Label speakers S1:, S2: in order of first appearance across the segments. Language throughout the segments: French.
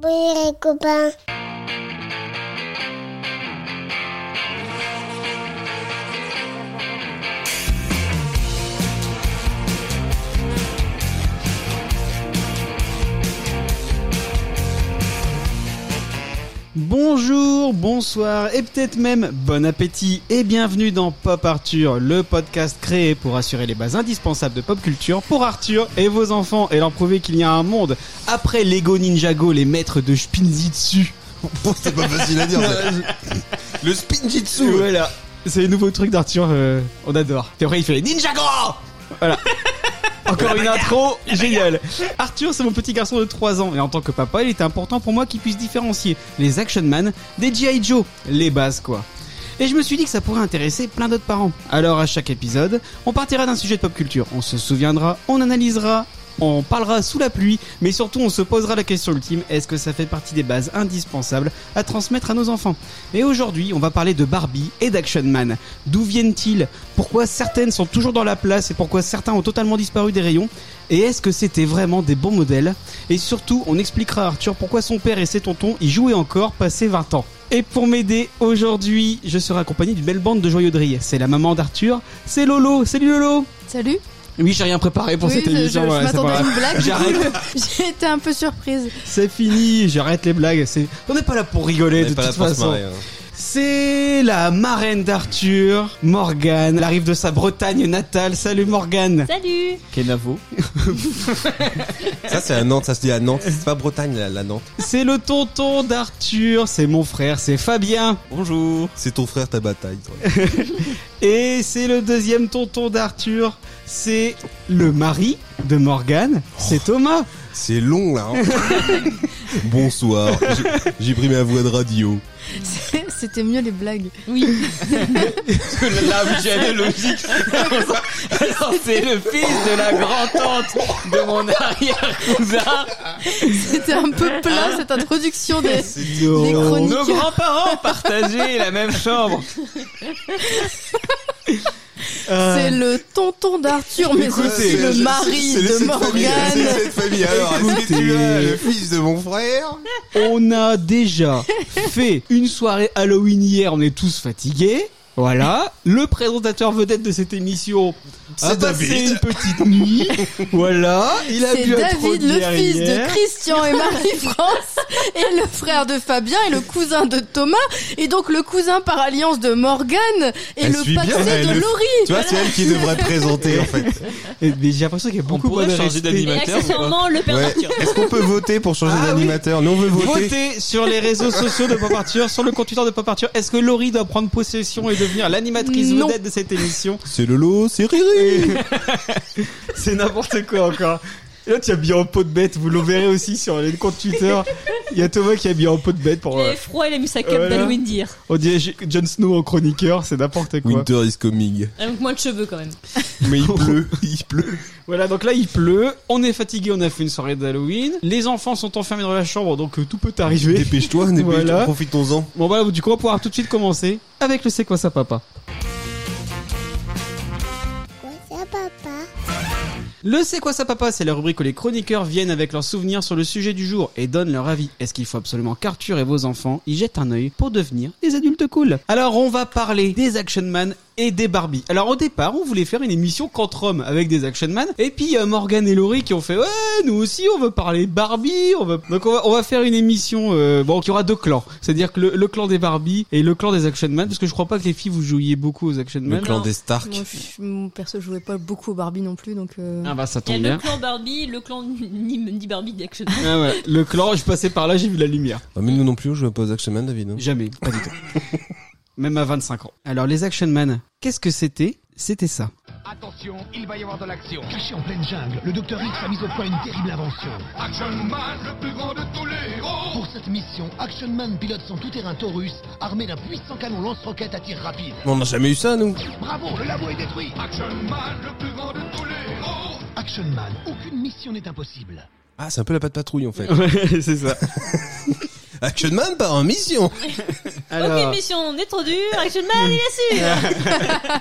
S1: Oui, les copains.
S2: Bonjour, bonsoir et peut-être même bon appétit et bienvenue dans Pop Arthur, le podcast créé pour assurer les bases indispensables de pop culture pour Arthur et vos enfants et leur prouver qu'il y a un monde après Lego Ninjago, les maîtres de Spinzitsu.
S3: Bon, Oh, c'est pas facile à dire. ça. Le spinjitsu.
S2: Voilà, c'est les nouveaux trucs d'Arthur, euh, on adore. Et après il fait les Ninjago Voilà. Encore une intro géniale. Arthur, c'est mon petit garçon de 3 ans et en tant que papa, il était important pour moi qu'il puisse différencier les Action Man des G.I. Joe, les bases quoi. Et je me suis dit que ça pourrait intéresser plein d'autres parents. Alors à chaque épisode, on partira d'un sujet de pop culture, on se souviendra, on analysera, on parlera sous la pluie, mais surtout on se posera la question ultime, est-ce que ça fait partie des bases indispensables à transmettre à nos enfants Et aujourd'hui, on va parler de Barbie et d'Action Man. D'où viennent-ils Pourquoi certaines sont toujours dans la place et pourquoi certains ont totalement disparu des rayons Et est-ce que c'était vraiment des bons modèles Et surtout, on expliquera à Arthur pourquoi son père et ses tontons y jouaient encore passé 20 ans. Et pour m'aider aujourd'hui, je serai accompagné d'une belle bande de joyauderies. C'est la maman d'Arthur, c'est Lolo. Salut Lolo
S4: Salut.
S2: Oui, j'ai rien préparé pour
S4: oui,
S2: cette
S4: je-
S2: émission.
S4: je, je
S2: ouais, c'est
S4: m'attendais
S2: pas
S4: à
S2: grave.
S4: une blague. du
S2: J'arrête.
S4: coup, J'ai été un peu surprise.
S2: C'est fini, j'arrête les blagues. c'est- On n'est pas là pour rigoler de
S3: pas là
S2: toute
S3: pour se
S2: façon.
S3: marrer, hein.
S2: C'est la marraine d'Arthur, Morgane. Elle arrive de sa Bretagne natale. Salut Morgane.
S5: Salut
S2: Kenavo.
S3: Ça, c'est à Nantes, ça se dit à Nantes. C'est pas Bretagne, la, la Nantes.
S2: C'est le tonton d'Arthur, c'est mon frère, c'est Fabien.
S6: Bonjour.
S3: C'est ton frère, ta bataille. toi.
S2: Et c'est le deuxième tonton d'Arthur, c'est le mari de Morgane, c'est Thomas.
S3: C'est long, là. hein. Bonsoir. J'ai- J'ai pris ma voix de radio.
S4: C'est- C'était mieux les blagues.
S6: Là, vous avez logique. Alors, c'est le fils de la grand-tante de mon arrière-cousin.
S4: C'était un peu plat cette introduction des, des
S2: Nos
S4: chroniques.
S6: Nos grands-parents partageaient la même chambre. Euh.
S2: Euh,
S4: C'est le tonton d'Arthur, mais
S3: Écoutez,
S4: aussi
S3: c'est-
S4: le
S3: c'est-
S4: mari
S3: c'est- c'est
S4: de
S3: cette famille,
S4: Morgane.
S3: C'est cette famille. Alors, est-ce que tu as le fils de mon frère
S2: On a déjà fait une soirée Halloween hier, on est tous fatigués. Voilà, le présentateur vedette de cette émission a
S3: C'est
S2: passé
S3: David.
S2: une petite nuit. Voilà, il a
S4: C'est
S2: bu à trop
S4: David, le
S2: bière
S4: fils de
S2: hier.
S4: Christian et Marie-France, et le frère de Fabien, et le cousin de Thomas, et donc le cousin par alliance de Morgane, et
S3: Elle
S4: le
S3: suit bien,
S4: paxé
S3: elle
S4: de
S3: le- Tu
S4: Laurie.
S3: vois, c'est elle qui devrait présenter, en fait.
S2: Et- Mais j'ai l'impression qu'il y a beaucoup moins
S6: pourrait
S2: de
S6: changer
S2: respect.
S6: d'animal.
S5: Et
S6: Animateur ou
S5: accessoirement, le père
S3: Ouais.
S5: d'Arthur.
S3: Est-ce qu'on peut voter pour changer
S2: Ah oui.
S3: d'animateur Nous, on veut voter.
S2: Votez sur les réseaux sociaux de Pop Arthur, sur le compte Twitter de Pop Arthur. Est-ce que Laurie doit prendre possession et devenir l'animatrice
S4: Non.
S2: vedette de cette émission
S3: C'est Lolo, c'est Riri.
S2: C'est n'importe quoi encore. Et Là, tu as bien en peau de bête. Vous le verrez aussi sur les comptes Twitter. Il y a Thomas qui a bien en peau de bête pour.
S5: Il
S2: euh,
S5: avait froid, il a mis sa cape
S2: Voilà.
S5: d'Halloween dire.
S2: On dirait J- Jon Snow en chroniqueur, c'est n'importe quoi.
S3: Winter is coming.
S5: Avec moins de cheveux quand même.
S3: Mais il pleut, il pleut.
S2: Voilà, donc là il pleut, on est fatigué, on a fait une soirée d'Halloween, les enfants sont enfermés dans la chambre, donc euh, tout peut arriver.
S3: Dépêche-toi, dépêche-toi,
S2: Voilà.
S3: profitons-en.
S2: Bon bah du coup on va pouvoir tout de suite commencer avec le C'est quoi ça papa
S1: Quoi ça, papa
S2: Le C'est quoi ça papa C'est la rubrique où les chroniqueurs viennent avec leurs souvenirs sur le sujet du jour et donnent leur avis. Est-ce qu'il faut absolument qu'Arthur et vos enfants y jettent un œil pour devenir des adultes cool Alors on va parler des Action Man et des Barbie. Alors au départ on voulait faire une émission qu'entre hommes avec des Action Man et puis euh, Morgan et Laurie qui ont fait ouais nous aussi on veut parler Barbie, on veut... donc on va, on va faire une émission euh, bon qui aura deux clans, c'est-à-dire que le, le clan des Barbie et le clan des Action Man parce que je crois pas que les filles vous jouiez beaucoup aux Action Man.
S3: Le clan
S5: non.
S3: des Stark.
S4: Moi, je- mon perso jouait pas beaucoup au Barbie non plus, donc. euh,
S2: Ah bah ça
S5: Il y
S2: tombe
S5: a
S2: bien.
S5: le clan Barbie, le clan ni, ni Barbie d'Action.
S2: Ah ouais, le clan, je passais par là, j'ai vu la lumière.
S3: Ah, mais nous non plus, on joue pas aux Action Man, David. hein.
S2: Jamais, pas du tout. Même à 25 ans. Alors les Action Man, qu'est-ce que c'était C'était ça.
S7: Attention, il va y avoir de l'action. Caché en pleine jungle, le docteur X a mis au point une terrible invention. Action Man, le plus grand de tous les héros Pour cette mission, Action Man pilote son tout-terrain Taurus, armé d'un puissant canon lance-roquette à tir rapide.
S3: On n'a jamais eu ça, nous.
S7: Bravo, le labo est détruit Action Man, le plus grand de tous les héros Action Man, aucune mission n'est impossible.
S3: Ah, c'est un peu la patte patrouille, en fait.
S2: Ouais, c'est ça.
S3: Action Man part en mission. Ah,
S2: Alors,
S5: Aucune mission n'est trop dure, Action Man, il est sûr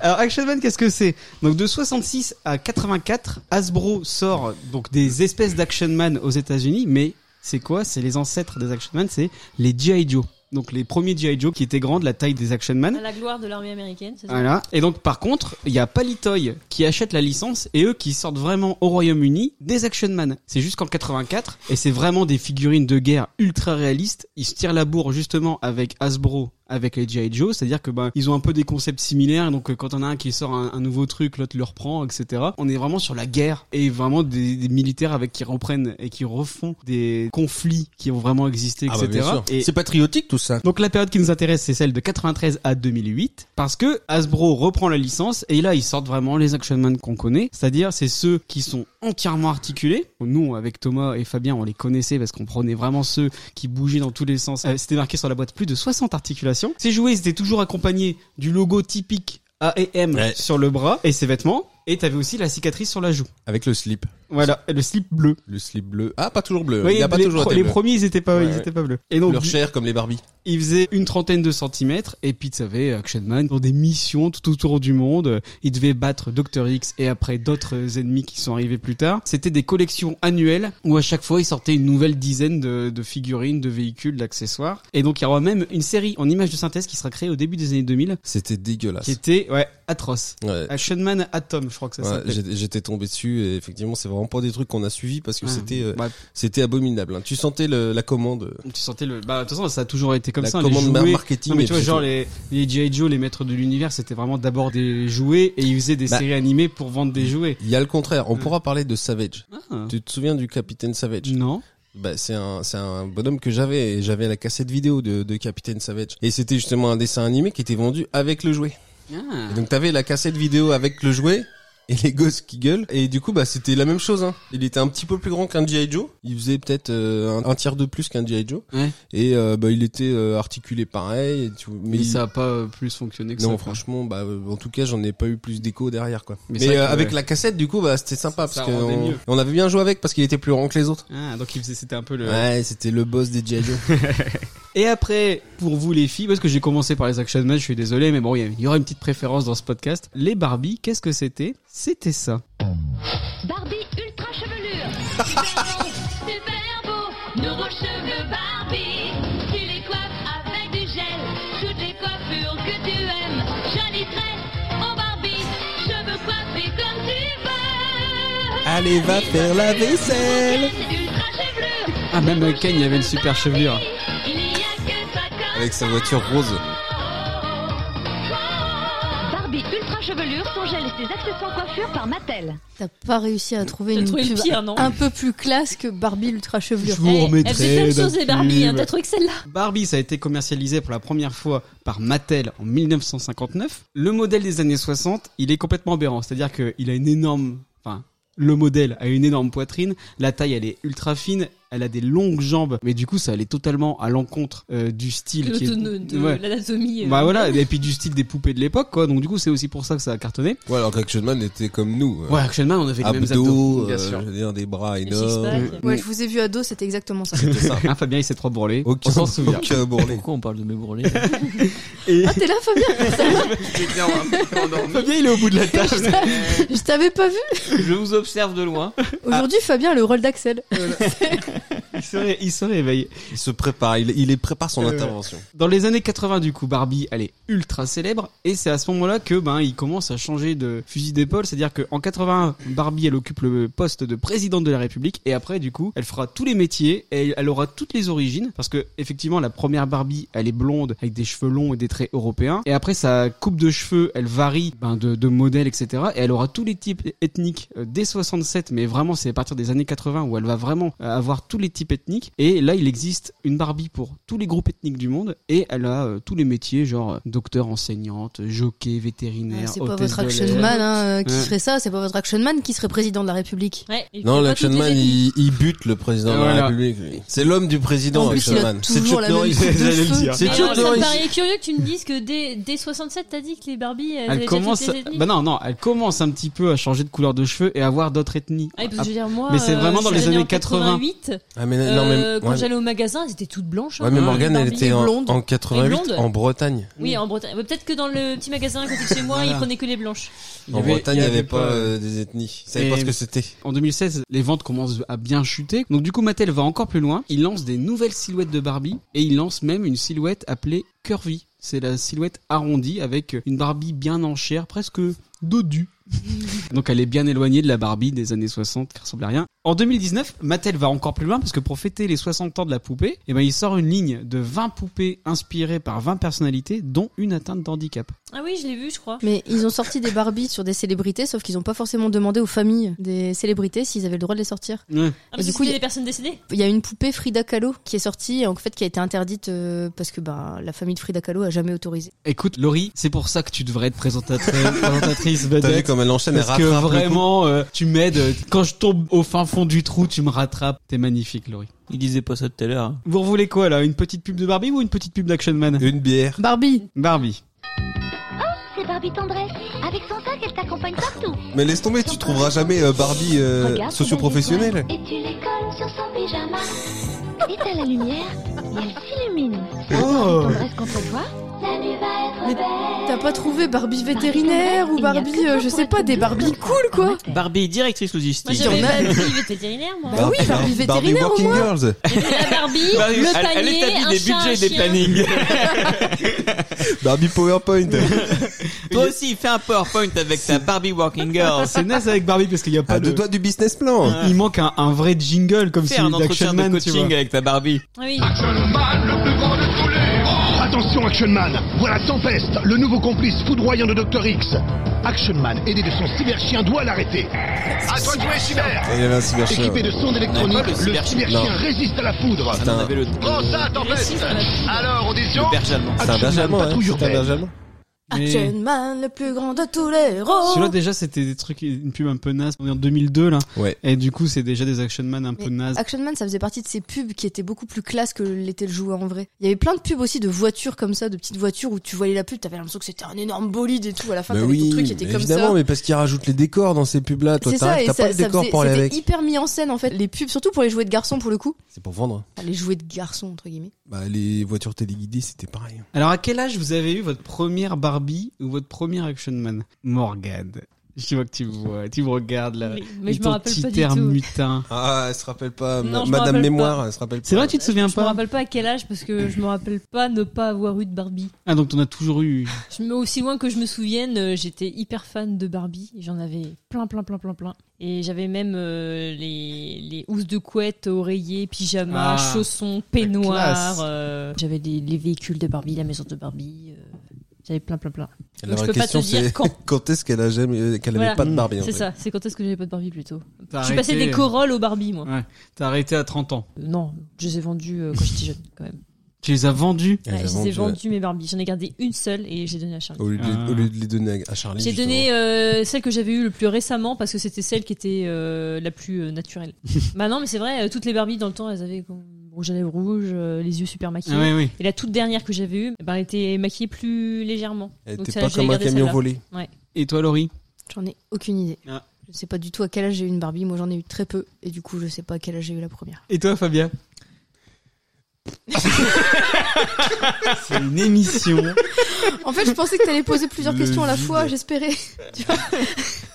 S2: alors, Action Man, qu'est-ce que c'est Donc de 66 à 84, Hasbro sort donc des espèces d'Action Man aux États-Unis, mais c'est quoi C'est les ancêtres des Action Man, c'est les G.I. Joe. Donc les premiers G.I. Joe qui étaient grands de la taille des Action Man.
S5: À la gloire de l'armée américaine, c'est ça
S2: Voilà. Et donc, par contre, il y a Palitoy qui achète la licence et eux qui sortent vraiment au Royaume-Uni des Action Man. C'est jusqu'en 84 et c'est vraiment des figurines de guerre ultra réalistes. Ils se tirent la bourre justement avec Hasbro avec les G.I. Joe, c'est-à-dire que ben ils ont un peu des concepts similaires, donc euh, quand on a un qui sort un, un nouveau truc, l'autre le reprend, etc. On est vraiment sur la guerre et vraiment des, des militaires avec qui reprennent et qui refont des conflits qui ont vraiment existé,
S3: Ah
S2: etc.
S3: bah, bien sûr.
S2: Et-
S6: C'est patriotique tout ça.
S2: donc la période qui nous intéresse, c'est celle de 93 à 2008, parce que Hasbro reprend la licence et là ils sortent vraiment les Action Man qu'on connaît, c'est-à-dire c'est ceux qui sont entièrement articulés. Nous, avec Thomas et Fabien, on les connaissait parce qu'on prenait vraiment ceux qui bougeaient dans tous les sens. Euh, c'était marqué sur la boîte plus de 60 articulations. Ces jouets, ils étaient toujours accompagnés du logo typique AEM
S3: Ouais.
S2: sur le bras et ses vêtements, et t'avais aussi la cicatrice sur la joue.
S3: Avec le slip.
S2: Voilà, et le slip bleu.
S3: Le slip bleu. Ah, pas toujours bleu.
S2: Oui,
S3: il a pas
S2: les,
S3: toujours
S2: pro-
S3: été
S2: les
S3: bleu.
S2: premiers, ils étaient pas,
S3: Ouais,
S2: ils
S3: ouais.
S2: étaient pas bleus. Et donc,
S3: Leur
S2: du-
S3: chair comme les Barbies.
S2: il faisait une trentaine de centimètres et puis tu savais Action Man dans des missions tout autour du monde euh, il devait battre Dr X et après d'autres ennemis qui sont arrivés plus tard c'était des collections annuelles où à chaque fois il sortait une nouvelle dizaine de, de figurines de véhicules d'accessoires et donc il y aura même une série en images de synthèse qui sera créée au début des années 2000
S3: C'était dégueulasse.
S2: qui était ouais atroce
S3: Ouais.
S2: Action Man Atom je crois que ça
S3: Ouais,
S2: s'appelle
S3: j'étais- J'étais tombé dessus et effectivement c'est vraiment pas des trucs qu'on a suivis parce que
S2: Ouais.
S3: c'était euh,
S2: Bah,
S3: c'était abominable. hein. Tu sentais le- la commande,
S2: tu sentais le bah de toute façon ça a toujours été comme
S3: la
S2: ça hein, les
S3: commande mar-
S2: jouets-
S3: marketing.
S2: Non, mais
S3: et
S2: tu vois,
S3: puis
S2: genre
S3: c'est
S2: les, les G.I. Joe, les maîtres de l'univers, c'était vraiment d'abord des jouets et ils faisaient des
S3: Bah.
S2: séries animées pour vendre des jouets.
S3: tout. Il y a le contraire. On
S2: Ouais.
S3: pourra parler de Savage.
S2: Ah.
S3: Tu te souviens du Capitaine Savage
S2: Non.
S3: Bah, c'est un c'est un bonhomme que j'avais et j'avais la cassette vidéo de, de Capitaine Savage et c'était justement un dessin animé qui était vendu avec le jouet. Et donc t'avais la cassette vidéo avec le jouet et les gosses qui gueulent et du coup bah c'était la même chose hein. Il était un petit peu plus grand qu'un GI Joe, il faisait peut-être euh, un, un tiers de plus qu'un GI Joe
S2: Ouais.
S3: et euh, bah il était euh, articulé pareil et tu- mais
S2: Mais
S3: il-
S2: ça a pas euh, plus fonctionné que ça.
S3: non
S2: quoi.
S3: franchement bah euh, en tout cas j'en ai pas eu plus d'écho derrière quoi.
S2: Mais c'est
S3: Mais,
S2: vrai
S3: euh,
S2: que-
S3: avec la cassette du coup bah c'était sympa
S2: Ça
S3: parce que
S2: rendait
S3: on,
S2: mieux.
S3: on avait bien joué avec parce qu'il était plus grand que les autres.
S2: Ah, donc ils faisaient- c'était un peu le.
S3: Ouais, c'était le boss des GI Joe.
S2: Et après, pour vous les filles, parce que j'ai commencé par les Action Man, je suis désolé, mais bon, il y a- il y aura une petite préférence dans ce podcast. Les Barbie, qu'est-ce que c'était C'était ça.
S8: Barbie ultra chevelure. Super long, super beau. Nouveau cheveux Barbie. Tu les coiffes avec du gel. Toutes les coiffures que tu aimes. Jolie tresse en Barbie. Cheveux coiffés comme tu veux.
S3: Allez, va faire la vaisselle.
S8: Ultra chevelure.
S2: Ah, même euh, Ken, il avait une super chevelure.
S8: Il n'y a que ça comme
S3: Avec sa voiture rose.
S8: Barbie ultra chevelure, son gel et ses accessoires coiffure par Mattel.
S4: T'as pas réussi à trouver
S5: T'as
S4: une
S5: trouvé le
S4: pub
S5: pire, non
S4: un peu plus classe que Barbie l'ultra chevelure.
S2: Je vous
S5: Eh,
S2: remettrai
S5: Elle faisait même chose
S2: la
S5: les Barbie, hein,
S2: pub.
S5: t'as trouvé que celle-là
S2: Barbie, ça a été commercialisé pour la première fois par Mattel en 1959. Le modèle des années 60, il est complètement aberrant. C'est-à-dire qu'il a une énorme, enfin, le modèle a une énorme poitrine, la taille elle est ultra fine, elle a des longues jambes, mais du coup ça allait totalement à l'encontre euh, du style qui est...
S5: De, de- de
S2: Ouais.
S5: l'anatomie. euh.
S2: Bah voilà, et puis du style des poupées de l'époque quoi, donc du coup c'est aussi pour ça que ça a cartonné.
S3: Ouais, alors qu'Action Man était comme nous. euh,
S2: Ouais, Action Man, on avait les mêmes abdos,
S3: abdos,
S2: bien
S3: euh,
S2: sûr.
S3: je veux dire, des bras
S5: six-pack.
S3: énormes. Mm.
S4: Ouais, je vous ai vu à dos, c'était exactement ça.
S3: C'était ça.
S2: Hein, Fabien il s'est trop brûlé,
S3: Aucun,
S2: on s'en souvient.
S3: aucun bourrelet.
S6: Pourquoi on parle de mes bourrelets
S4: Ah, t'es là, Fabien
S2: Fabien il est au bout de la table.
S4: Je t'avais pas vu.
S6: Je vous observe de loin.
S4: Aujourd'hui, Fabien a le rôle d'Axel.
S2: il, se ré- il se réveille.
S3: Il se prépare, il, il prépare son
S2: Euh,
S3: intervention.
S2: Dans les années 80, du coup, Barbie, elle est ultra célèbre, et c'est à ce moment-là que, ben, il commence à changer de fusil d'épaule, c'est-à-dire qu'en 81, Barbie, elle occupe le poste de présidente de la République, et après, du coup, elle fera tous les métiers, et elle aura toutes les origines, parce que, effectivement, la première Barbie, elle est blonde, avec des cheveux longs et des traits européens, Hein et après, sa coupe de cheveux, elle varie, ben, de, de modèle, etc., et elle aura tous les types ethniques euh, dès 67, mais vraiment, c'est à partir des années 80 où elle va vraiment euh, avoir tous les types ethniques, et là, il existe une Barbie pour tous les groupes ethniques du monde, et elle a euh, tous les métiers, genre euh, docteur, enseignante, jockey, vétérinaire,
S4: Ah, C'est pas
S2: hôtesse
S4: votre
S2: de
S4: action
S2: l'air.
S4: man hein, euh, qui
S2: Ouais.
S4: ferait ça, c'est pas votre action man qui serait président de la République.
S5: Ouais, il
S3: Non,
S5: fait pas
S3: l'Action
S5: toutes les
S3: Man,
S5: ethnies.
S3: il, il bute le président de
S2: Voilà.
S3: la République. lui. C'est l'homme du président,
S4: En plus,
S3: Action
S4: il a
S3: Man. C'est
S4: toujours
S3: Chuck
S4: la même
S3: Norris.
S4: coupe de
S3: J'allais le
S4: cheveux.
S3: dire. C'est
S5: Mais alors,
S3: Chuck
S5: ça me
S3: Norris.
S5: paraît curieux que tu me dises que dès, dès 67, t'as dit que les Barbie, elles avaient
S2: Elle
S5: déjà
S2: commence,
S5: toutes les ethnies.
S2: Ah, bah non, non, elle commence un petit peu à changer de couleur de cheveux et à avoir d'autres ethnies.
S5: Ah, parce que je veux dire, moi,
S2: Mais c'est
S5: euh,
S2: vraiment
S5: je
S2: dans
S5: suis
S2: les
S5: née en
S2: années 80.
S5: 88, blondes.
S3: Ah, mais non, mais.
S5: Euh, quand
S3: ouais.
S5: j'allais au magasin, elles étaient toutes blanches.
S3: Ouais, mais
S5: hein,
S3: Morgane,
S5: les
S3: elle
S5: Barbie.
S3: était en,
S4: blondes.
S3: en 88
S5: Et blondes.
S3: en Bretagne.
S5: Oui, en Bretagne. Ouais, Peut-être que dans le petit magasin à côté de chez moi, ils prenaient que les blanches.
S3: en Bretagne, il n'y avait pas euh, des ethnies. Ils savaient
S2: Mais-
S3: pas ce que c'était.
S2: En 2016, les ventes commencent à bien chuter. Donc du coup, Mattel va encore plus loin. Il lance des nouvelles silhouettes de Barbie et il lance même une silhouette appelée Curvy. C'est la silhouette arrondie avec une Barbie bien en chair, presque dodue. Donc elle est bien éloignée de la Barbie des années 60 qui ressemble à rien. En 2019, Mattel va encore plus loin parce que pour fêter les 60 ans de la poupée, eh ben il sort une ligne de 20 poupées inspirées par 20 personnalités dont une atteinte de handicap.
S5: Ah oui, je l'ai vu, je crois.
S4: Mais ils ont sorti des Barbies sur des célébrités, sauf qu'ils n'ont pas forcément demandé aux familles des célébrités s'ils avaient le droit de les sortir.
S5: Ah, parce
S4: du
S5: que
S4: coup,
S5: c'était
S4: il y a-
S5: des personnes décédées.
S4: Il y a une poupée Frida Kahlo qui est sortie, en fait, qui a été interdite euh, parce que ben, la famille de Frida Kahlo a jamais autorisé.
S2: Écoute, Laurie, c'est pour ça que tu devrais être présentatrice, présentatrice
S3: T'as vu
S2: vedette.
S3: comme elle enchaîne, elle
S2: Parce que
S3: rattrape le coup.
S2: vraiment, euh, tu m'aides. Quand je tombe au fin fond du trou, tu me rattrapes. T'es magnifique, Laurie.
S6: Il disait pas ça tout à l'heure. hein.
S2: Vous voulez quoi là Une petite pub de Barbie ou une petite pub d'Action Man
S5: Euh,
S3: Une bière.
S4: Barbie
S2: Barbie.
S8: C'est Barbie Tendresse. Avec son sac, elle t'accompagne partout.
S3: Mais laisse tomber, tu trouveras jamais euh, Barbie euh,
S8: Regarde son
S3: socio-professionnelle.
S8: bel étoile, Et tu les colles sur son pyjama. Éteins la lumière et elle s'illumine.
S2: Oh.
S8: Tendresse contre toi. La nuit va
S4: Mais
S8: être belle.
S4: T'as pas trouvé Barbie vétérinaire ou Barbie, euh, je sais pas, des Barbies cool quoi
S6: Barbie, directrice
S5: Moi,
S6: logistique.
S5: j'avais
S4: en a-
S5: pas dit vétérinaire, moi.
S4: Bah oui, Barbie vétérinaire, au
S3: Working Girls.
S5: J'avais la Barbie,
S2: Bah
S6: Barbie,
S5: le
S6: elle-
S5: panier,
S6: elle établit
S5: un
S6: des
S5: chat,
S6: budgets
S5: un
S6: et des
S5: chien.
S6: plannings.
S3: Barbie PowerPoint.
S6: Toi aussi, fais un PowerPoint avec ta Barbie Working Girl.
S2: C'est naze avec Barbie parce qu'il y a
S6: Ah,
S2: pas
S3: À deux
S2: de.
S3: doigts du business plan.
S2: Il manque un, un vrai jingle comme
S6: Fais un
S2: celui d'Action
S6: entretien de
S2: Man, tu vois.
S6: coaching avec ta Barbie.
S5: Ah oui.
S7: Action Man, le plus grand de tous les héros Attention Action Man, voilà Tempest, le nouveau complice foudroyant de Dr X. Action Man, aidé de son cyberchien, doit l'arrêter. À toi de jouer, Cyber
S3: Et il y avait un cyberchien.
S7: Équipé de sondes électroniques,
S6: le
S7: le
S6: cyberchien.
S7: cyberchien
S3: Non.
S7: résiste à la foudre.
S3: C'est un,
S6: le,
S7: Prends ça, Tempest Alors, audition
S6: le berger allemand.
S3: c'est un
S7: Action
S3: berger
S7: Man,
S3: allemand, hein.
S7: patrouille
S3: C'est un
S7: urbaine.
S3: berger allemand.
S2: Mais-
S4: Action Man, le plus grand de tous les
S5: Oh.
S2: Celui-là
S4: héros
S2: déjà c'était des trucs une pub un peu naze. On est en 2002 là.
S3: Ouais.
S2: Et du coup c'est déjà des Action Man un peu
S4: Mais
S2: naze.
S4: Action Man, ça faisait partie de ces pubs qui étaient beaucoup plus classe que l'était le jouet en vrai. Il y avait plein de pubs aussi de voitures comme ça, de petites voitures où tu voyais la pub, t'avais l'impression que c'était un énorme bolide et tout. À la fin,
S3: Mais
S4: t'avais
S3: Bah oui,
S4: ton truc qui était
S3: mais
S4: comme
S3: évidemment,
S4: ça.
S3: mais parce qu'ils rajoutent les décors dans ces pubs-là. Toi,
S4: C'est ça,
S3: t'arrêtes,
S4: et
S3: t'as
S4: ça,
S3: pas de
S4: ça
S3: décor
S4: faisait-
S3: pour aller
S4: c'était
S3: avec.
S4: hyper mis en scène en fait. Les pubs, surtout pour les jouets de garçons pour le coup.
S3: C'est pour vendre.
S4: Enfin, les jouets de garçons entre guillemets.
S3: Bah, les voitures téléguidées, c'était pareil.
S2: Alors, à quel âge vous avez eu votre première Barbie ou votre premier Action Man Morgane. Je vois que tu me vois, tu me regardes là.
S5: Mais- mais
S2: Et
S5: je me
S2: ton
S5: rappelle
S2: petit
S5: pas du
S2: air
S5: tout.
S2: mutin.
S3: Ah, elle se rappelle pas.
S5: Non,
S3: ma-
S5: je me
S3: Madame
S5: rappelle
S3: Mémoire, elle se rappelle pas.
S2: C'est vrai, tu te souviens
S5: Je me
S2: pas
S5: rappelle pas à quel âge parce que je me rappelle pas ne pas avoir eu de Barbie.
S2: Ah, donc t'en as toujours eu.
S5: Je me aussi loin que je me souvienne, euh, j'étais hyper fan de Barbie. J'en avais plein, plein, plein, plein, plein. Et j'avais même euh, les, les housses de couette, oreillers, pyjamas,
S2: Ah,
S5: chaussons,
S2: classe.
S5: peignoirs. euh, j'avais les, les véhicules de Barbie, la maison de Barbie. euh, j'avais plein, plein, plein.
S3: La
S5: Donc, je
S3: vraie
S5: peux pas
S3: question,
S5: te dire
S3: c'est
S5: quand.
S3: quand est-ce qu'elle a jamais, euh, qu'elle
S5: Voilà.
S3: avait pas de Barbie. en
S5: C'est
S3: fait.
S5: ça, c'est quand est-ce que j'avais pas de Barbie plutôt.
S2: T'as
S5: Je suis passé
S2: arrêté-
S5: des Corolles aux Barbie, moi.
S2: Ouais. T'as arrêté à 30 ans.
S5: Euh, non, je les ai vendues euh, quand j'étais jeune, quand même.
S2: Tu les as vendus
S3: Elle
S5: Ouais,
S3: les a
S5: je les ai
S3: vendues,
S5: vendues, mes Barbie. J'en ai gardé une seule et j'ai donné à Charlie.
S3: Au lieu, de,
S2: Ah.
S3: au lieu de les donner à à Charlie.
S5: J'ai
S3: justement.
S5: donné euh, celle que j'avais eue le plus récemment parce que c'était celle qui était euh, la plus euh, naturelle. bah non, mais c'est vrai, euh, toutes les Barbies dans le temps, elles avaient comme, rouge à lèvres rouge, euh, les yeux super maquillés.
S2: Ah, oui, oui.
S5: Et la toute dernière que j'avais eue, eh ben, elle était maquillée plus légèrement.
S3: Elle
S5: Donc
S3: était
S5: ça,
S3: pas
S5: j'ai
S3: comme un
S5: gardé
S3: camion
S5: celle-là.
S3: volé.
S2: Et toi, Laurie
S4: J'en ai aucune idée.
S2: Ah.
S4: Je sais pas du tout à quel âge j'ai eu une Barbie. Moi, j'en ai eu très peu. Et du coup, je sais pas à quel âge j'ai eu la première.
S2: Et toi, Fabien C'est une émission.
S4: En fait, je pensais que t'allais poser plusieurs
S2: Le
S4: questions à la
S2: vide.
S4: fois, j'espérais.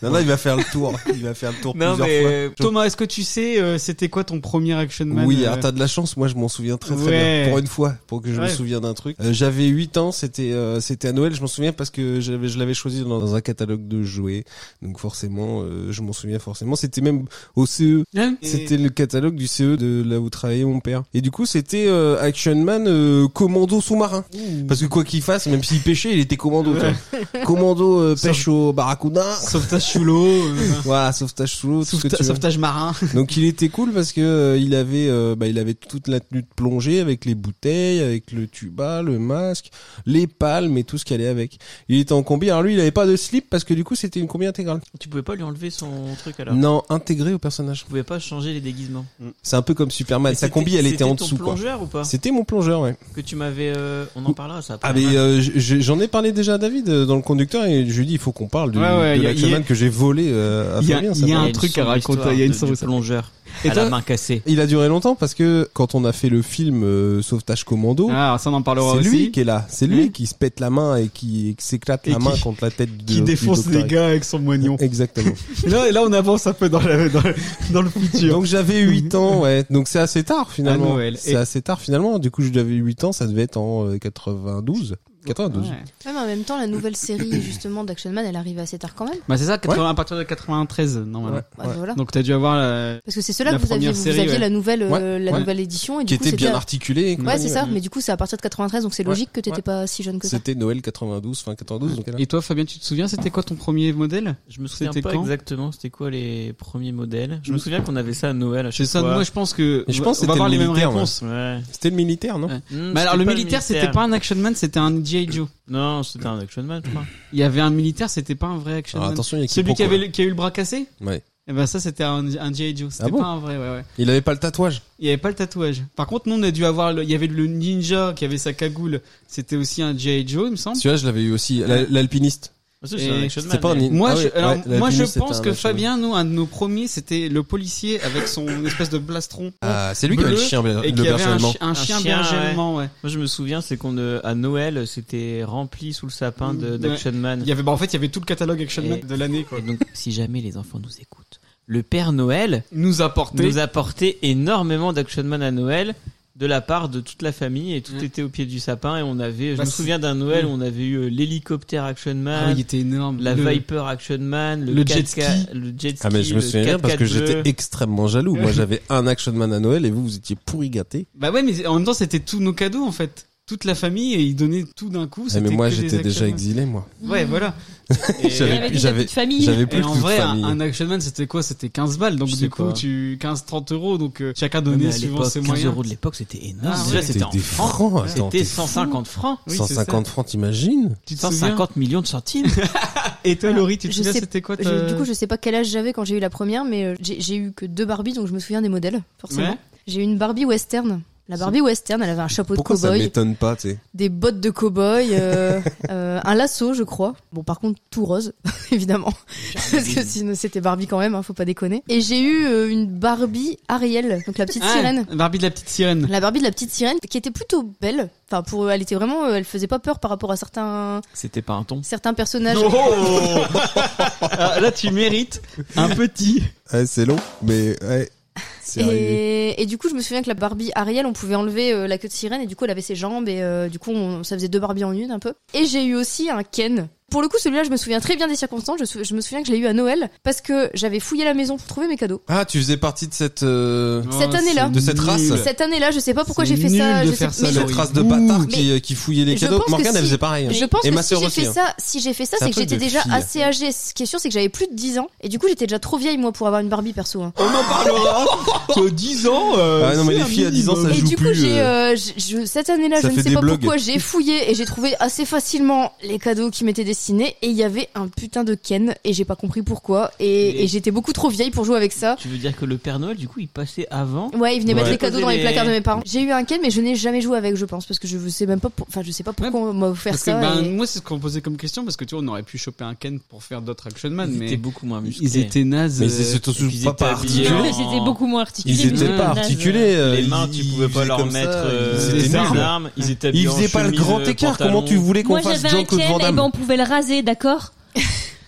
S3: Non, non, il va faire le tour. Il va faire le tour
S6: Non,
S3: plusieurs
S6: mais,
S3: fois.
S6: euh,
S2: Thomas, est-ce que tu sais, euh, c'était quoi ton premier Action Man
S3: Oui,
S2: euh,
S3: alors t'as de la chance, moi je m'en souviens très très
S2: Ouais.
S3: bien. Pour une fois, pour que je me
S2: Ouais.
S3: souvienne d'un truc. Euh, j'avais 8 ans, c'était euh, c'était à Noël, je m'en souviens parce que j'avais je l'avais choisi dans, dans un catalogue de jouets. Donc forcément, euh, je m'en souviens forcément. C'était même au E CE.
S2: hein
S3: C'était le catalogue du CE de là où travaillait mon père. Et du coup, c'était euh, Action Man euh, commando sous-marin. Parce que quoi qu'il fasse, même s'il pêchait, il était commando. tu vois. commando euh, pêche au barracuda.
S2: Sauvetage sous l'eau, euh,
S3: Voilà, sauvetage sous l'eau, tout ce que
S2: sauveta-
S3: tu veux.
S2: sauvetage marin.
S3: Donc il était cool parce que euh, il avait euh, bah, il avait toute la tenue de plongée avec les bouteilles, avec le tuba, le masque, les palmes et tout ce qui allait avec. Il était en combi. Alors lui, il avait pas de slip parce que du coup, c'était une combi intégrale.
S6: Tu pouvais pas lui enlever son truc alors
S3: Non, intégré au personnage.
S6: Tu pouvais pas changer les déguisements.
S3: C'est un peu comme Superman.
S6: Et
S3: Sa
S6: c'était-
S3: combi, elle était en
S6: ton
S3: dessous quoi.
S6: plongeur ou pas
S3: C'était mon plongeur, ouais.
S6: Que tu m'avais. euh, on en parlera ça. après.
S3: Ah mais euh, je- je- j'en ai parlé déjà à David euh, dans le conducteur et je lui ai dit il faut qu'on parle de,
S2: Ouais, ouais,
S3: de
S2: y a-
S3: l'Action
S2: y a-
S3: Man que j'ai volé euh, à
S2: y a-
S3: Fabien. ça
S2: y a
S3: va.
S2: un
S6: une
S2: truc à
S6: sombre
S2: raconter,
S6: histoire
S2: il y a une
S6: de-
S2: sombre
S6: du
S2: histoire.
S6: plongeur.
S2: Et
S6: à la
S2: toi
S6: main cassée.
S3: Il a duré longtemps parce que quand on a fait le film euh, Sauvetage Commando,
S2: Ah, ça on en parlera
S3: c'est
S2: aussi.
S3: lui qui est là. C'est
S2: Ouais.
S3: lui qui se pète la main et qui, et qui s'éclate
S2: Et
S3: la
S2: qui-
S3: main contre la tête de,
S2: qui
S3: du
S2: défonce
S3: Dr.
S2: les gars avec son moignon.
S3: Exactement.
S2: Et là, et là, on avance un peu dans, la- dans, le- dans le futur.
S3: Donc j'avais 8 ans, ouais. Donc c'est assez tard finalement.
S2: À Noël.
S3: C'est
S2: Et-
S3: assez tard finalement. Du coup, j'avais 8 ans, ça devait être en euh, 92. 92.
S2: Ouais.
S4: Ouais, mais en même temps, la nouvelle série justement d'Action Man, elle arrive assez tard quand même.
S2: Bah, c'est ça, 80 à partir de 93, normalement.
S4: Bah, voilà.
S2: Donc, t'as dû avoir la...
S4: Parce que c'est cela
S2: La
S4: que vous aviez,
S2: première
S4: vous
S2: série,
S4: aviez
S2: ouais.
S4: la nouvelle, euh,
S3: Ouais,
S4: la
S3: ouais.
S4: nouvelle édition et
S3: Qui
S4: du coup
S3: était bien
S4: c'était-
S3: articulé. et
S4: Ouais,
S3: compagnie,
S4: c'est ça.
S2: ouais.
S4: Mais du coup, c'est à partir de 93, donc c'est
S3: Ouais,
S4: logique que t'étais
S3: ouais.
S4: pas si jeune que ça.
S3: C'était Noël 92, fin 92. donc elle a-
S2: Et toi, Fabien, tu te souviens, c'était quoi ton premier modèle?
S6: Je me souviens
S2: C'était
S6: pas
S2: quand Hmm.
S6: exactement c'était quoi les premiers modèles. Je me souviens qu'on avait ça à Noël à
S2: C'est
S6: chaque
S2: ça,
S6: fois.
S2: moi, je pense que,
S3: Mais je pense
S2: on
S3: que
S2: va
S3: c'était
S2: avoir
S3: le
S2: les mêmes
S3: militaire, moi.
S2: réponses.
S6: Ouais.
S3: C'était le militaire, non
S2: Ouais.
S6: Hmm,
S2: Mais alors, le
S6: c'était pas
S2: militaire, c'était pas un action man, c'était un G.I. Joe.
S6: Non, c'était un action man, je crois.
S2: Il y avait un militaire, c'était pas un vrai action
S3: Alors,
S2: man.
S3: Ah, attention, il y a
S2: Celui
S3: quiproquo,
S2: qui, avait,
S3: là.
S2: le- qui a eu le bras cassé?
S3: Ouais.
S2: Eh ben, ça, c'était un, un G.I. Joe. C'était
S3: Ah bon
S2: pas un vrai, ouais, ouais.
S3: Il avait pas le tatouage.
S2: Il y avait pas le tatouage. Par contre, nous, on a dû avoir le- il y avait le ninja qui avait sa cagoule. C'était aussi un G.I. Joe, il me semble.
S3: Celui-là, je l'avais eu aussi. La- L'alpiniste.
S6: Parce que Ah, c'est un
S2: Et
S6: action
S3: c'était
S6: man,
S3: pas un
S6: mais-
S3: ninja.
S2: Moi,
S3: Ah
S2: je,
S3: ouais,
S2: alors,
S3: ouais,
S2: moi, je
S3: l'alpiniste,
S2: pense
S3: c'était
S2: que
S3: un action man.
S2: Fabien, nous, un de nos premiers, c'était le policier avec son espèce de blastron.
S3: Ah, c'est lui qui avait le
S2: bleu
S3: chien, le
S2: et qui avait
S3: berger
S2: un,
S3: allemand.
S2: chi- un chien
S6: Un
S2: bien
S6: chien, ouais.
S2: allemand, ouais.
S6: Moi, je me souviens, c'est qu'on euh, à Noël, c'était rempli sous le sapin de-
S2: Ouais.
S6: d'Action Man.
S2: Il y avait, bah, en fait, il y avait tout le catalogue Action
S6: Et-
S2: Man de l'année, quoi.
S6: Et donc, si jamais les enfants nous écoutent, le Père Noël
S2: Nous apporter.
S6: nous a porté énormément d'Action Man à Noël de la part de toute la famille et tout
S2: Ouais.
S6: était au pied du sapin et on avait je
S2: Hmm. Bah,
S6: me
S2: c'est-
S6: souviens d'un Noël où on avait eu euh, l'hélicoptère Action
S2: Ah oui,
S6: Man
S2: il était énorme.
S6: la
S2: Le-
S6: Viper Action Man le,
S2: le jet
S6: 4K le jet ski
S3: Ah mais je me
S6: le
S3: souviens bien parce que
S6: 4x4 bleu.
S3: j'étais extrêmement jaloux. Moi j'avais un Action Man à Noël et vous vous étiez pourri gâté.
S2: Bah ouais, mais en même temps, c'était tous nos cadeaux, en fait. Toute la famille, et ils donnaient tout d'un coup.
S3: Ah,
S2: c'était
S3: mais moi
S2: que des
S3: j'étais
S2: Action
S3: déjà
S2: Man.
S3: exilé moi.
S2: Ouais, voilà.
S3: J'avais-
S5: Avec ta
S3: j'avais-
S5: petite famille.
S3: J'avais plus
S2: Et
S3: de
S2: en
S3: toute
S2: vrai, un,
S3: famille. Ah,
S2: un Action Man, c'était quoi? C'était 15 balles. Donc,
S6: Je
S2: du
S6: sais
S2: coup,
S6: pas.
S2: tu, 15, 30 euros. Donc, euh, chacun
S6: Non, mais
S2: donnait
S6: à
S2: suivant
S6: l'époque,
S2: ses
S6: 15
S2: moyens.
S6: euros de l'époque c'était énorme
S2: Ah
S6: Déjà,
S2: ouais.
S6: c'était en
S3: des
S6: francs
S3: francs. attends, t'es
S6: c'était 150 francs
S2: Oui, c'est ça.
S3: 150 francs, t'imagines
S2: Tu te souviens
S6: 150 millions de centimes
S2: Et toi, Laurie, tu te
S4: Ah, Je
S2: souviens,
S4: sais-
S2: c'était quoi
S4: Je-
S2: ta-
S4: du coup, je sais pas quel âge j'avais quand j'ai eu la première, mais euh, j'ai j'ai eu que deux Barbies, donc je me souviens des modèles, forcément.
S2: Ouais.
S4: J'ai eu une Barbie western. La Barbie western, elle avait un chapeau
S3: Pourquoi
S4: de
S3: ça
S4: cow-boy,
S3: m'étonne pas, tu sais
S4: des bottes de cow-boy, euh, euh, un lasso, je crois. Bon, par contre, tout rose, évidemment, parce que sinon c'était Barbie quand même, hein, faut pas déconner. Et j'ai eu euh, une Barbie Ariel, donc la petite
S2: Ah,
S4: sirène.
S2: Barbie de la petite sirène.
S4: La Barbie de la petite sirène, qui était plutôt belle. Enfin, pour, elle était vraiment, euh, elle faisait pas peur par rapport à certains,
S6: c'était pas un ton
S4: certains personnages.
S2: Oh Ah, Là, tu mérites un petit.
S3: Ouais, c'est long, mais ouais, c'est arrivé.
S4: Et, et du coup, je me souviens que la Barbie Ariel, on pouvait enlever euh, la queue de sirène et du coup, elle avait ses jambes et euh, du coup, on- ça faisait deux Barbies en une un peu. Et j'ai eu aussi un Ken. Pour le coup, celui-là, je me souviens très bien des circonstances. Je, sou- je me souviens que je l'ai eu à Noël parce que j'avais fouillé la maison pour trouver mes cadeaux.
S3: Ah, tu faisais partie de cette euh,
S4: Cette
S2: Oh,
S4: année-là.
S2: c'est
S3: De cette race.
S2: nul.
S4: Cette année-là, je sais pas pourquoi
S2: C'est
S4: j'ai fait
S2: nul
S4: ça.
S2: de
S4: je sais,
S2: faire ça,
S4: mais je-
S3: cette
S2: Laurie.
S3: race de bâtards
S2: Ouh,
S3: qui, qui fouillait les
S4: je
S3: cadeaux.
S4: pense que
S3: Morgane, elle
S4: si-
S3: faisait pareil. hein.
S4: Je pense
S3: et
S4: que
S3: ma
S4: si
S3: sœur
S4: j'ai
S3: aussi.
S4: fait
S3: hein.
S4: ça, si j'ai fait ça,
S3: C'est un
S4: c'est que
S3: truc
S4: j'étais
S3: de
S4: déjà
S3: fille. hein.
S4: assez âgée. Ce qui est sûr, c'est que j'avais plus de 10 ans. Et du coup, j'étais déjà trop vieille, moi, pour avoir une Barbie perso. hein.
S2: On en parlera. Que 10 ans. euh,
S3: Ah non, mais
S2: c'est
S3: les
S2: un
S3: filles à 10 ans, ça
S2: minimum.
S4: Et
S3: joue
S4: du coup,
S3: plus,
S4: j'ai,
S3: euh,
S4: euh, je- je- cette année-là,
S3: ça
S4: je ne
S3: fait
S4: sais
S3: des
S4: pas
S3: blogs.
S4: pourquoi, j'ai fouillé et j'ai trouvé assez facilement les cadeaux qui m'étaient destinés. Et il y avait un putain de Ken et j'ai pas compris pourquoi. Et,
S6: Et-
S4: et j'étais beaucoup trop vieille pour jouer avec ça.
S6: tu veux dire que le Père Noël du coup il passait avant
S4: Ouais, ils venaient
S3: Ouais.
S4: mettre les cadeaux dans les
S6: Poser les-
S4: placards de mes parents. J'ai eu un Ken, mais je n'ai jamais joué avec, je pense, parce que je sais même pas, pour- enfin, je sais pas pourquoi on m'a offert
S2: Parce que,
S4: ça.
S2: ben,
S4: et-
S2: moi, c'est ce qu'on posait comme question, parce que tu vois, on aurait pu choper un Ken pour faire d'autres Action Man,
S6: ils
S2: mais
S6: étaient beaucoup moins musclés
S2: ils étaient nazes.
S3: Mais
S2: euh,
S3: c'est surtout
S6: ils étaient
S3: pas pas
S6: habillés
S3: articulé.
S6: en-
S5: Ils étaient beaucoup moins articulés.
S3: Oh. Ils
S5: mais
S3: étaient pas
S5: naze.
S3: articulés. euh,
S6: les mains
S3: ils-
S6: tu pouvais pas
S3: ils
S6: leur
S3: faisaient comme
S6: mettre
S3: ça,
S6: euh,
S3: ils étaient
S6: des
S2: des
S3: nuls.
S6: armes ils étaient habillés
S3: Ils
S6: en
S3: faisaient pas le
S6: chemise,
S3: grand
S6: euh,
S3: écart.
S6: pantalon.
S3: Comment tu voulais qu'on
S5: Moi
S3: fasse
S5: j'avais un
S3: Jean-Claude Van
S5: Ken, et
S3: Damme Ah
S5: ben on pouvait le raser, d'accord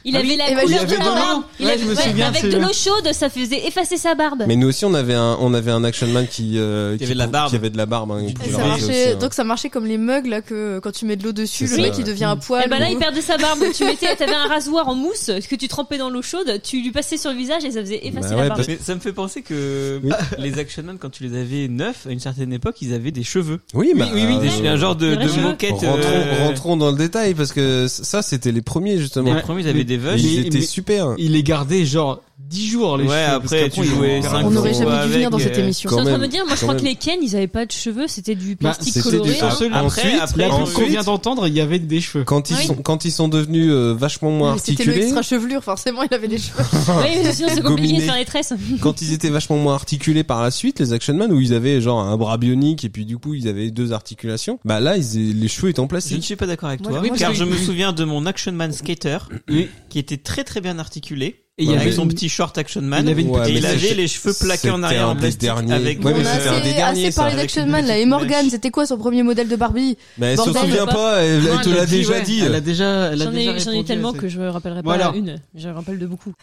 S5: Il avait
S4: eh
S5: la
S4: ben, il
S5: couleur
S4: avait
S5: de
S4: de
S5: la
S4: l'eau.
S5: barbe. Il
S2: Ouais,
S5: avait-
S2: je me souviens,
S5: Avec
S2: c'est-
S5: de l'eau chaude, ça faisait effacer sa barbe.
S3: Mais nous aussi, on avait un, on avait un action man qui, euh,
S6: Qui avait de la barbe.
S3: qui avait de la barbe. hein,
S6: Et
S3: qui
S4: Et
S3: pouvait
S4: ça
S6: Oui,
S3: raser aussi,
S4: marchait,
S3: hein.
S4: donc ça marchait comme les mugs là que quand tu mets de l'eau dessus,
S3: C'est
S4: le mec
S3: ça,
S4: il
S3: ouais.
S4: devient un poil.
S5: Eh ben là,
S4: ou-
S5: il perdait sa barbe. tu mettais, t'avais un rasoir en mousse que tu trempais dans l'eau chaude, tu lui passais sur le visage et ça faisait effacer
S3: Bah
S5: la
S3: ouais,
S5: barbe.
S3: parce-
S6: Mais ça me fait penser que
S3: Oui.
S6: les Action Man, quand tu les avais neufs, à une certaine époque, ils avaient des cheveux.
S3: Oui, bah,
S6: oui, oui,
S3: euh,
S6: un genre de,
S5: Des vrais
S6: de
S5: cheveux.
S6: moquette.
S3: rentrons,
S6: euh,
S3: rentrons dans le détail parce que ça, c'était les premiers justement.
S6: Les
S2: Ouais.
S6: premiers, ils avaient des
S3: Et
S6: vaches.
S3: ils
S2: Mais-
S3: étaient
S2: mais-
S3: super.
S2: Il les gardait genre 10 jours, les
S6: Ouais,
S2: cheveux, parce
S6: après,
S2: qu'après,
S6: tu
S2: ils
S6: jouais
S2: ont-
S6: cinq
S4: On aurait
S6: jours
S4: jamais dû
S6: avec,
S4: venir dans cette
S6: euh,
S4: émission.
S5: Je suis en
S3: Quand
S5: train de
S3: même,
S5: me dire, moi je
S3: quand
S5: crois que
S3: même.
S5: les Ken, ils avaient pas de cheveux, c'était du
S2: Bah,
S5: plastique
S3: c'était
S5: coloré.
S3: du-
S5: hein.
S3: ah,
S2: Absolument.
S6: Après,
S2: Ensuite,
S6: après,
S2: la pub
S3: ensuite-
S2: qu'on vient d'entendre, il y avait des cheveux.
S3: Quand ils
S5: Oui.
S3: sont, quand ils sont devenus euh, vachement moins
S4: Mais C'était le
S3: articulés,
S4: extra chevelure, forcément il avait des cheveux.
S5: Oui, c'est sûr, c'est compliqué de
S3: Gominé.
S5: faire les tresses.
S3: quand ils étaient vachement moins articulés par la suite, les action man où ils avaient genre un bras bionique et puis du coup ils avaient deux articulations, bah là ils, les cheveux étaient en
S6: Je ne
S3: plastique.
S6: suis pas d'accord avec
S4: Moi,
S6: toi,
S4: oui,
S6: car
S2: parce
S6: je
S2: que-
S6: me souviens de mon Action Man Skater, euh,
S2: Oui.
S6: qui était très très bien articulé, Et il y
S3: Ouais,
S6: avait
S3: mais-
S6: son petit short Action Man.
S2: Il avait une
S6: et
S3: petite-
S6: il
S3: Ouais, mais
S6: avait
S3: c'est-
S6: les cheveux plaqués en
S3: c'était
S6: arrière
S3: un
S6: en
S3: des
S6: plastique
S3: derniers.
S6: avec
S3: Ouais,
S4: On
S3: mais
S4: a
S3: c'était un
S4: assez,
S3: des derniers,
S4: assez
S3: ça,
S4: parlé
S6: avec
S4: d'Action
S6: une
S4: Man là. Et
S6: petite
S4: Morgane,
S6: mèche.
S4: c'était quoi son premier modèle de Barbie
S3: Mais elle s'en
S4: Bordel,
S3: souvient
S5: papa.
S3: pas, elle, elle
S6: Non,
S3: te
S6: elle
S3: l'a
S6: l'a dit,
S3: déjà
S6: ouais.
S3: dit.
S2: Ah, Elle a déjà, elle a
S5: J'en
S2: déjà
S5: ai, j'en ai
S2: répondu à
S5: tellement
S2: ça.
S5: que je me rappellerai pas
S2: Voilà.
S5: la une. Je me rappelle de beaucoup.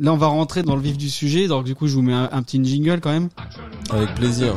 S2: Là, on va rentrer dans le vif du sujet. Donc, du coup, je vous mets un, un petit jingle quand même.
S3: Avec plaisir.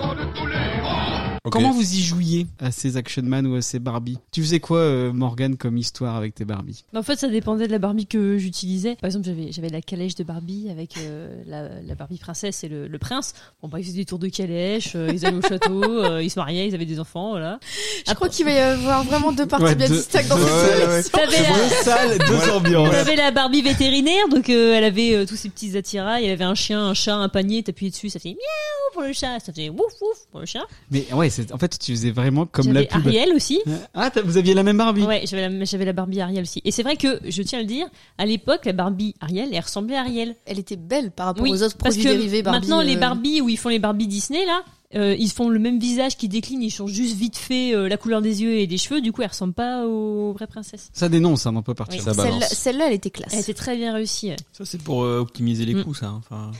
S3: Ok.
S2: Comment vous y jouiez à ces Action Man ou à ces Barbie Tu faisais quoi, euh, Morgane, comme histoire avec tes Barbie
S5: Mais en fait, ça dépendait de la Barbie que j'utilisais. Par exemple, j'avais, j'avais la calèche de Barbie avec euh, la, la Barbie princesse et le, le prince. Bon, bah, ils faisaient des tours de calèche, euh, ils allaient au château, euh, ils se mariaient, ils avaient des enfants, voilà.
S4: Je crois qu'il va y avoir vraiment deux parties
S2: Ouais,
S4: bien
S2: deux-
S4: distinctes dans
S3: Ouais, ouais,
S4: cette
S3: ouais.
S5: T'avais la,
S2: salle, deux ambiances.
S5: t'avais la Barbie vétérinaire, donc euh, elle avait euh, tous ses petits attirails, elle avait un chien, un chat, un panier, t'appuyais dessus, ça faisait miaou pour le chat, ça faisait wouf wouf pour le chat.
S2: Mais ouais, c'est- en fait, tu faisais vraiment comme la
S5: J'avais
S2: pub.
S5: Ariel aussi.
S2: Ah, t'as- vous aviez la même Barbie
S5: Ouais, j'avais la, j'avais la Barbie Ariel aussi. Et c'est vrai que, je tiens à le dire, à l'époque, la Barbie Ariel, elle ressemblait à Ariel.
S4: Elle était belle par rapport
S5: Oui,
S4: aux autres
S5: Parce
S4: produits
S5: que
S4: dérivés Barbie.
S5: maintenant, les
S4: euh,
S5: Barbie où ils font les Barbie Disney, là, euh, ils font le même visage qui décline, ils changent juste vite fait euh, la couleur des yeux et des cheveux, du coup, elles ressemblent pas aux vraies princesses.
S2: Ça dénonce, hein, on peut partir.
S5: Oui.
S3: Ça
S4: Celle-là,
S3: balance.
S4: celle-là, elle était
S5: Elle
S4: classe.
S5: était très bien réussie.
S6: Ça, c'est pour euh, optimiser les
S5: Mm.
S6: coûts, ça. hein. Enfin,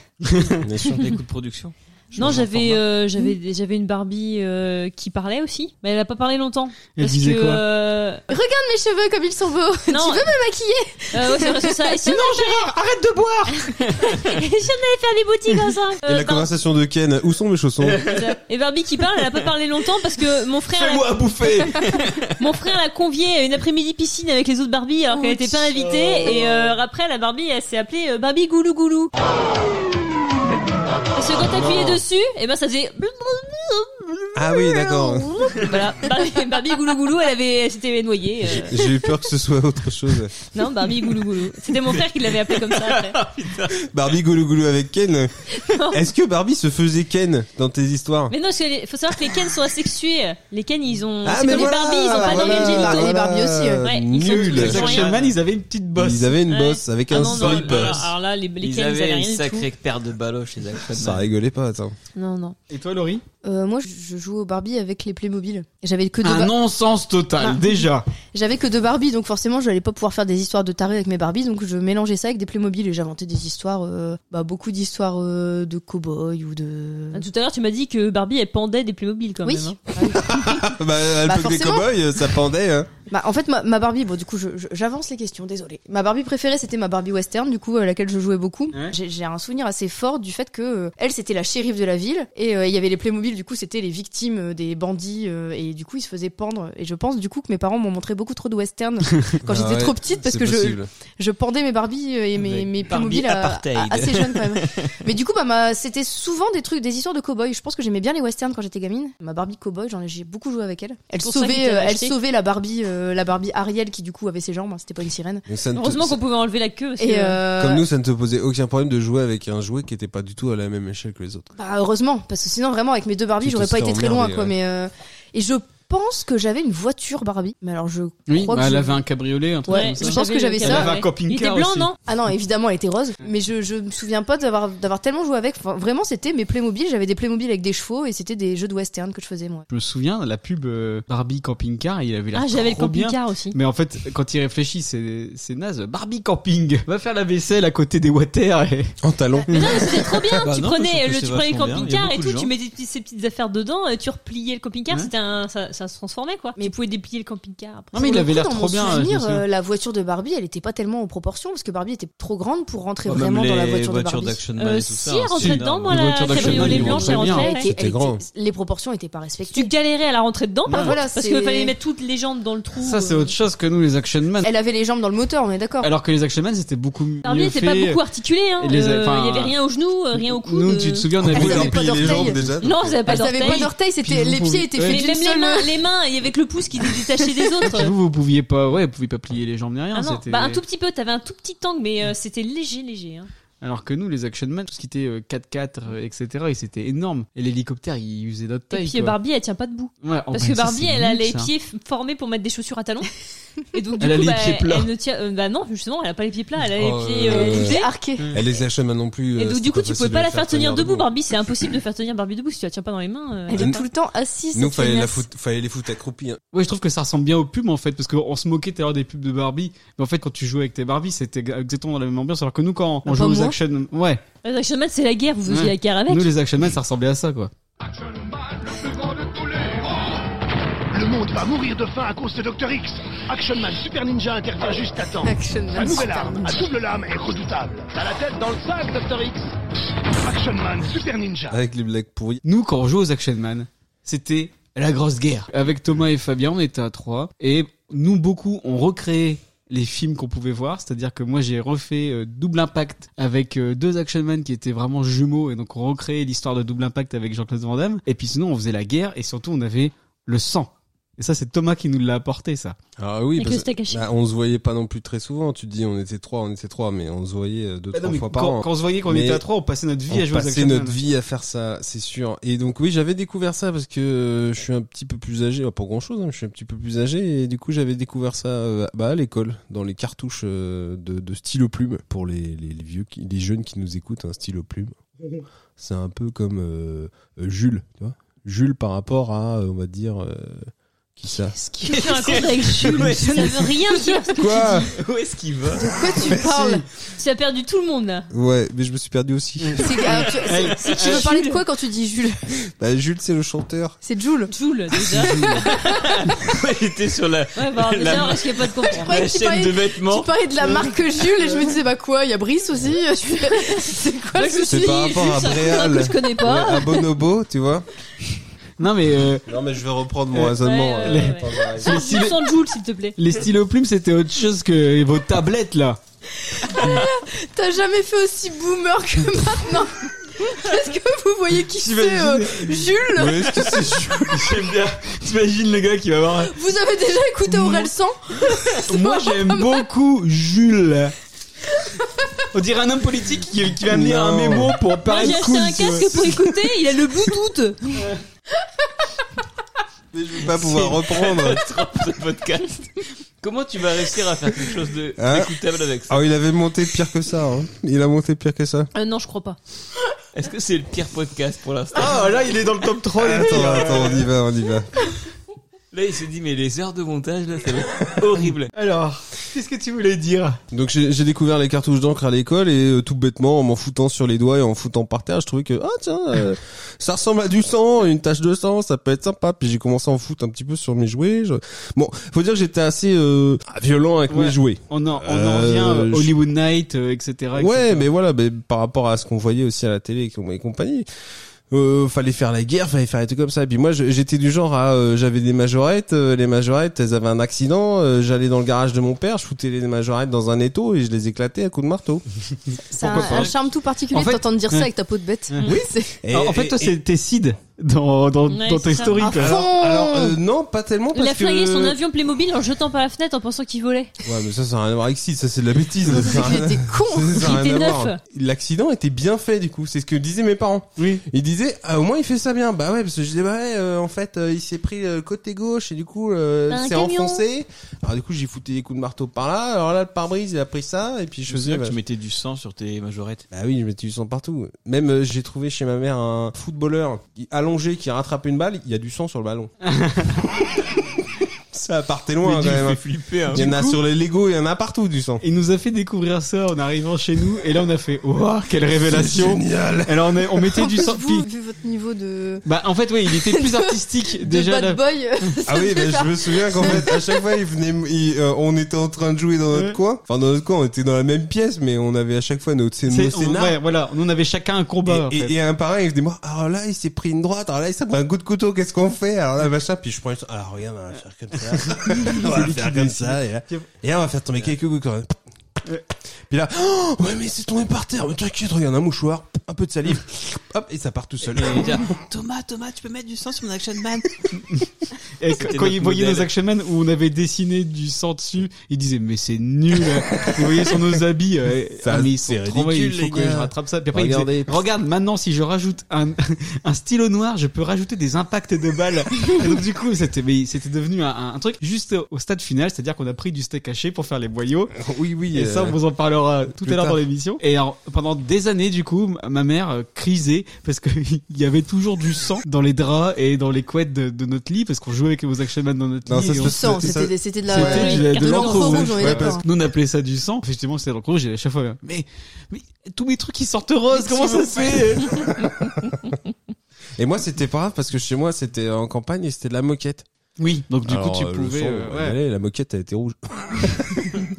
S3: Bien sûr.
S6: les coûts de production. Je
S5: non,
S6: me
S5: j'avais
S6: rends
S5: euh, j'avais
S2: Hmm.
S5: j'avais une Barbie euh, qui parlait aussi, mais elle a pas parlé longtemps.
S2: Elle
S5: parce
S2: disait
S5: que,
S2: quoi
S5: euh,
S4: Regarde mes cheveux comme ils sont beaux.
S5: Non.
S4: tu veux me maquiller
S5: euh, ouais, c'est vrai, c'est ça. Et si on
S2: Gérard, arrête de boire
S5: allait si on allait faire des boutiques ensemble.
S3: Et la
S5: Euh, Bar-
S3: conversation de Ken, où sont mes chaussons
S5: Et Barbie qui parle, elle a pas parlé longtemps parce que mon frère,
S6: Fais-moi à bouffer
S5: mon frère l'a conviée à une après-midi piscine avec les autres Barbie alors
S4: Oh,
S5: qu'elle était pas invitée. Et euh, après, la Barbie, elle s'est appelée euh, Barbie Goulou Goulou. Parce que quand t'appuyais dessus, et ben ça faisait
S3: Ah oui, d'accord.
S5: voilà Barbie, Barbie Goulou Goulou, elle avait, elle s'était noyée. euh.
S3: J'ai eu peur que ce soit autre chose.
S5: Non, Barbie Goulou Goulou. C'était mon frère qui l'avait appelée comme ça. Après.
S3: Barbie goulou goulou avec Ken. Est-ce que Barbie se faisait Ken dans tes histoires
S5: Mais non, parce que les- faut savoir que les Ken sont asexués. Les Ken, ils ont.
S3: Ah,
S5: c'est
S3: mais
S5: comme
S3: voilà,
S5: les Barbie, ils ont pas
S3: voilà,
S5: d'originalité.
S4: Les Barbie aussi, ouais.
S5: Ouais, ils sont
S3: Nul.
S5: tous
S2: Les
S5: Ils ont
S2: Action
S5: rien.
S2: Man, ils avaient une petite bosse.
S3: Ils avaient une
S5: Ouais.
S3: bosse avec
S5: Ah
S3: un
S5: non, non,
S3: slip.
S5: alors, alors là, les, les
S6: Ils
S5: Ken, ils avaient
S6: avaient une
S5: rien du tout.
S6: sacrée paire de baloches, les Action
S3: Ça
S6: Man.
S3: rigolait pas, attends.
S5: Non, non.
S2: Et toi, Laurie
S4: Euh, Moi, je- je jouais aux Barbie avec les Playmobil. J'avais que deux.
S2: Un
S3: Ah
S4: Bar-
S2: non-sens total,
S4: Ah.
S2: déjà.
S4: J'avais que deux Barbie, donc forcément, je n'allais pas pouvoir faire des histoires de tarés avec mes Barbies, donc je mélangeais ça avec des Playmobil et j'inventais des histoires, euh, bah, beaucoup d'histoires euh, de cow-boys ou de.
S5: Ah, Tout à l'heure, tu m'as dit que Barbie, elle pendait des Playmobil quand
S4: Oui.
S5: même. hein.
S3: Bah, à
S4: Bah,
S3: l'époque des
S4: forcément.
S3: cow-boys, euh, ça pendait. hein.
S4: Bah, en fait, ma, ma Barbie, bon, du coup, je- je- j'avance les questions, désolé. Ma Barbie préférée, c'était ma Barbie western, du coup, à laquelle je jouais beaucoup.
S2: Ouais.
S4: J'ai j'ai un souvenir assez fort du fait que euh, elle, c'était la shérif de la ville, et euh, il y avait les Playmobil, du coup, c'était les victimes euh, des bandits, euh, et du coup, ils se faisaient pendre. Et je pense, du coup, que mes parents m'ont montré beaucoup trop de western
S3: Ah
S4: quand j'étais
S3: ouais,
S4: trop petite, parce
S3: c'est
S4: que je,
S3: possible.
S4: je pendais mes Barbie euh, et mes,
S6: Avec
S4: mes
S6: Barbie
S4: Playmobil à-
S6: apartheid.
S4: à- assez jeunes quand même. Mais du coup, bah, ma- c'était souvent des trucs, des histoires de cow-boy. Je pense que j'aimais bien les westerns quand j'étais gamine. Ma Barbie cow-boy, j'en ai, j'ai beaucoup joué avec elle. Elle
S5: pour ça qu'il
S4: sauvait,
S5: t'a
S4: euh, elle
S5: acheté.
S4: sauvait la Barbie, euh, la Barbie Ariel qui du coup avait ses jambes. hein, C'était pas une sirène.
S3: Mais ça ne te-
S5: Heureusement qu'on pouvait enlever la queue. parce
S4: Et
S5: que-
S4: euh,
S3: Comme nous, ça ne te posait aucun problème de jouer avec un jouet qui était pas du tout à la même échelle que les autres.
S4: bah, heureusement, parce que sinon vraiment avec mes deux Barbies,
S3: Tu te
S4: j'aurais pas
S3: serais
S4: été très loin,
S3: emmerdé,
S4: quoi.
S3: ouais.
S4: Mais euh, et je pense que j'avais une voiture Barbie. Mais alors je
S2: Oui,
S4: crois
S2: bah,
S4: que
S2: elle
S4: je-
S2: avait un cabriolet, un truc
S5: Ouais,
S2: comme ça.
S4: je pense que j'avais
S5: le
S4: ça,
S5: cas,
S2: Elle avait
S5: ouais.
S2: un camping-car
S5: Il était blanc,
S2: aussi.
S5: non
S4: Ah non, évidemment, elle était rose, mais je, je me souviens pas d'avoir, d'avoir tellement joué avec. Enfin, vraiment, c'était mes Playmobil, j'avais des Playmobil avec des chevaux et c'était des jeux de western que je faisais moi.
S2: Je me souviens, la pub euh, Barbie camping-car, il avait l'air
S5: Ah, j'avais le
S2: trop bien.
S5: camping-car aussi.
S2: Mais en fait, quand il réfléchit, c'est c'est naze. Barbie camping, va faire la vaisselle à côté des water. Et...
S3: En talon.
S5: Mais non, mais c'était trop bien.
S6: Bah
S5: tu
S6: non,
S5: prenais
S6: surtout
S5: le,
S6: c'est
S5: tu prenais le
S6: vachement bien,
S5: camping-car
S6: il y a
S5: et
S6: beaucoup
S5: tout,
S6: de
S5: tu
S6: gens.
S5: mettais tes- ces petites affaires dedans, euh, tu repliais le camping-car,
S2: Ouais.
S5: c'était un, ça, ça se transformait quoi.
S4: Mais-
S5: tu pouvais déplier le camping-car après.
S2: Non mais il
S4: Pour le
S2: avait
S4: coup,
S2: l'air
S4: dans
S2: trop
S4: mon
S2: bien. je me
S4: Souvenir,
S2: souviens.
S4: euh, la voiture de Barbie, elle était pas tellement en proportion parce que Barbie était trop grande pour rentrer
S6: Oh, Même
S4: vraiment dans la
S6: les
S4: voiture de
S6: voitures
S4: Barbie.
S6: d'Action Man
S5: Euh,
S6: et
S5: si
S6: tout ça. hein.
S5: elle
S6: c'est
S5: rentrait
S6: énorme.
S5: dedans, moi,
S2: Les
S5: la
S2: voitures d'Action
S5: cabriolet
S2: Man, ils
S5: blanche, elle
S2: rentraient bien.
S5: rentrait.
S4: Elle était-
S5: ouais.
S3: C'était
S4: elle était-
S3: grand.
S4: les proportions étaient pas
S5: Tu
S4: respectées.
S5: galérais à la rentrer dedans,
S4: Bah
S5: par
S4: voilà,
S5: contre, parce
S4: c'est-
S5: qu'il fallait mettre toutes les jambes dans le trou.
S2: Ça c'est
S5: euh.
S2: autre chose que nous les Action Man.
S4: Elle avait les jambes dans le moteur, on est d'accord.
S2: Alors que les Action Man c'était beaucoup
S5: Barbie
S2: mieux
S5: n'était pas
S2: fait.
S5: beaucoup articulée, hein.
S2: Et
S5: Euh,
S2: les-
S5: il
S2: enfin,
S5: y avait rien au genou, euh, rien au coude.
S2: Nous,
S5: euh.
S2: tu te souviens, on
S4: Elle
S2: avait
S4: avait pas
S3: les
S4: d'orteils.
S3: jambes déjà. euh,
S5: Non, ça n'avait pas
S4: Elle avait pas
S5: d'orteils.
S4: d'orteils,
S2: Puis
S4: c'était
S2: vous
S4: les pieds
S2: pouvez-
S4: étaient
S2: ouais.
S4: faits
S5: Mais
S4: d'une
S5: même les
S4: seule
S5: mains, les mains, il y avait que le pouce qui était détaché des autres.
S2: Vous, vous pouviez pas, ouais, vous pouviez pas plier les jambes ni rien.
S5: Ah non,
S2: c'était-
S5: bah, un tout petit peu, t'avais un tout petit angle, mais euh, c'était léger, léger. Hein.
S2: Alors que nous, les Action Man, tout ce qui était euh, 4x4, euh, etc., et c'était énorme. Et l'hélicoptère, il usait notre
S5: Et
S2: taille.
S5: puis
S2: quoi.
S5: Barbie, elle tient pas debout.
S2: Ouais, oh,
S5: Parce
S2: bah,
S5: que
S2: ça,
S5: Barbie,
S2: c'est
S5: elle a
S2: nul,
S5: les
S2: ça.
S5: pieds formés pour mettre des chaussures à talons. Et donc, du
S2: Elle a
S5: coup,
S2: les
S5: bah,
S2: pieds plats.
S5: elle ne tient. euh, bah non, justement, elle a pas les pieds plats, elle a
S3: Oh,
S5: les pieds
S3: euh,
S5: euh,
S3: ouais.
S5: poussés.
S4: C'est arqué.
S3: Elle les achète maintenant plus.
S5: Et
S3: euh,
S5: donc,
S3: c'est
S5: du coup, tu
S3: facile
S5: pouvais
S3: de
S5: pas
S3: les
S5: la
S3: faire
S5: faire tenir debout, Barbie. C'est impossible de faire tenir Barbie debout si tu la tiens pas dans les mains. euh,
S4: Elle est
S5: elle
S4: tout le temps assise.
S3: Nous,
S4: cette
S3: fallait la
S4: feignasse.
S3: foutre, fallait les foutre accroupis. hein.
S2: Ouais, je trouve que ça ressemble bien aux pubs en fait, parce qu'on se moquait tout à l'heure des pubs de Barbie, mais en fait quand tu jouais avec tes Barbie, c'était exactement dans la même ambiance, alors que nous quand on
S4: Bah,
S2: jouait
S4: pas
S2: aux
S4: moi.
S2: action, ouais,
S5: Les Action Man, c'est la guerre, vous faisiez
S2: Ouais.
S5: la guerre avec.
S2: nous les action man, ça ressemblait à ça quoi.
S7: Action Man, le plus grand de tous les héros. Le monde va mourir de faim à cause de Dr. X. Action Man Super Ninja intervient juste à temps.
S4: Action Man
S7: Sa nouvelle
S4: Super
S7: arme, à
S4: Ninja.
S7: double lame et redoutable. T'as la tête dans le sac, Dr. X. Action Man Super Ninja.
S3: Avec les blagues pourries.
S2: Nous quand on jouait aux action man, c'était la grosse guerre. Avec Thomas et Fabien, on était à trois, et nous beaucoup on recréait les films qu'on pouvait voir, c'est-à-dire que moi j'ai refait euh, Double Impact avec euh, deux action man qui étaient vraiment jumeaux, et donc on recréait l'histoire de Double Impact avec Jean-Claude Van Damme, et puis sinon on faisait la guerre, et surtout on avait le sang. Et ça c'est Thomas qui nous l'a apporté ça.
S3: Ah oui,
S5: Avec le steak haché.
S3: bah, on se voyait pas non plus très souvent. Tu te dis, on était trois, on était trois, mais on se voyait euh, deux,
S2: Bah non,
S3: trois
S2: mais
S3: fois par
S2: quand,
S3: an.
S2: quand on se voyait qu'on
S3: Mais
S2: était à trois, on passait notre vie à
S3: on
S2: jouer aux
S3: passait
S2: action
S3: notre
S2: man.
S3: vie à faire ça, c'est sûr. Et donc oui, j'avais découvert ça parce que euh, je suis un petit peu plus âgé, Bah, pas grand chose, je suis un petit peu plus âgé et du coup j'avais découvert ça euh, bah, à l'école, dans les cartouches euh, de, de stylo plume pour les, les, les vieux, qui, les jeunes qui nous écoutent, un stylo plume. C'est un peu comme euh, euh, Jules, tu vois. Jules par rapport à, euh, on va dire, euh, qui ça
S5: Tu fais un compte avec Jules. Ça veut rien dire. ce que tu dis.
S2: Où est-ce qu'il va
S4: Quoi tu parles
S5: Tu as perdu tout le monde, là.
S3: Ouais, mais je me suis perdu aussi.
S4: C'est- alors, tu- c'est- c'est- Tu veux parler de quoi quand tu dis Jules
S3: Bah, Jules, c'est le chanteur.
S4: C'est Jules.
S5: Jules, déjà. ouais,
S6: J'étais sur la,
S5: bah,
S6: La-
S5: déjà, on risquait pas de comprendre.
S4: Ouais,
S6: la
S4: tu
S6: chaîne
S4: parlais-
S6: de
S4: Tu
S6: vêtements.
S4: parlais de la marque Jules et je me disais bah quoi, il y a Brice aussi. Je fais, C'est quoi
S5: Moi,
S4: le
S5: je me
S4: souci
S5: suis
S3: C'est par
S5: dit,
S3: rapport à
S5: Jules, c'est un
S3: Bréal.
S5: cousin que je connais pas.
S3: Ouais, un bonobo, tu vois.
S2: Non mais euh,
S3: Non, mais je vais reprendre mon raisonnement.
S5: ouais,
S3: euh,
S5: ouais,
S3: pas pareil.
S5: Sans,
S2: si-
S5: sans Jules, s'il te plaît.
S2: les stylos plumes c'était autre chose que vos tablettes là.
S4: T'as jamais fait aussi boomer que maintenant. Est-ce que vous voyez qui c'est euh, Jules
S3: Ouais, est-ce que c'est Jules
S2: J'aime bien. T'imagines le gars qui va voir.
S4: Vous avez déjà écouté Aurel San
S2: Moi j'aime beaucoup Jules. On dirait un homme politique qui, qui va amener
S3: Non.
S2: un mémo pour
S5: Moi,
S2: parler
S5: j'ai acheté un casque pour écouter, il a le Bluetooth.
S3: Mais je vais pas pouvoir reprendre.
S6: ce podcast. Comment tu vas réussir à faire quelque chose de
S3: Hein
S6: d'écoutable avec ça
S3: Ah, il avait monté pire que ça. Hein. Il a monté pire que ça.
S5: Euh, non, je crois pas.
S6: Est-ce que c'est le pire podcast pour l'instant
S2: Ah là il est dans le top 3
S3: Attends, attends, on y va, on y va.
S6: Là, il se dit, mais les heures de montage, là, ça va être horrible.
S2: Alors, qu'est-ce que tu voulais dire
S3: Donc j'ai j'ai découvert les cartouches d'encre à l'école et euh, tout bêtement en m'en foutant sur les doigts et en foutant par terre, je trouvais que ah tiens, euh, ça ressemble à du sang, une tache de sang, ça peut être sympa. Puis j'ai commencé à en foutre un petit peu sur mes jouets. Je- Bon, faut dire que j'étais assez euh, violent avec
S2: Ouais.
S3: mes jouets.
S2: On en, on en
S3: Euh,
S2: revient euh,
S3: je-
S2: Hollywood Night, euh, etc., etc.
S3: Ouais, mais voilà, mais par rapport à ce qu'on voyait aussi à la télé et com- et compagnie. Euh, fallait faire la guerre, fallait faire des trucs comme ça. Et puis moi, je- j'étais du genre à, euh, j'avais des majorettes, euh, les majorettes, elles avaient un accident. euh, J'allais dans le garage de mon père, je foutais les majorettes dans un étau et je les éclatais à coups de marteau.
S4: C'est un,
S2: Pourquoi pas
S4: un charme tout particulier
S3: En fait-
S4: de t'entendre dire ça
S2: Ouais.
S4: avec ta peau de bête.
S2: Oui.
S4: C'est-
S3: Et-
S2: Alors, en fait,
S3: et-
S2: toi, c'est t'es Sid dans, dans,
S5: Ouais,
S2: dans
S5: c'est
S2: tes
S5: ça. Ah,
S2: stories.
S4: À
S2: toi.
S4: fond.
S3: Alors euh, non, pas tellement
S5: Il
S3: parce
S5: a flingué
S3: que.
S5: son avion Playmobil en jetant par la fenêtre en pensant qu'il volait.
S3: Ouais, mais ça, ça n'a rien à voir avec Sid, ça c'est de la bêtise. ça, ça a
S4: Il
S3: rien à-
S4: était con.
S3: ça, ça a
S5: Il
S3: rien
S5: était
S3: à
S5: neuf.
S3: voir. L'accident était bien fait du coup, c'est ce que disaient mes parents.
S2: Oui.
S3: Il disait ah, au moins il fait ça bien. Bah ouais parce que je disais bah ouais euh, en fait euh, il s'est pris euh, le côté gauche et du coup euh,
S5: Un
S3: c'est
S5: camion.
S3: enfoncé. Alors du coup j'ai foutu des coups de marteau par là. Alors là le pare-brise il a pris ça et puis je faisais bah,
S6: mettais du sang sur tes majorettes.
S3: bah oui je mettais du sang partout. Même euh, j'ai trouvé chez ma mère un footballeur qui- allongé qui rattrape une balle, il y a du sang sur le ballon. ça partait loin
S2: Mais
S3: quand
S2: tu
S3: même.
S2: fais flipper. hein.
S3: Il y en a
S2: Du coup,
S3: sur les Lego, il y en a partout du sang.
S2: Il nous a fait découvrir ça en arrivant chez nous et là on a fait waouh quelle révélation.
S3: Génial.
S2: Alors on, est- on mettait du sang.
S4: Vous,
S2: puis-
S4: vu votre niveau de,
S2: bah en fait oui il était plus artistique déjà.
S4: de
S2: là.
S4: bad boy,
S3: Ah oui,
S4: bah,
S3: mais je me souviens qu'en fait, à chaque fois, il venait, il, euh, on était en train de jouer dans notre
S2: Ouais.
S3: coin. Enfin, dans notre coin, on était dans la même pièce, mais on avait à chaque fois notre scén- nos
S2: C'est- on-
S3: scénars.
S2: ouais, voilà nous on avait chacun un combat.
S3: Et,
S2: en fait.
S3: et- et un parrain, il venait moi, alors là, il s'est pris une droite, alors là, il s'est pris un coup de couteau, qu'est-ce qu'on fait? Alors là, machin, puis je prends une, alors regarde, on va faire comme ça. on va faire comme ça, et là, et là, on va faire tomber quelques gouttes quand même.
S2: Ouais.
S3: Puis là, oh, ouais, mais c'est tombé par terre, mais t'inquiète, regarde, un mouchoir, un peu de salive, hop, et ça part tout seul.
S6: Thomas, Thomas, tu peux mettre du sang sur mon action man.
S2: Et
S6: Eh, C'était
S2: quand ils
S6: notre
S2: voyaient
S6: modèle.
S2: nos Action Man où on avait dessiné du sang dessus, ils disaient mais c'est nul. Vous voyez sur nos habits, euh,
S3: Ça,
S2: ah, mais ils
S3: c'est
S2: sont trop moches, il
S3: ridicule,
S2: faut
S3: les
S2: que
S3: gars.
S2: je rattrape ça. Puis après, ils disaient,
S3: Regardez.
S2: regarde maintenant si je rajoute un, un stylo noir, je peux rajouter des impacts de balles. Et donc du coup, c'était mais c'était devenu un, un- un truc juste au stade final, c'est-à-dire qu'on a pris du steak haché pour faire les boyaux.
S3: Oui, oui.
S2: Et
S3: euh,
S2: ça, on vous en parlera tout
S3: plus
S2: à l'heure dans
S3: tard.
S2: l'émission. Et en- pendant des années, du coup, m- ma mère euh, crisait parce que il y avait toujours du sang dans les draps et dans les couettes de, de notre lit parce qu'on jouait avec vos Action Man dans notre
S3: Non,
S2: lit.
S3: ça,
S2: et
S3: c'est
S2: on-
S4: Du sang,
S3: C'était-
S4: c'était c'était de la
S2: C'était de la- de
S4: de
S2: l'encre
S4: l'encre
S2: rouge,
S4: rouge, on est
S3: ouais,
S4: d'accord.
S2: nous on appelait ça du sang. Effectivement, c'était dans le j'ai à chaque fois. Mais, mais tous mes trucs ils sortent roses. Comment ça se fait
S3: Et moi, c'était pas grave parce que chez moi, c'était en campagne et c'était de la moquette.
S2: Oui. Donc du
S3: Alors,
S2: coup, tu
S3: euh, le
S2: pouvais.
S3: sang,
S2: euh,
S3: on
S2: ouais.
S3: allait, La moquette, elle était rouge.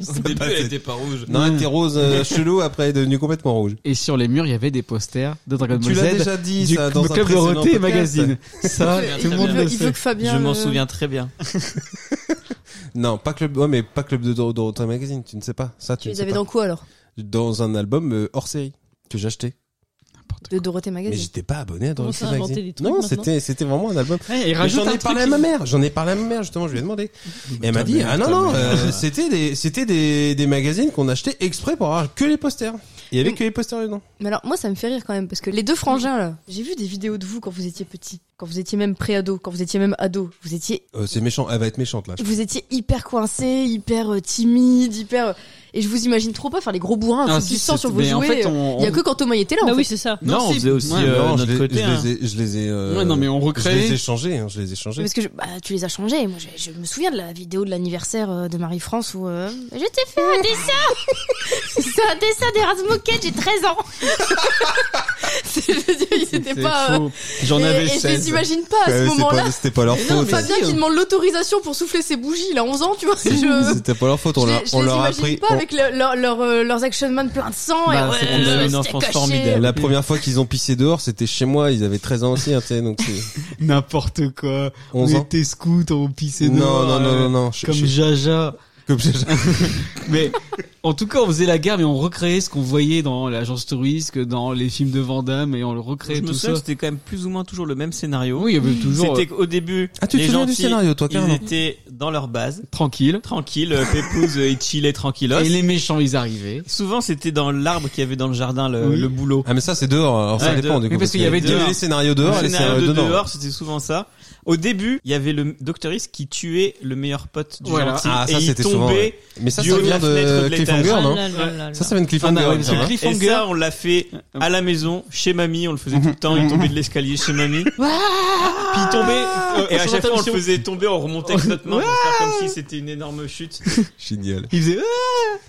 S6: Au début,
S2: Bah,
S6: elle était pas rouge.
S3: Non, elle
S2: Ouais.
S3: était rose euh, chelou, après elle est devenue complètement rouge.
S2: Et sur les murs, il y avait des posters de Dragon
S3: Tu
S2: Ball
S3: l'as
S2: Bah, Z.
S3: déjà dit,
S2: du
S3: ça, dans un
S2: club
S3: précédent
S2: Dorothée et
S3: podcast.
S2: magazine. Ça,
S6: Il
S2: tout le
S6: veut-
S2: monde
S4: Il
S2: le
S4: veut, il veut
S2: sait.
S4: que Fabien.
S6: je m'en
S4: euh,
S6: souviens très bien.
S3: Non, pas club, ouais, mais pas club de Dor- Dorothée Magazine, tu ne sais pas. Ça, tu,
S4: Tu
S3: ne
S4: les
S3: sais
S4: avais
S3: pas.
S4: dans quoi alors
S3: Dans un album euh, hors série que j'achetais.
S4: De Dorothée
S3: Mais
S4: Magazine.
S3: j'étais pas abonné à
S5: Comment
S3: Dorothée
S5: ça,
S3: Magazine.
S5: inventer des trucs
S3: non,
S5: maintenant
S3: c'était, c'était vraiment un album.
S6: Eh,
S2: Ouais, il
S3: Mais
S2: rajoute
S3: J'en
S2: un
S3: ai
S2: truc
S3: parlé à
S2: qui-
S3: ma mère, j'en ai parlé à ma mère, justement, je lui ai demandé.
S2: Bah,
S3: Et elle m'a dit, ah non, non, euh, c'était des, c'était des, des magazines qu'on achetait exprès pour avoir que les posters. Il y avait que les posters dedans.
S4: Mais alors, moi, ça me fait rire quand même, parce que les deux frangins, là, j'ai vu des vidéos de vous quand vous étiez petit, quand vous étiez même pré-ado, quand vous étiez même ado. Vous étiez,
S3: Euh, c'est méchant, elle va être méchante là.
S4: vous étiez hyper coincé, hyper euh, timide, hyper. euh, Et je vous imagine trop pas faire les gros bourrins,
S2: Ah,
S4: foutre
S2: si,
S4: du sang
S2: c'était-
S4: sur vos
S2: mais en
S4: jouets.
S2: fait,
S4: euh,
S2: on-
S4: Il y a que quand Thomas y était là,
S5: Bah
S4: en
S5: oui,
S4: fait.
S5: c'est ça.
S2: Non,
S6: Non, on
S2: si.
S6: faisait aussi
S2: Ouais,
S6: euh,
S3: Non, je
S6: notre
S3: les-
S6: côté.
S3: je
S6: hein.
S3: les ai, je les ai, euh,
S2: Ouais, non, mais on
S3: je
S2: recréait.
S3: les ai changés, hein, je les ai changés.
S4: Parce que je- bah, tu les as changés. Moi, je, je me souviens de la vidéo de l'anniversaire euh, de Marie-France où euh, je t'ai fait un dessin. C'est un dessin d'Erasmus Moquette, j'ai 13 ans. C'est- je veux dire, ils étaient
S2: C'est
S4: pas. euh,
S2: faux. J'en
S4: et-
S2: avais Euh,
S4: et, je
S2: 16.
S4: les imagine pas à
S3: Ouais,
S4: ce
S3: c'est
S4: moment-là.
S3: pas- C'était pas leur
S4: Non,
S3: faute.
S4: Fabien qui demande l'autorisation pour souffler ses bougies, il a 11 ans, tu vois. Je, je
S3: C'était pas leur faute, on,
S4: les-
S3: leur-
S4: je
S3: on
S4: les
S3: leur a
S4: imagine
S3: appris.
S4: pas
S3: on-
S4: avec le- leur- leur, euh, leurs action man plein de sang.
S6: Bah,
S4: et
S6: c'est
S4: ouais,
S6: qu'on avait une
S4: euh,
S6: enfance
S4: c'était
S6: formidable.
S4: caché.
S3: La première fois qu'ils ont pissé dehors, c'était chez moi, ils avaient 13 ans aussi, hein, tu sais, donc c'est
S2: N'importe quoi.
S3: 11
S2: on
S3: ans.
S2: était scouts, on pissait
S3: Non,
S2: dehors,
S3: non,
S2: euh,
S3: non, non, non. je-
S2: Comme
S3: je-
S2: Jaja.
S3: comme je-
S2: Mais en tout cas, on faisait la guerre, mais on recréait ce qu'on voyait dans l'agence touriste, dans les films de Van Damme, et on le
S6: Je
S2: recréait
S6: me
S2: tout
S6: souviens
S2: ça.
S6: que c'était quand même plus ou moins toujours le même scénario.
S2: Oui, il y avait toujours
S6: C'était qu'au début,
S3: Ah, tu te
S6: les
S3: souviens du
S6: gentils,
S3: scénario, toi,
S6: ils
S3: carrément
S6: étaient dans leur base,
S2: euh, tranquille.
S6: tranquille, euh, Pépouze, euh, ils chillaient tranquillos.
S2: Et les méchants, ils arrivaient. euh,
S6: Souvent, c'était dans l'arbre qu'il y avait dans le jardin, le,
S2: Oui.
S6: le boulot.
S3: Ah, mais ça, c'est dehors, alors ça
S6: Ouais,
S3: dépend,
S6: dehors.
S3: du coup.
S2: Oui, parce qu'il y avait
S3: il
S6: dehors.
S3: les scénarios dehors et
S6: le
S3: les
S6: scénario
S3: scénarios
S6: de
S3: dedans.
S6: dehors, c'était souvent ça. Au début, il y avait le Docteur Is qui tuait le meilleur pote du
S2: Voilà.
S6: gentil.
S3: Ah, ça,
S6: et il
S3: c'était souvent,
S6: tombait.
S3: Mais ça,
S6: Du
S3: ça
S6: haut de la
S3: vient
S6: fenêtre
S3: de
S6: ou de
S3: Cliffhanger,
S6: l'étage.
S5: Ah
S3: non
S5: là là là là.
S3: Ça, ça vient de Cliffhanger.
S2: Ah, non, ouais, parce que
S3: ça, hein.
S6: Et
S2: Cliffhanger.
S6: ça, on l'a fait à la maison, chez mamie, on le faisait tout le temps, il tombait de l'escalier chez mamie. Puis il tombait, euh, et à chaque fois on le faisait tomber, on remontait avec notre main pour faire comme si c'était une énorme chute.
S3: Génial.
S2: Ils faisaient,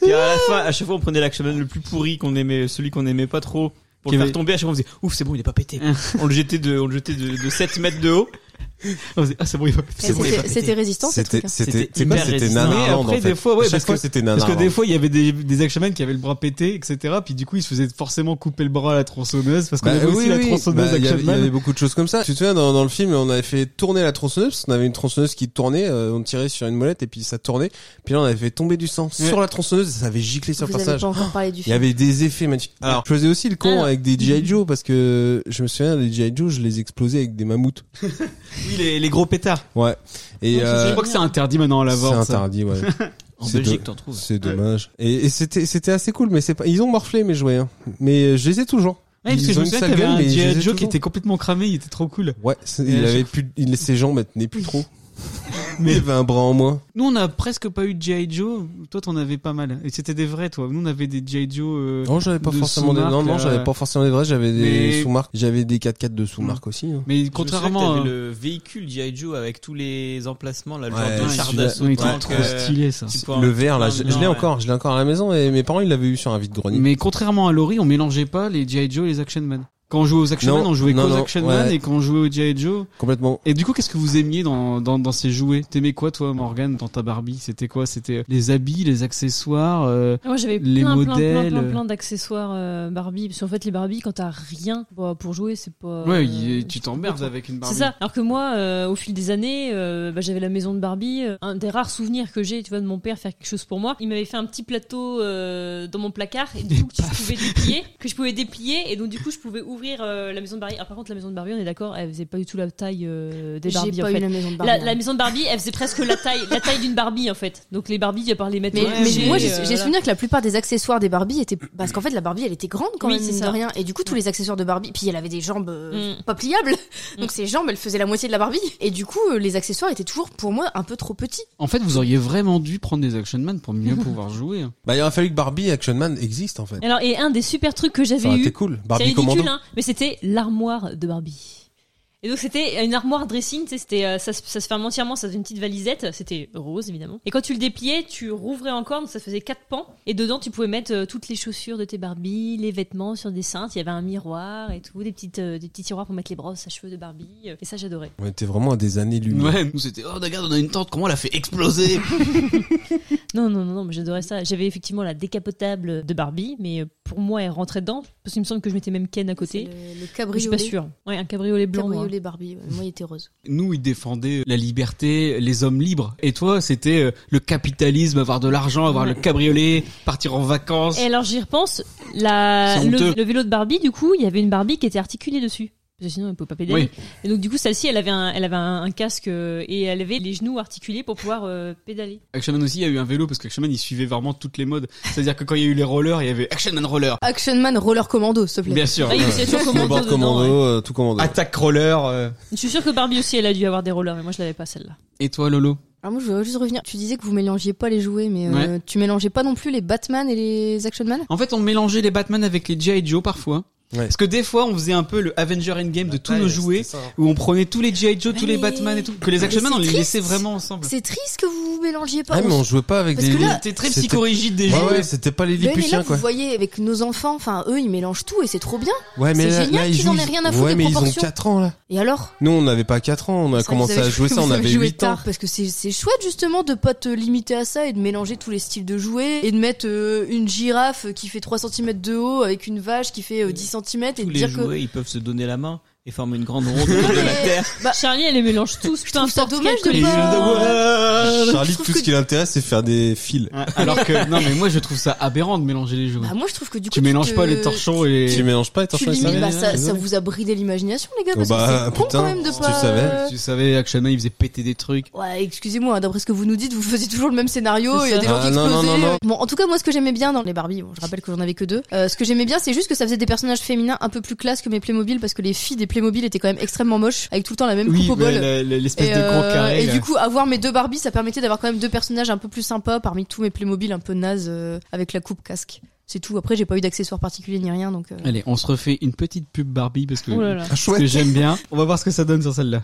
S6: Puis à la fin, à chaque fois on prenait l'action man le plus pourri qu'on aimait, celui qu'on aimait pas trop, pour
S2: Qui
S6: le
S2: avait-
S6: faire tomber, à chaque fois on faisait, ouf, c'est bon, il est pas pété. on le jetait de, on le jetait de, de 7 mètres de haut.
S2: ah, on faisait, ah, c'est bon, il va péter.
S6: C'est bon, il va
S4: C'était-
S6: péter.
S4: C'était résistant, ces
S3: C'était,
S4: trucs. hein.
S3: c'était,
S6: C'était
S3: c'est pas,
S6: hyper
S3: c'était
S6: résistant.
S2: Mais
S3: nanarland,
S2: après,
S3: en fait.
S2: des fois, ouais,
S3: À chaque
S2: parce
S3: fois,
S2: que-
S3: c'était
S2: Parce que
S3: nanarland.
S2: des fois, il y avait des, des action man qui avaient le bras pété, etc. Puis du coup, ils se faisaient forcément couper le bras à la tronçonneuse, parce qu'on
S3: Bah,
S2: avait aussi
S3: oui,
S2: la
S3: oui.
S2: tronçonneuse
S3: Bah, il y
S2: action
S3: avait- Il y
S2: man.
S3: avait beaucoup de choses comme ça. Tu te souviens, dans, dans le film, on avait fait tourner la tronçonneuse, parce qu'on avait une tronçonneuse qui tournait, euh, on tirait sur une molette et puis ça tournait. Puis là, on avait fait tomber du sang sur la tronçonneuse et ça avait giclé sur le
S4: Vous n'avez
S3: passage.
S4: pas encore parlé du
S3: Il y
S4: film.
S3: avait des effets magnifiques. Alors, je faisais aussi le con
S5: Alors.
S3: avec des G.I. Joe parce que je me souviens, les G.I. Joe, je les explosais avec des mammouths.
S2: Oui, les, les gros pétards.
S3: Ouais. Et,
S2: Je
S3: euh,
S2: crois que c'est interdit maintenant à la
S3: c'est
S2: vente. ça.
S3: interdit, ouais.
S6: En
S3: C'est
S6: Belgique,
S3: do-
S6: t'en trouves.
S3: C'est dommage. Et, et c'était, c'était assez cool, mais c'est pas, ils ont morflé mes jouets, hein. Mais euh, je les ai toujours.
S2: Ouais, parce
S3: Ils
S2: que je
S3: ont
S2: me
S3: une
S2: souviens
S3: sale
S2: qu'il y avait
S3: gueule,
S2: un
S3: mais je les
S2: G.I.
S3: ai
S2: Joe qui
S3: toujours.
S2: était complètement cramé, il était trop cool.
S3: Ouais, c'est-
S2: Et à
S3: il
S2: chaque
S3: avait plus, il, ses jambes elles tenaient plus trop.
S2: Mais-
S3: Mais il avait un bras en moins.
S2: Nous, on a presque pas eu de G.I. Joe. Toi, t'en avais pas mal. Et c'était des vrais, toi. Nous, on avait des G.I. Joe. euh,
S6: Oh.
S3: Non, j'avais pas
S2: De
S3: forcément des, non,
S2: sous-marque,
S3: non, j'avais
S2: euh,
S3: pas forcément des vrais, j'avais des
S2: mais-
S3: sous-marques, j'avais des 4x4 de sous-marques aussi. hein.
S2: Mais
S6: Je me souviens que
S2: contrairement
S6: t'avais
S2: à.
S6: le véhicule G.I. Joe avec tous les emplacements, là, le
S3: Ouais,
S6: genre de
S3: celui-là,
S6: char
S2: Non,
S6: d'assaut.
S2: il
S6: tank,
S2: était trop
S6: euh,
S2: stylé, ça.
S6: tu peux en-
S3: Le verre là, je, je
S6: Non,
S3: l'ai
S6: ouais.
S3: encore, je l'ai encore à la maison et mes parents ils l'avaient eu sur un vide-grenier.
S2: Mais contrairement à Laurie, on mélangeait pas les G.I. Joe et les Action Man. Quand on jouait aux Action
S3: Non,
S2: Man, on jouait
S3: non,
S2: qu'aux
S3: non,
S2: Action Man
S3: ouais.
S2: et quand on jouait aux G.I. Joe.
S3: Complètement.
S2: Et du coup, qu'est-ce que vous aimiez dans, dans, dans ces jouets T'aimais quoi, toi, Morgane, dans ta Barbie C'était quoi C'était euh, les habits, les accessoires euh,
S5: Moi j'avais
S2: Les
S5: plein, plein, plein,
S2: modèles.
S5: plein, plein d'accessoires euh, Barbie. Parce qu'en fait, les Barbie, quand t'as rien bah, pour jouer, c'est pas.
S2: Ouais,
S5: euh,
S2: y- tu
S5: c'est pas
S2: t'emmerdes
S5: trop.
S2: avec une Barbie.
S5: C'est ça. Alors que moi, euh, au fil des années, euh, bah, j'avais la maison de Barbie. Euh, Un des rares souvenirs que j'ai, tu vois, de mon père faire quelque chose pour moi. Il m'avait fait un petit plateau euh, dans mon placard et du coup, que je pouvais déplier, que je pouvais déplier, et donc du coup, je pouvais ouvrir découvrir euh, la maison de Barbie. Alors, par contre, la maison de Barbie, on est d'accord, elle faisait pas du tout la taille euh, des
S4: J'ai
S5: Barbie en
S4: pas eu
S5: fait.
S4: la maison de Barbie.
S5: La,
S4: hein.
S5: la maison de Barbie, elle faisait presque la taille, la taille d'une Barbie en fait. Donc les Barbies, à part les mettre.
S4: Mais,
S5: au
S4: mais
S5: coucher,
S4: moi, j'ai
S5: euh,
S4: j'ai
S5: voilà.
S4: souvenir que la plupart des accessoires des Barbie étaient. Parce qu'en fait, la Barbie, elle était grande quand
S5: Oui,
S4: même,
S5: c'est
S4: mine de
S5: ça.
S4: rien. Et du coup, tous les accessoires de Barbie. Puis elle avait des jambes euh, pas pliables. Donc ses jambes, elles faisaient la moitié de la Barbie. Et du coup, euh, les accessoires étaient toujours, pour moi, un peu trop petits.
S2: En fait, vous auriez vraiment dû prendre des Action Man pour mieux pouvoir jouer. hein.
S3: Bah, il aurait fallu que Barbie et Action Man existent, en fait.
S5: Alors, et un des super trucs que
S3: Ça
S5: j'avais
S3: aurait
S5: eu,
S3: été cool.
S5: c'est
S3: Barbie Commando.
S5: ridicule, hein, mais c'était l'armoire de Barbie. Et donc c'était une armoire dressing, tu sais, c'était euh, ça, se- ça se ferme entièrement, ça faisait une petite valisette, c'était rose évidemment. Et quand tu le dépliais, tu rouvrais encore, donc ça faisait quatre pans. Et dedans, tu pouvais mettre euh, toutes les chaussures de tes Barbie, les vêtements sur des cintres. Il y avait un miroir et tout, des petites euh, des petits tiroirs pour mettre les brosses à cheveux de Barbie. euh. Et ça, j'adorais.
S3: On était vraiment à des années lumière.
S2: Ouais, nous c'était, oh, regarde, on a une tente, comment elle a fait exploser
S5: Non, non, non, non, mais j'adorais ça. J'avais effectivement la décapotable de Barbie, mais euh, pour moi, elle rentrait dedans parce qu'il me semble que je mettais même Ken à
S4: C'est
S5: côté.
S4: Le, le
S5: Je suis pas
S4: cabriolet.
S5: sûre. Ouais, un cabriolet blanc. moi.
S4: Cabriolet Barbie. ouais. Moi, il était rose.
S2: Nous, ils défendaient la liberté, les hommes libres. Et toi, c'était euh, le capitalisme, avoir de l'argent, avoir le cabriolet, partir en vacances.
S5: Et alors j'y repense, la,
S2: C'est honteux.
S5: le, le vélo de Barbie, du coup, il y avait une Barbie qui était articulée dessus. Parce que sinon, elle ne pouvait pas pédaler.
S2: Oui.
S5: Et donc, du coup, celle-ci, elle avait un, elle avait un, un casque euh, et elle avait les genoux articulés pour pouvoir euh, pédaler.
S2: Action Man aussi, il y a eu un vélo parce que Action Man, il suivait vraiment toutes les modes. C'est-à-dire que quand il y a eu les rollers, il y avait Action Man Roller.
S4: Action Man Roller Commando, s'il te plaît.
S2: Bien sûr.
S5: Ah, il y a aussi toujours commando
S3: Snowboard
S5: dedans,
S3: commando,
S5: ouais.
S3: euh, tout commando.
S2: Attaque roller. euh.
S5: Je suis sûre que Barbie aussi, elle a dû avoir des rollers, mais moi, je l'avais pas celle-là.
S2: Et toi, Lolo
S4: Alors moi, je voudrais juste revenir. Tu disais que vous mélangiez pas les jouets, mais euh, tu mélangeais pas non plus les Batman et les Action Man
S2: En fait, on mélangeait les Batman avec les G.I. Joe parfois.
S3: Ouais.
S2: Parce que des fois, on faisait un peu le Avenger Endgame de tous nos jouets, où on prenait tous les G.I. Joe, tous les
S4: Mais-
S2: Batman et tout. Que les Action
S4: Mais
S2: Man, on
S4: c'est
S2: les laissait
S4: triste.
S2: vraiment ensemble.
S4: C'est triste que vous vous mélangez pas.
S3: Ah, mais on jouait pas avec
S4: Parce
S3: des.
S4: que là-
S2: C'était très
S3: C'était-
S2: psychorigide des
S3: Ouais,
S2: jouets.
S3: ouais, c'était pas les
S4: Ouais, mais Ben là,
S3: Lilliputiens,
S4: vous
S3: quoi.
S4: voyez, avec nos enfants, enfin, eux, ils mélangent tout et c'est trop bien.
S3: Ouais,
S4: C'est
S3: mais là,
S4: génial
S3: là, ils
S4: qu'ils en
S3: jouent.
S4: aient rien à foutre
S3: Ouais,
S4: des
S3: mais ils ont
S4: proportions.
S3: 4 ans, là.
S4: Et alors
S3: Nous, on n'avait pas 4 ans, on a
S4: C'est vrai que
S3: commencé
S4: vous avez
S3: à jouer Bah, ça,
S4: vous
S3: on
S4: avez
S3: avait
S4: joué
S3: 8 ans.
S4: tard, Parce que c'est c'est chouette justement de pas te limiter à ça et de mélanger tous les styles de jouets et de mettre euh, une girafe qui fait 3 cm de haut avec une vache qui fait euh, 10 cm et
S6: Tous
S4: de
S6: les
S4: dire
S6: jouets, ils peuvent se donner la main et former une grande ronde autour de la
S4: Mais-
S6: Terre.
S5: Charlie, elle les mélange tous.
S4: que. Je trouve ça dommage de
S2: Les
S4: pas.
S3: Charlie,
S4: Euh, Je trouve
S3: tout ce
S4: que-
S3: qui l'intéresse, c'est faire des fils.
S2: Alors que, non, mais moi, je trouve ça aberrant de mélanger les jouets.
S4: Bah, moi je trouve que du coup.
S2: tu mélanges
S4: te-
S2: pas les torchons et
S3: Tu
S2: les.
S3: mélanges pas, t'en
S4: euh, Tu
S3: fais un
S4: limites,
S3: service.
S4: bah, ça, ça
S3: Désolé.
S4: vous a bridé l'imagination, les gars,
S3: Oh
S4: parce
S3: bah,
S4: que c'est con
S3: putain,
S4: quand même de
S3: si
S4: pas.
S3: tu savais.
S4: euh,
S2: Tu savais, Action Man, il faisait péter des trucs.
S4: Ouais, excusez-moi, hein, d'après ce que vous nous dites, vous faisiez toujours le même scénario,
S5: C'est
S4: il y a
S5: ça.
S4: des gens
S3: Ah,
S4: qui
S3: non, non,
S4: explosaient.
S3: non, non.
S4: Bon, en tout cas, moi, ce que j'aimais bien dans les Barbie, bon, je rappelle que j'en avais que deux, euh, ce que j'aimais bien, c'est juste que ça faisait des personnages féminins un peu plus classe que mes Playmobil, parce que les filles des Playmobil étaient quand même extrêmement moches, avec tout le temps la même coupe au
S2: bah,
S4: bol.
S2: la- la- l'espèce de
S4: euh,
S2: grand carré.
S4: Oh, et
S2: là.
S4: du coup, avoir mes deux Barbie, ça permettait d'avoir quand même deux personnages un peu plus sympas parmi tous mes Playmobil un peu nazes euh, avec la coupe casque. C'est tout. Après, j'ai pas eu d'accessoires particuliers ni rien, donc. euh,
S2: Allez, on se refait une petite pub Barbie parce que,
S5: Oh là là.
S3: Ah,
S2: parce que
S3: chouette.
S2: j'aime bien. On va voir ce que ça donne sur celle-là.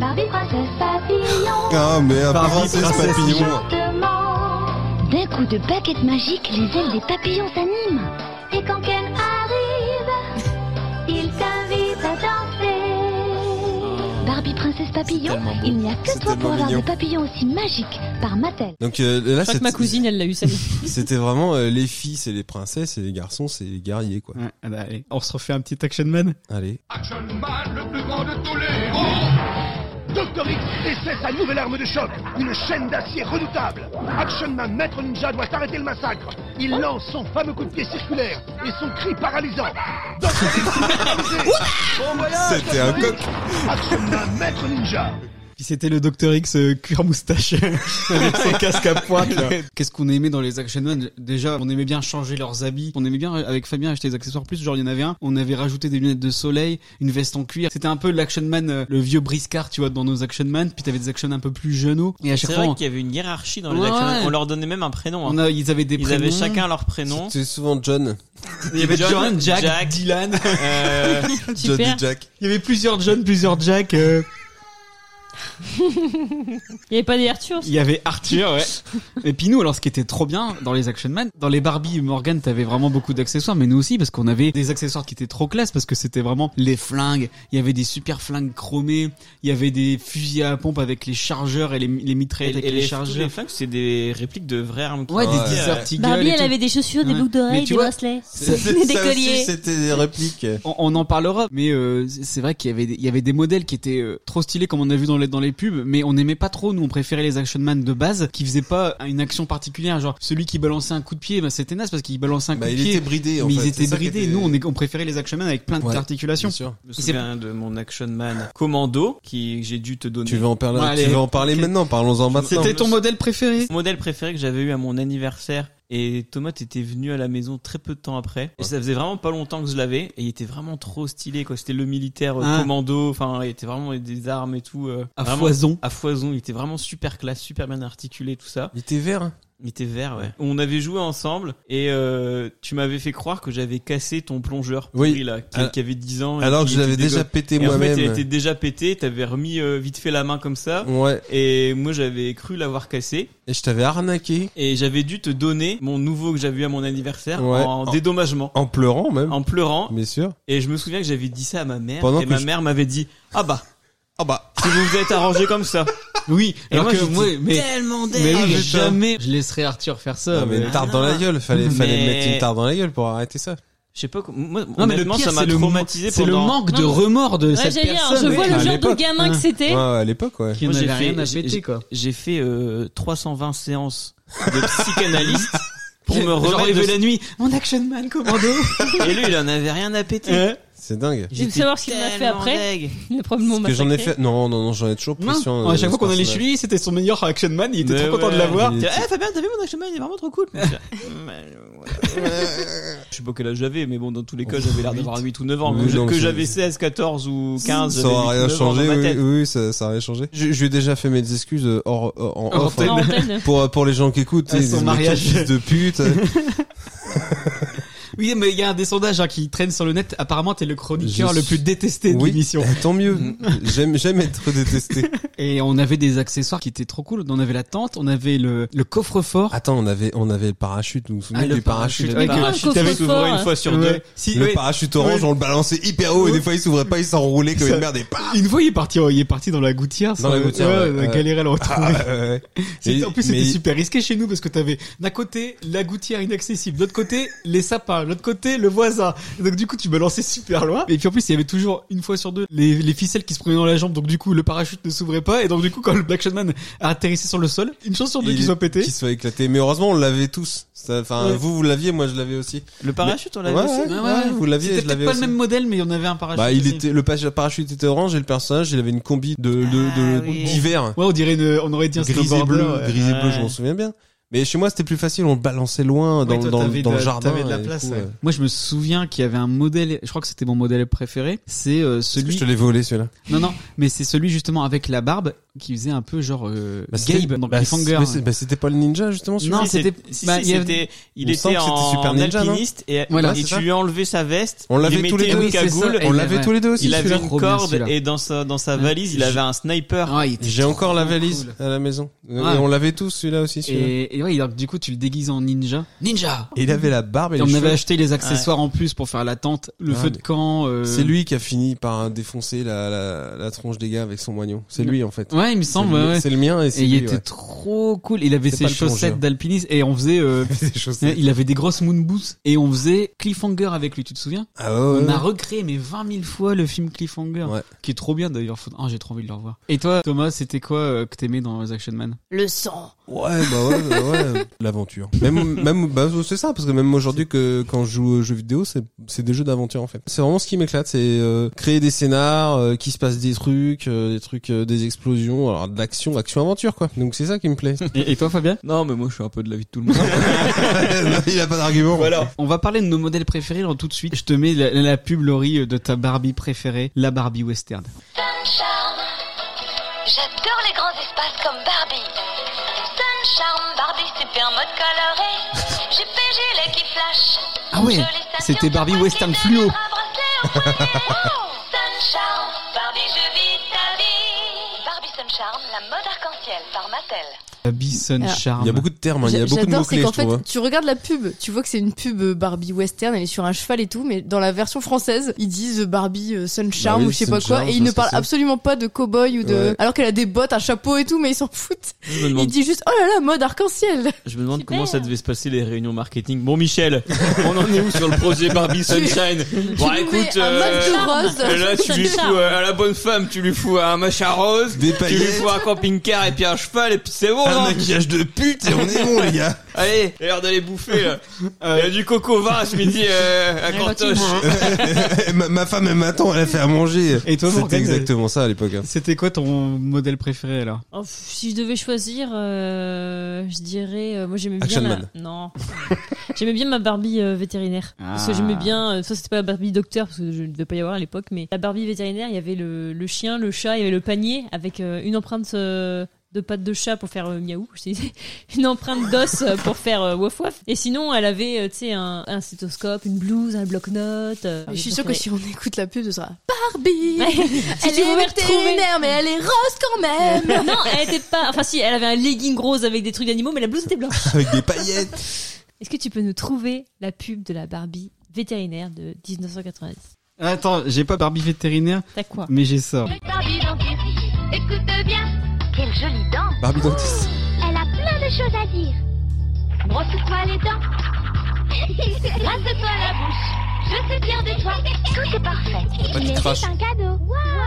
S8: Barbie princesse papillon
S3: Ah, merde,
S2: Barbie,
S3: princesse
S2: princesse.
S3: papillon.
S8: demande. D'un coup de baguette magique, les ailes des papillons s'animent. Et quand Ken arrive, il t'invite à danser. Barbie princesse papillon,
S6: tellement beau.
S8: il n'y a
S3: C'est
S8: que toi
S3: Ah. tellement
S8: pour avoir
S3: mignon.
S8: des papillons aussi magiques par Mattel.
S3: Donc euh, là,
S5: Je crois que ma
S3: c'était-
S5: cousine, elle l'a eu celle-là.
S3: c'était vraiment euh, les filles, c'est les princesses, et les garçons, c'est les guerriers, quoi.
S2: Ouais, ah bah, allez, on se refait un petit Action Man.
S3: Allez.
S7: Action Man, le plus grand de tous les héros Dr. X essaie sa nouvelle arme de choc, une chaîne d'acier redoutable. Action Man, maître ninja, doit arrêter le massacre. Il lance son fameux coup de pied circulaire et son cri paralysant. Dr. X Bon
S4: Ah,
S7: voyage,
S3: C'était un
S7: Dr. X.
S3: coq.
S7: Action Man, maître ninja
S2: Puis c'était le Dr X euh, cuir moustache avec son casque à pointe. là. Qu'est-ce qu'on aimait dans les Action Man Déjà, on aimait bien changer leurs habits. On aimait bien euh, avec Fabien acheter des accessoires plus. Genre, il y en avait un. On avait rajouté des lunettes de soleil, une veste en cuir. C'était un peu l'Action Man, euh, le vieux briscard, tu vois, dans nos Action Man. Puis t'avais des Action un peu plus genoux. Et à chaque
S6: C'est
S2: fois,
S6: vrai
S2: on,
S6: qu'il y avait une hiérarchie dans les
S2: Ouais,
S6: Action Man.
S2: ouais.
S6: On leur donnait même un prénom. hein.
S2: on a, ils avaient des
S6: Ils
S2: prénoms.
S6: avaient chacun leur prénom.
S3: C'est souvent John.
S2: Il y avait John, Jack,
S6: Jack,
S2: Dylan.
S6: euh,
S3: John
S5: Super.
S3: et Jack.
S2: Il y avait plusieurs John, plusieurs Jack. euh,
S5: Il n'y avait pas des Arthur.
S2: Il y avait Arthur, ouais. Et puis nous, alors ce qui était trop bien dans les Action Man, dans les Barbie, Morgan, t'avais vraiment beaucoup d'accessoires, mais nous aussi, parce qu'on avait des accessoires qui étaient trop classe, parce que c'était vraiment les flingues. Il y avait des super flingues chromées, il y avait des fusils à pompe avec les chargeurs et les, les mitraillettes
S6: et,
S2: avec
S6: et
S2: les,
S6: les, tous les
S2: chargeurs.
S6: flingues, c'est des répliques de vraies armes. qui-
S2: Ouais,
S3: Ouais.
S2: des Desert
S5: Barbie,
S2: Eagle et
S5: elle
S2: tout.
S5: avait des chaussures, des
S2: Ouais.
S5: boucles
S2: Mais
S5: d'oreilles,
S2: tu
S5: des
S2: vois, euh,
S5: bracelets.
S3: Ça
S5: des
S3: aussi,
S5: colliers.
S3: c'était des répliques.
S2: On, on en parlera, mais euh, c'est vrai qu'il y avait des, il y avait des modèles qui étaient euh, trop stylés, comme on a vu dans les dans les les pubs, mais on n'aimait pas trop. Nous, on préférait les action man de base qui faisaient pas une action particulière. Genre celui qui balançait un coup de pied, bah, c'était naze parce qu'il balançait un
S3: Bah,
S2: coup de
S3: il
S2: pied.
S3: était bridé, en
S2: mais
S3: fait.
S2: ils étaient
S3: C'est ça qui
S2: bridés.
S3: était-
S2: Nous, on, est- on préférait les action man avec plein
S3: Ouais,
S2: d'articulations.
S3: Bien sûr.
S6: Je me souviens de mon Action Man Commando qui j'ai dû te donner.
S3: Tu veux en parler,
S2: Bon, allez.
S3: tu veux en parler
S6: Ok.
S3: maintenant, parlons-en maintenant.
S2: C'était ton modèle préféré.
S6: Le modèle préféré que j'avais eu à mon anniversaire. Et Thomas était venu à la maison très peu de temps après. Et ça faisait vraiment pas longtemps que je l'avais. Et il était vraiment trop stylé, quoi. C'était le militaire euh,
S2: Ah.
S6: commando. Enfin, il était vraiment avec des armes et tout. euh,
S2: À
S6: vraiment-
S2: foison.
S6: À foison. Il était vraiment super classe, super bien articulé, tout ça.
S3: Il était vert. hein.
S6: Il était vert, ouais. On avait joué ensemble. Et euh, tu m'avais fait croire que j'avais cassé ton plongeur
S3: Oui.
S6: pourri, là. Qui,
S3: Alors-
S6: qui avait 10 ans. et
S3: Alors que
S6: qui
S3: je l'avais
S6: était dégueu-
S3: déjà pété
S6: Et en fait, il était
S3: moi-même.
S6: déjà pété. T'avais remis euh, vite fait la main comme ça.
S3: Ouais.
S6: Et moi, j'avais cru l'avoir cassé.
S3: Et je t'avais arnaqué.
S6: Et j'avais dû te donner mon nouveau que j'avais eu à mon anniversaire
S3: Ouais.
S6: en
S3: En-
S6: dédommagement.
S3: En pleurant même.
S6: En pleurant,
S3: Bien sûr.
S6: et je me souviens que j'avais dit ça à ma mère,
S3: Pendant
S6: et
S3: que
S6: ma
S3: je-
S6: mère m'avait dit Ah bah,
S3: Ah bah.
S6: si vous vous êtes arrangé comme ça.
S2: Oui.
S6: Et
S2: Alors
S6: moi,
S2: que
S6: j'étais
S2: moi, mais,
S6: tellement
S2: Ah, mais oui,
S6: deg.
S3: putain.
S2: jamais je laisserai Arthur faire ça. mais-
S3: Ah, mais une tarte dans la gueule. Fallait, fallait
S6: Mais-
S3: me mettre une tarte dans la gueule pour arrêter ça.
S6: Je sais pas, comment- moi,
S2: Non, mais le
S6: honnêtement,
S2: pire,
S6: ça m'a
S2: c'est le,
S6: traumatisé
S2: c'est le
S6: pendant.
S2: manque de
S5: Non, mais-
S2: remords de
S5: Ouais,
S2: cette
S5: j'allais dire,
S2: personne.
S5: je vois
S2: mais-
S5: le
S2: à
S5: genre de
S2: l'époque,
S5: gamin que
S2: hein,
S5: c'était.
S3: Ouais, à l'époque, ouais.
S2: Qui
S6: Moi, j'ai
S2: n'avait
S6: fait-
S2: rien à
S6: j'ai-
S2: péter, quoi.
S6: J'ai fait euh, 320 séances de psychanalyste pour me
S2: Genre,
S6: remettre
S2: lever
S6: de-
S2: la nuit. Mon action man commando.
S6: Et lui, il en avait rien à péter.
S2: Hein
S3: C'est dingue.
S5: J'ai voulu savoir ce qu'il en a fait
S6: Tellement
S5: après.
S6: deg.
S5: Il a probablement
S3: Parce que j'en ai
S5: massacré.
S3: fait. Non, non, non, j'en ai toujours euh,
S2: Non.
S3: pression.
S2: à chaque fois qu'on allait chez lui, c'était son meilleur action man. Il était
S6: Mais
S2: trop content de
S6: ouais.
S2: l'avoir.
S6: Il
S3: était-
S6: Eh, Fabien, t'as vu mon action man, il est vraiment trop cool. Mais- Je sais pas quel âge j'avais, mais bon, dans tous les cas, j'avais l'air d'avoir 8 ou 9 ans.
S3: Oui,
S6: que je-
S3: non,
S6: que
S3: c'est-
S6: j'avais 16, 14 ou 15,
S3: Ça
S6: j'avais
S3: aurait
S6: 8 ou
S3: rien
S6: 9 ans
S3: changé.
S6: dans ma
S3: Oui,
S6: tête.
S3: oui, ça, ça a rien changé. Je, je lui ai déjà fait mes excuses euh, hors, euh, en
S2: Hors
S3: off,
S5: En
S3: hein.
S5: antenne.
S3: Pour, euh, pour les gens qui écoutent.
S2: À
S3: ils
S2: son
S3: disent, mais quel
S2: mariage.
S3: fils de pute.
S2: Oui, mais il y a des sondages hein, qui traînent sur le net. Apparemment, t'es le chroniqueur
S3: Je
S2: le
S3: suis-
S2: plus détesté de
S3: Oui, Eh,
S2: l'émission. Mm.
S3: Tant mieux. J'aime, j'aime être détesté.
S2: Et on avait des accessoires qui étaient trop cool. On avait la tente, on avait le, le coffre-fort.
S3: Attends, on avait, on avait le parachute. Vous vous souvenez
S2: Ah, le
S3: du parachute?
S2: parachute.
S6: Le
S2: Ouais, que-
S6: parachute,
S5: que-
S6: t'avais
S5: que-
S6: souvent
S5: que-
S6: une fois sur
S2: Ouais.
S6: deux.
S2: Si,
S3: Le
S2: ouais.
S3: parachute orange,
S2: Oui.
S3: on le balançait hyper haut et des fois il s'ouvrait pas, il s'enroulait comme
S2: Ça-
S3: une merde et paf
S2: Une fois, il est parti, il est parti dans la gouttière.
S3: Dans la gouttière,
S2: ouais,
S3: ouais,
S2: on a
S3: ouais.
S2: galéré à le retrouver.
S3: Ah, ouais, ouais.
S2: C'était-
S3: Et-
S2: en plus, c'était
S3: mais-
S2: super risqué chez nous parce que t'avais d'un côté la gouttière inaccessible, de l'autre côté les sapins, de l'autre côté le voisin. Et donc du coup, tu balançais super loin. Et puis en plus, il y avait toujours une fois sur deux les, les ficelles qui se prenaient dans la jambe. Donc du coup, le parachute ne s'ouvrait pas. Et donc du coup, quand le Black Shot Man atterrissait sur le sol, une chance sur deux
S3: Il-
S2: qu'il soit pété.
S3: Qu'il soit éclaté. Mais heureusement, on l'avait tous. Ça- Enfin,
S2: Ouais.
S3: vous, vous l'aviez, moi, je l'avais aussi.
S6: Le parachute, on
S3: Ouais,
S6: l'avait
S3: ouais,
S6: aussi.
S2: ouais,
S3: ouais,
S2: ouais.
S3: vous l'aviez,
S2: C'était
S3: je l'avais
S2: peut-être pas
S3: aussi.
S2: le même modèle, mais on avait un parachute.
S3: Bah, il
S2: aussi.
S3: était, le pa- parachute était orange et le personnage, il avait une combi de, de, de,
S6: Ah, oui.
S3: d'hiver.
S2: Ouais, on dirait une, on aurait dit un
S3: Gris et
S2: snowboarder,
S3: bleu,
S2: ouais.
S3: gris et bleu,
S6: Ouais.
S3: je m'en souviens bien. Mais chez moi, c'était plus facile, on le balançait loin dans,
S2: Oui, toi,
S3: dans,
S2: t'avais
S3: dans
S2: de-
S3: le jardin.
S2: t'avais de la
S3: et du
S2: place,
S3: coup,
S2: ouais.
S3: euh,
S2: Moi, je me souviens qu'il y avait un modèle, je crois que c'était mon modèle préféré, c'est euh,
S3: Je
S2: celui
S3: te l'ai volé, celui-là.
S2: Non, non, mais c'est celui justement avec la barbe qui faisait un peu genre euh,
S3: c'était-
S2: Gabe dans
S3: bah, c'est-
S2: Cliffhanger.
S3: mais c'est- bah, c'était pas le ninja, justement, celui-là.
S2: Non,
S6: Si,
S2: c'était-
S6: c'est- si,
S2: bah,
S6: si,
S2: il y avait-
S6: c'était- il
S3: me
S6: était
S3: semble que c'était
S6: en
S3: Super Ninja, non
S6: alpiniste et,
S2: Voilà,
S6: et
S3: c'est
S6: tu
S3: ça.
S6: lui enlevais sa veste.
S3: On l'avait
S6: il
S3: tous les
S6: mettait
S3: deux,
S6: une
S2: oui, c'est
S6: cagoule,
S2: ça.
S3: On
S2: Et
S3: l'avait
S2: ouais.
S3: tous les deux aussi.
S6: il avait
S2: celui-là,
S6: une
S2: trop bien,
S6: corde
S2: celui-là.
S6: et dans sa, dans sa valise, il
S2: Je-
S6: avait un sniper.
S2: Ah, il était
S3: J'ai encore la
S2: trop
S3: valise
S2: cool.
S3: à la maison.
S2: Ouais.
S3: Et on l'avait tous, celui-là aussi, celui-là.
S2: Et, et ouais, donc, du coup, tu le déguises en ninja. Ninja
S3: Et il avait la barbe et,
S2: Et
S3: les
S2: on avait
S3: cheveux.
S2: acheté les accessoires en plus pour faire la tente, le
S3: Ah,
S2: feu de
S3: mais-
S2: camp. euh,
S3: C'est lui qui a fini par défoncer la, la, la tronche des gars avec son moignon. C'est lui, en fait.
S2: Ouais, il me
S3: C'est
S2: semble.
S3: le,
S2: ouais, ouais.
S3: c'est le mien et c'est
S2: Et il
S3: lui.
S2: était
S3: ouais.
S2: trop cool. Il avait
S3: C'est
S2: ses
S3: pas le plongeur.
S2: chaussettes d'alpiniste et on faisait. euh,
S3: Des chaussettes.
S2: il avait des grosses moon boots et on faisait Cliffhanger avec lui. Tu te souviens
S3: Ah ouais, ouais,
S2: On a
S3: ouais.
S2: recréé mais 20 000 fois le film Cliffhanger,
S3: Ouais.
S2: qui est trop bien d'ailleurs. Faut- Ah, j'ai trop envie de le revoir. Et toi, Thomas, c'était quoi euh, que t'aimais dans les Action Man
S4: Le sang.
S3: Ouais, bah ouais, bah ouais. L'aventure. Même, même, bah, c'est ça, parce que même aujourd'hui que, quand je joue aux jeux vidéo, c'est, c'est des jeux d'aventure, en fait. C'est vraiment ce qui m'éclate, c'est, euh, créer des scénars, euh, qui se passe des trucs, euh, des trucs, euh, des explosions, alors de l'action, action-aventure, quoi. Donc c'est ça qui me plaît.
S2: et, et toi, Fabien
S6: Non, mais moi, je suis un peu de la vie de tout le monde.
S3: il a pas d'argument.
S6: voilà.
S2: On va parler de nos modèles préférés dans tout de suite. Je te mets la, la pub, Laurie, euh, de ta Barbie préférée, la Barbie western.
S8: Suncharm. J'adore les grands espaces comme Barbie. Suncharm, Barbie super mode coloré. J'ai PG les qui flash.
S2: Ah ouais, c'était Barbie Western fluo.
S8: Suncharm, Barbie je vis ta vie. Barbie Suncharm, la mode arc-en-ciel par Mattel.
S2: Bison
S4: Alors,
S2: Charm.
S3: Il y a beaucoup de termes, hein, il y a
S4: J'a-
S3: beaucoup de
S4: J'adore,
S3: mots-clés,
S4: c'est
S3: je
S4: qu'en fait,
S3: trouve. hein.
S4: tu regardes la pub, tu vois que c'est une pub euh, Barbie western, elle est sur un cheval et tout, mais dans la version française, ils disent euh, Barbie euh, Sun
S3: Bah
S4: Charm
S3: oui,
S4: ou je sais
S3: Sun
S4: pas
S3: Charm,
S4: quoi, et
S3: je vois
S4: ils ne
S3: ce que
S4: parlent
S3: c'est.
S4: absolument pas de cowboy ou de.
S3: Ouais.
S4: Alors qu'elle a des bottes, un chapeau et tout, mais ils s'en foutent.
S6: Je me
S4: Ils
S6: demande,
S4: disent juste Oh là là, mode arc-en-ciel
S6: je me demande
S5: Super.
S6: comment ça devait se passer les réunions marketing. Bon, Michel, on en est où sur le projet Barbie Sunshine Bon,
S4: Tu nous mets
S6: écoute,
S4: un
S6: euh,
S4: mode de rose.
S6: là, tu lui
S5: Sunshine.
S6: fous euh, à la bonne femme, tu lui fous un machin
S3: Des
S6: rose, tu lui
S3: paillettes,
S6: fous un camping-car et puis un cheval et puis c'est bon.
S3: un
S6: hein.
S3: maquillage de pute et on est bon, les gars.
S6: Allez, il a l'air d'aller bouffer. là. Euh, Il y a du coco vin ce midi euh, à
S5: Ouais,
S6: Cantoche.
S3: ma, ma femme, elle m'attend, elle a fait à manger.
S2: Et toi,
S3: C'était
S2: Morgane,
S3: exactement ça à l'époque. hein.
S2: C'était quoi ton modèle préféré alors
S5: Oh, pff, si je devais choisir, euh, je dirais. euh, moi, j'aimais
S3: Action
S5: bien. ma-
S3: Man.
S5: Non. j'aimais bien ma Barbie euh, vétérinaire. Parce que
S2: Ah.
S5: j'aimais bien. euh, Ça, c'était pas la Barbie docteur, parce que je ne devais pas y avoir à l'époque. Mais la Barbie vétérinaire, il y avait le, le chien, le chat, il y avait le panier avec euh, une empreinte. euh, de pattes de chat pour faire euh, miaou, je disais, une empreinte d'os euh, pour faire euh, waf waf. Et sinon, elle avait, euh, tu sais, un, un stéthoscope, une blouse, un bloc-notes. euh,
S4: Mais je suis
S5: des
S4: sûre que
S5: trucs
S4: si on écoute la pub, ce sera Barbie
S5: comme-
S4: Elle
S5: tu
S4: est
S5: veux me retrouver-
S4: vétérinaire, mais elle est rose quand même
S5: non, elle était pas. Enfin, si, elle avait un legging rose avec des trucs d'animaux, mais la blouse était blanche.
S3: Avec des paillettes.
S5: Est-ce que tu peux nous trouver la pub de la Barbie vétérinaire de 1990
S2: Attends, j'ai pas Barbie vétérinaire,
S5: T'as quoi
S2: mais j'ai ça.
S8: Barbie dentiste, écoute bien. Quelle jolie dent.
S3: Barbie dentiste.
S1: Elle a plein de choses à dire.
S8: Brosse-toi les dents. Rase-toi la bouche. Je suis fière de toi.
S1: Tout est parfait.
S3: Pas du
S1: Mais
S3: trash.
S1: c'est un cadeau.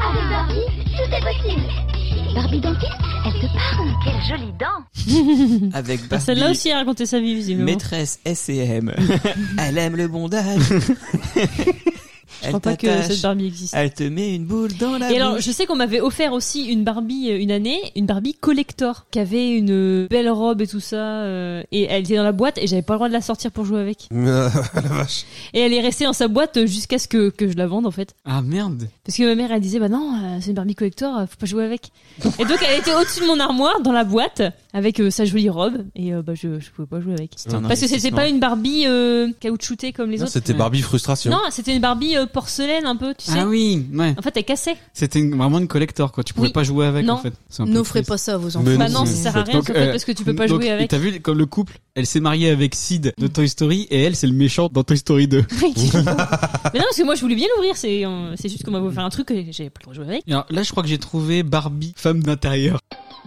S1: Avec Barbie, tout est possible. Barbie dentiste, elle te parle.
S8: Quelle jolie dent.
S9: Avec
S5: Bah, Celle-là
S9: Barbie,
S5: aussi, elle a raconté sa vie, visiblement.
S9: maîtresse S&M. Elle aime le bondage.
S5: je
S9: Elle
S5: crois pas que
S9: t'attache,
S5: cette Barbie existe.
S9: Elle te met une boule dans la
S5: Et alors,
S9: bouche.
S5: je sais qu'on m'avait offert aussi une Barbie euh, une année, une Barbie collector, qui avait une euh, belle robe et tout ça, euh, et elle était dans la boîte et j'avais pas le droit de la sortir pour jouer avec.
S3: Ah, la vache.
S5: Et elle est restée dans sa boîte euh, jusqu'à ce que, que je la vende en fait.
S2: Ah merde
S5: Parce que ma mère, elle disait, bah non, euh, c'est une Barbie collector, euh, faut pas jouer avec. Et donc, elle était au-dessus de mon armoire, dans la boîte, avec euh, sa jolie robe, et euh, bah, je, je pouvais pas jouer avec.
S6: C'était un
S5: Parce que c'était
S6: investissement.
S5: pas une Barbie euh, caoutchoutée comme les
S3: Non,
S5: autres.
S4: euh,
S3: C'était Barbie frustration.
S5: Non, c'était une Barbie euh, porcelaine un peu, tu sais.
S2: Ah oui, ouais.
S5: En fait, elle cassait.
S2: C'était une- vraiment une collector quoi, tu pouvais
S5: Oui.
S2: pas jouer avec
S5: Non.
S2: en fait. C'est un peu
S4: N'offrez
S2: triste.
S4: pas ça à vos
S3: Mais
S4: enfants.
S5: Bah non,
S3: c'est-
S5: ça sert à rien,
S2: Donc,
S5: sauf fait,
S2: euh,
S5: parce que tu peux pas
S2: donc,
S5: jouer
S2: et
S5: avec.
S2: T'as vu comme le couple, elle s'est mariée avec Sid de Toy Story et elle c'est le méchant dans Toy Story 2.
S5: Mais non, parce que moi, je voulais bien l'ouvrir, c'est euh, c'est juste qu'on m'avait offert un truc et j'avais pas le droit de jouer avec.
S2: Et alors, là je crois que j'ai trouvé Barbie femme d'intérieur.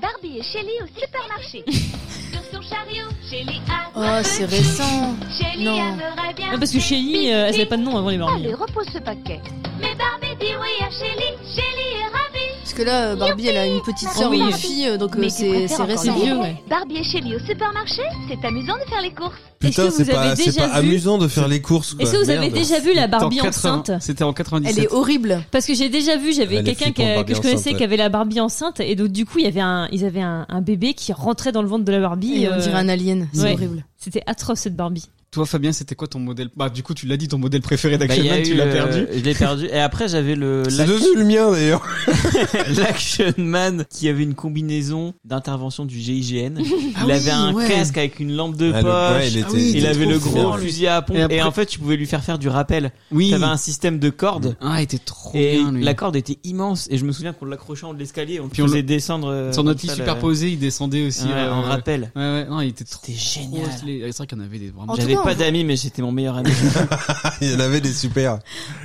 S8: Barbie et Shelly au supermarché. Sur son chariot, Shelly a
S4: Oh, c'est récent
S8: Shelly
S4: Non.
S8: aimerait bien.
S5: Non, parce que Shelly, euh, elle avait pas de nom avant les Barbies. hein.
S8: Allez, repose ce paquet. Mais Barbie dit oui à Shelly. Shelly est ravie.
S4: Parce que là, euh, Barbie, elle a une petite sœur
S5: Oh oui.
S4: ou une fille, euh, donc euh,
S8: Mais tu
S4: c'est
S8: préfères
S4: c'est
S8: encore
S5: C'est
S4: récent.
S8: les
S5: vieux, ouais.
S8: Barbie et Shelly au supermarché, c'est amusant de faire les courses.
S3: Putain,
S5: Est-ce que
S3: c'est
S5: vous avez
S3: pas, c'est
S5: déjà
S3: pas
S5: vu-
S3: amusant de faire les courses. quoi.
S5: Est-ce que vous avez
S3: Ah, Merde.
S5: déjà vu la Barbie
S2: C'était en 80
S5: enceinte
S2: C'était en
S4: Elle
S2: 97.
S4: est horrible.
S5: Parce que j'ai déjà vu, j'avais
S3: Elle est
S5: quelqu'un
S3: flippante,
S5: que,
S3: Barbie
S5: que je connaissais
S3: enceinte, ouais.
S5: qui avait la Barbie enceinte et donc du coup il y avait un, ils avaient un, un bébé qui rentrait dans le ventre de la Barbie.
S4: Et on
S5: euh,
S4: dirait un alien, c'est
S5: ouais.
S4: horrible.
S5: C'était atroce cette Barbie.
S2: Toi Fabien, c'était quoi ton modèle Bah du coup, tu l'as dit ton modèle préféré
S6: Bah,
S2: d'Action
S6: il y a
S2: Man, tu
S6: eu,
S2: l'as
S6: euh,
S2: perdu.
S6: Je l'ai perdu. Et après, j'avais le
S3: C'est
S6: l'ac-
S3: devenu le mien d'ailleurs.
S6: l'Action Man qui avait une combinaison d'intervention du GIGN. Il
S2: Ah oui,
S6: avait un
S2: ouais.
S6: casque avec une lampe de
S3: Ah,
S6: poche.
S3: le- ouais, il
S6: il
S3: était-
S2: Ah oui, il était
S6: avait
S2: trop
S6: le
S2: fort,
S6: gros
S2: lui.
S6: fusil à pompe.
S2: Et
S6: Et,
S2: après-
S6: en fait, tu pouvais lui faire faire du rappel.
S2: Oui.
S6: T'avais un système de cordes.
S2: Ah, il était trop
S6: Et
S2: bien lui.
S6: la corde était immense. Et je me souviens qu'on l'accrochait en haut de l'escalier. On
S2: Puis
S6: Puis
S2: on
S6: on faisait
S2: le-
S6: descendre. euh,
S2: Sur
S6: comme
S2: notre
S6: ça,
S2: fille
S6: le-
S2: superposée, il descendait aussi
S6: Ouais,
S2: euh,
S6: en rappel.
S2: Ouais ouais, non, il était trop
S6: C'était génial.
S2: stylé. C'est vrai qu'il y en avait des vraiment
S4: En tout
S6: J'avais
S4: cas, on
S6: pas
S4: voit-
S6: d'amis, mais j'étais mon meilleur ami.
S3: Il y en avait des super.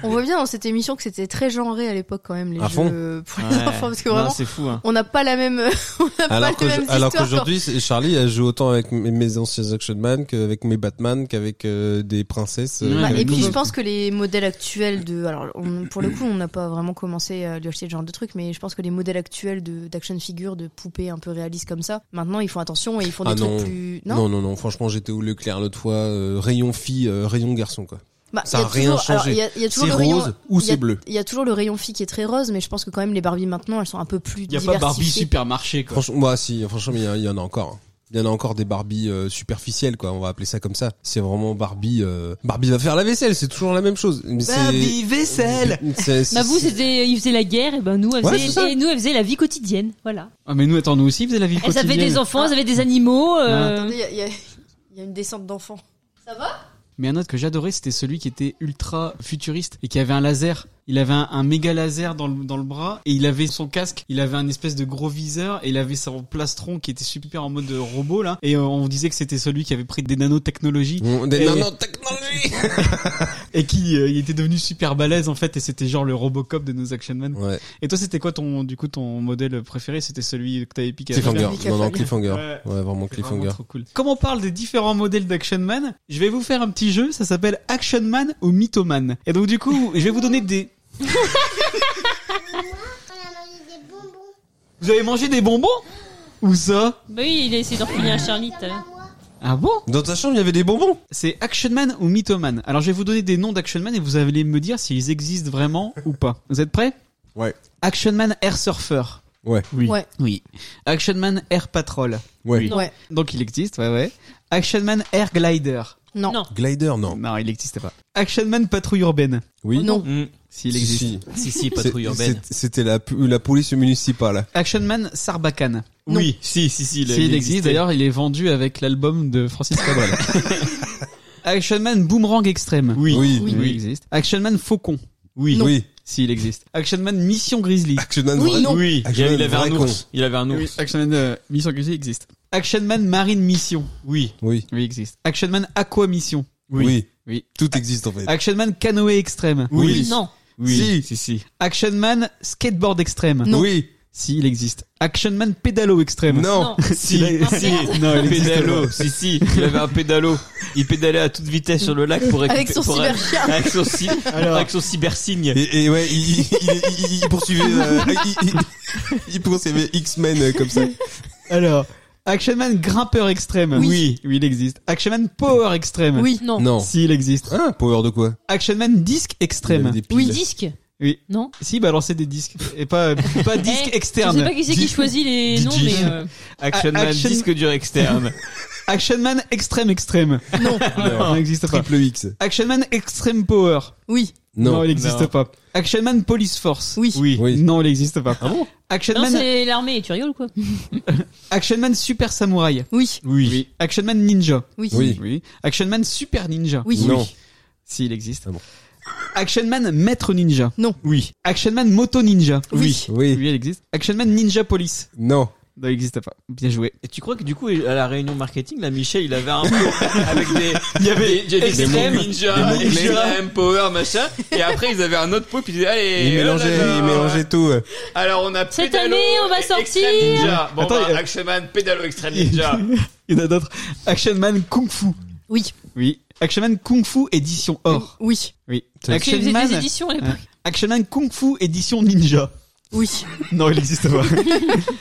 S4: On voit bien dans cette émission que c'était très genré à l'époque quand même les
S3: À
S4: jeux
S3: fond.
S4: pour les
S6: Ouais.
S4: enfants parce que
S6: Non,
S4: vraiment
S6: c'est fou. Hein.
S4: on n'a pas la même on n'a pas
S3: Alors,
S4: les
S3: que
S4: mêmes
S3: alors
S4: histoires.
S3: qu'aujourd'hui, c'est- Charlie elle joue autant avec mes, mes anciens Action Man qu'avec mes Batman, qu'avec euh, des princesses. euh,
S2: Ouais,
S4: Bah,
S3: qu'avec
S4: et puis
S3: tout.
S4: je pense que les modèles actuels de alors on- pour le coup on n'a pas vraiment commencé à lui acheter ce genre de truc mais je pense que les modèles actuels de d'action figure de poupées un peu réalistes comme ça maintenant ils font attention et ils font des
S3: Ah
S4: trucs
S3: non.
S4: plus
S3: non, non, non. Franchement, j'étais au Leclerc l'autre fois, euh, rayon fille, euh, rayon garçon quoi.
S4: Bah,
S3: Ça
S4: y
S3: a rien
S4: toujours- alors,
S3: changé.
S4: Il y a, il y a toujours
S3: C'est
S4: le rayon-
S3: rose ou
S4: il y a-
S3: c'est bleu.
S4: Il y a toujours le rayon fille qui est très rose, mais je pense que quand même les Barbie maintenant elles sont un peu plus
S2: Il y a pas
S4: diversifiées.
S2: Barbie supermarché quoi.
S3: Franchement, bah si, franchement, il y, a- il y en a encore. hein. Il y en a encore des Barbie euh, superficielles, quoi. On va appeler ça comme ça. C'est vraiment Barbie. euh, Barbie va faire la vaisselle, c'est toujours la même chose. Mais c'est-
S2: vaisselle.
S3: c'est- c'est-
S5: Bah vous
S3: c'est-
S5: c'était, ils faisaient la guerre et ben nous, elles
S3: Ouais, c'est ça.
S5: faisaient, et nous, elles faisaient la vie quotidienne. Voilà.
S2: Ah mais nous attends, nous aussi, vous avez la vie
S5: Elles
S2: quotidienne.
S5: avaient des enfants, elles avaient des animaux. euh,
S3: Ah.
S4: Attendez, il y a- il y, a- il y a une descente d'enfants. Ça va
S2: Mais un autre que j'adorais, c'était celui qui était ultra futuriste et qui avait un laser. Il il avait un, un méga laser dans le, dans le bras et il avait son casque, il avait un espèce de gros viseur et il avait son plastron qui était super en mode euh, robot là. Et euh, on disait que c'était celui qui avait pris des nanotechnologies
S3: Bon, des
S2: Et-
S3: nanotechnologies
S2: et qui euh, il était devenu super balèze en fait et c'était genre le Robocop de nos Action Man.
S3: Ouais,
S2: Et toi c'était quoi ton du coup ton modèle préféré C'était celui que t'avais piqué à
S3: cliffhanger.
S4: Cliffhanger.
S3: Non, non, cliffhanger.
S2: Ouais.
S3: Ouais,
S2: C'est
S3: vraiment
S2: vraiment
S3: cliffhanger.
S2: trop cool. Comme on parle des différents modèles d'Action Man, je vais vous faire un petit jeu, ça s'appelle Action Man ou Mythoman. Et donc du coup, je vais vous donner des... Vous avez mangé des bonbons Où ça
S5: Bah oui, il a essayé d'en finir à euh. Charlie tout à l'heure.
S2: Ah bon
S3: Dans ta chambre, il y avait des bonbons
S2: C'est Action Man ou Mythoman. Alors je vais vous donner des noms d'Action Man et vous allez me dire s'ils existent vraiment ou pas. Vous êtes prêts
S3: Ouais.
S2: Action Man Air Surfer.
S3: Ouais.
S2: Oui.
S4: Ouais.
S2: Oui. Action Man Air Patrol.
S3: Ouais.
S5: Non.
S4: Ouais.
S2: Donc il existe, ouais ouais. Action Man Air Glider.
S4: Non.
S5: Non.
S3: Glider, non.
S2: Non, il n'existe pas. Action Man Patrouille Urbaine.
S3: Oui.
S4: Non.
S6: Mm.
S2: S'il
S3: Si,
S2: existe.
S3: si.
S6: Si, si,
S3: C'est- c'est- C'était la, pu- la police municipale.
S2: Action Man Sarbacane.
S6: Oui, si, si, si.
S2: S'il existe, d'ailleurs, il est vendu avec l'album de Francis Cabrel. Action Man Boomerang Extrême.
S6: Oui.
S3: Oui.
S2: Oui, il existe. Action Man Faucon.
S6: Oui.
S3: Oui.
S2: S'il existe. Action Man Mission Grizzly.
S3: Action Man vrai-
S6: Oui, il y a- il avait
S3: Vrai
S6: un
S3: con.
S6: ours. Il avait un
S2: Oui,
S6: ours.
S2: Action Man euh, Mission Grizzly existe. Action Man Marine Mission.
S6: Oui.
S3: Oui.
S2: Oui, il existe. Action Man Aqua Mission.
S3: Oui.
S2: Oui.
S3: Tout existe en fait.
S2: Action Man Canoë Extrême.
S3: Oui.
S5: Non.
S3: Si.
S6: Si, si.
S2: Action Man Skateboard Extrême.
S3: Oui.
S2: Si, il existe. Action Man Pédalo Extrême.
S3: Non.
S5: Non.
S6: Si,
S2: Il
S5: a-
S6: si.
S2: Non, il existe
S6: pédalo. Si, si. Il avait un pédalo. Il pédalait à toute vitesse sur le lac pour
S4: Avec
S6: récupérer-
S4: son
S6: pour-
S4: cyberchien.
S6: Avec son ci-
S2: Alors.
S6: avec son cybersigne.
S3: Et, et ouais, il, il, il- il- il poursuivait, euh, il, il- il poursuivait X-Men euh, comme ça.
S2: Alors, Action Man Grimpeur Extrême.
S4: Oui.
S2: Oui, il existe. Action Man Power Extrême.
S4: Oui.
S5: Non.
S3: Non.
S2: Si, il existe.
S3: Ah, power de quoi
S2: Action Man Disque
S3: Il
S2: Extrême.
S3: avait des piles.
S5: Oui, disque.
S2: Oui.
S5: Non.
S2: Si, balancer des disques. Et pas, pas disque
S5: Eh,
S2: externe.
S5: Je sais pas qui c'est qui
S2: Disque-
S5: choisit les
S2: DJ.
S5: noms, mais euh,
S6: Action
S2: A-
S6: Man,
S2: Action-
S6: disque dur externe.
S2: Action Man Extrême Extrême.
S4: Non.
S2: Ça n'existe pas.
S3: Triple X.
S2: Action Man Extrême Power.
S4: Oui.
S3: Non.
S2: il n'existe
S6: Non.
S2: pas. Action Man Police Force.
S4: Oui.
S6: Oui. Ah
S3: Oui.
S2: Non, il n'existe pas. Action,
S5: non,
S2: Man,
S5: c'est l'armée. Tu rigoles quoi
S2: Action Man Super Samouraï.
S4: Oui.
S6: Oui.
S2: Action Man Ninja.
S4: Oui.
S3: Oui.
S2: Action Man Super Ninja.
S4: Oui.
S3: Non.
S2: Si, il existe.
S3: Ah bon.
S2: Action Man Maître Ninja.
S4: Non.
S2: Oui. Action Man Moto Ninja.
S4: Oui.
S3: Oui.
S2: Oui, elle existe. Action Man Ninja Police.
S3: Non.
S2: Non, il n'existe pas. Bien joué.
S6: Et tu crois que du coup, à la réunion marketing, là, Michel, il avait un mot avec des, il y avait des, extrême, ninja,
S3: des mots-clés.
S6: extrême, power, machin. Et après, ils avaient un autre pot, puis ils disaient, allez,
S3: Il
S6: oh là
S3: mélangeait,
S6: là.
S3: il mélangeait tout. ouais.
S6: Alors, on a
S5: Cette
S6: pédalo
S5: année, on va
S6: et
S5: sortir.
S6: extrême ninja. Bon,
S2: Attends,
S6: bah,
S2: il y a-
S6: Action Man, pédalo, extrême ninja.
S2: Il y en a d'autres. Action Man Kung Fu.
S4: Oui.
S2: Oui. Action Man Kung Fu édition or.
S4: Oui.
S2: Oui.
S3: Ça
S5: Parce qu'ils
S2: Action
S5: faisaient
S2: Man,
S5: des éditions à l'époque.
S2: Action Man Kung Fu édition ninja.
S4: Oui.
S2: Non, il n'existe pas.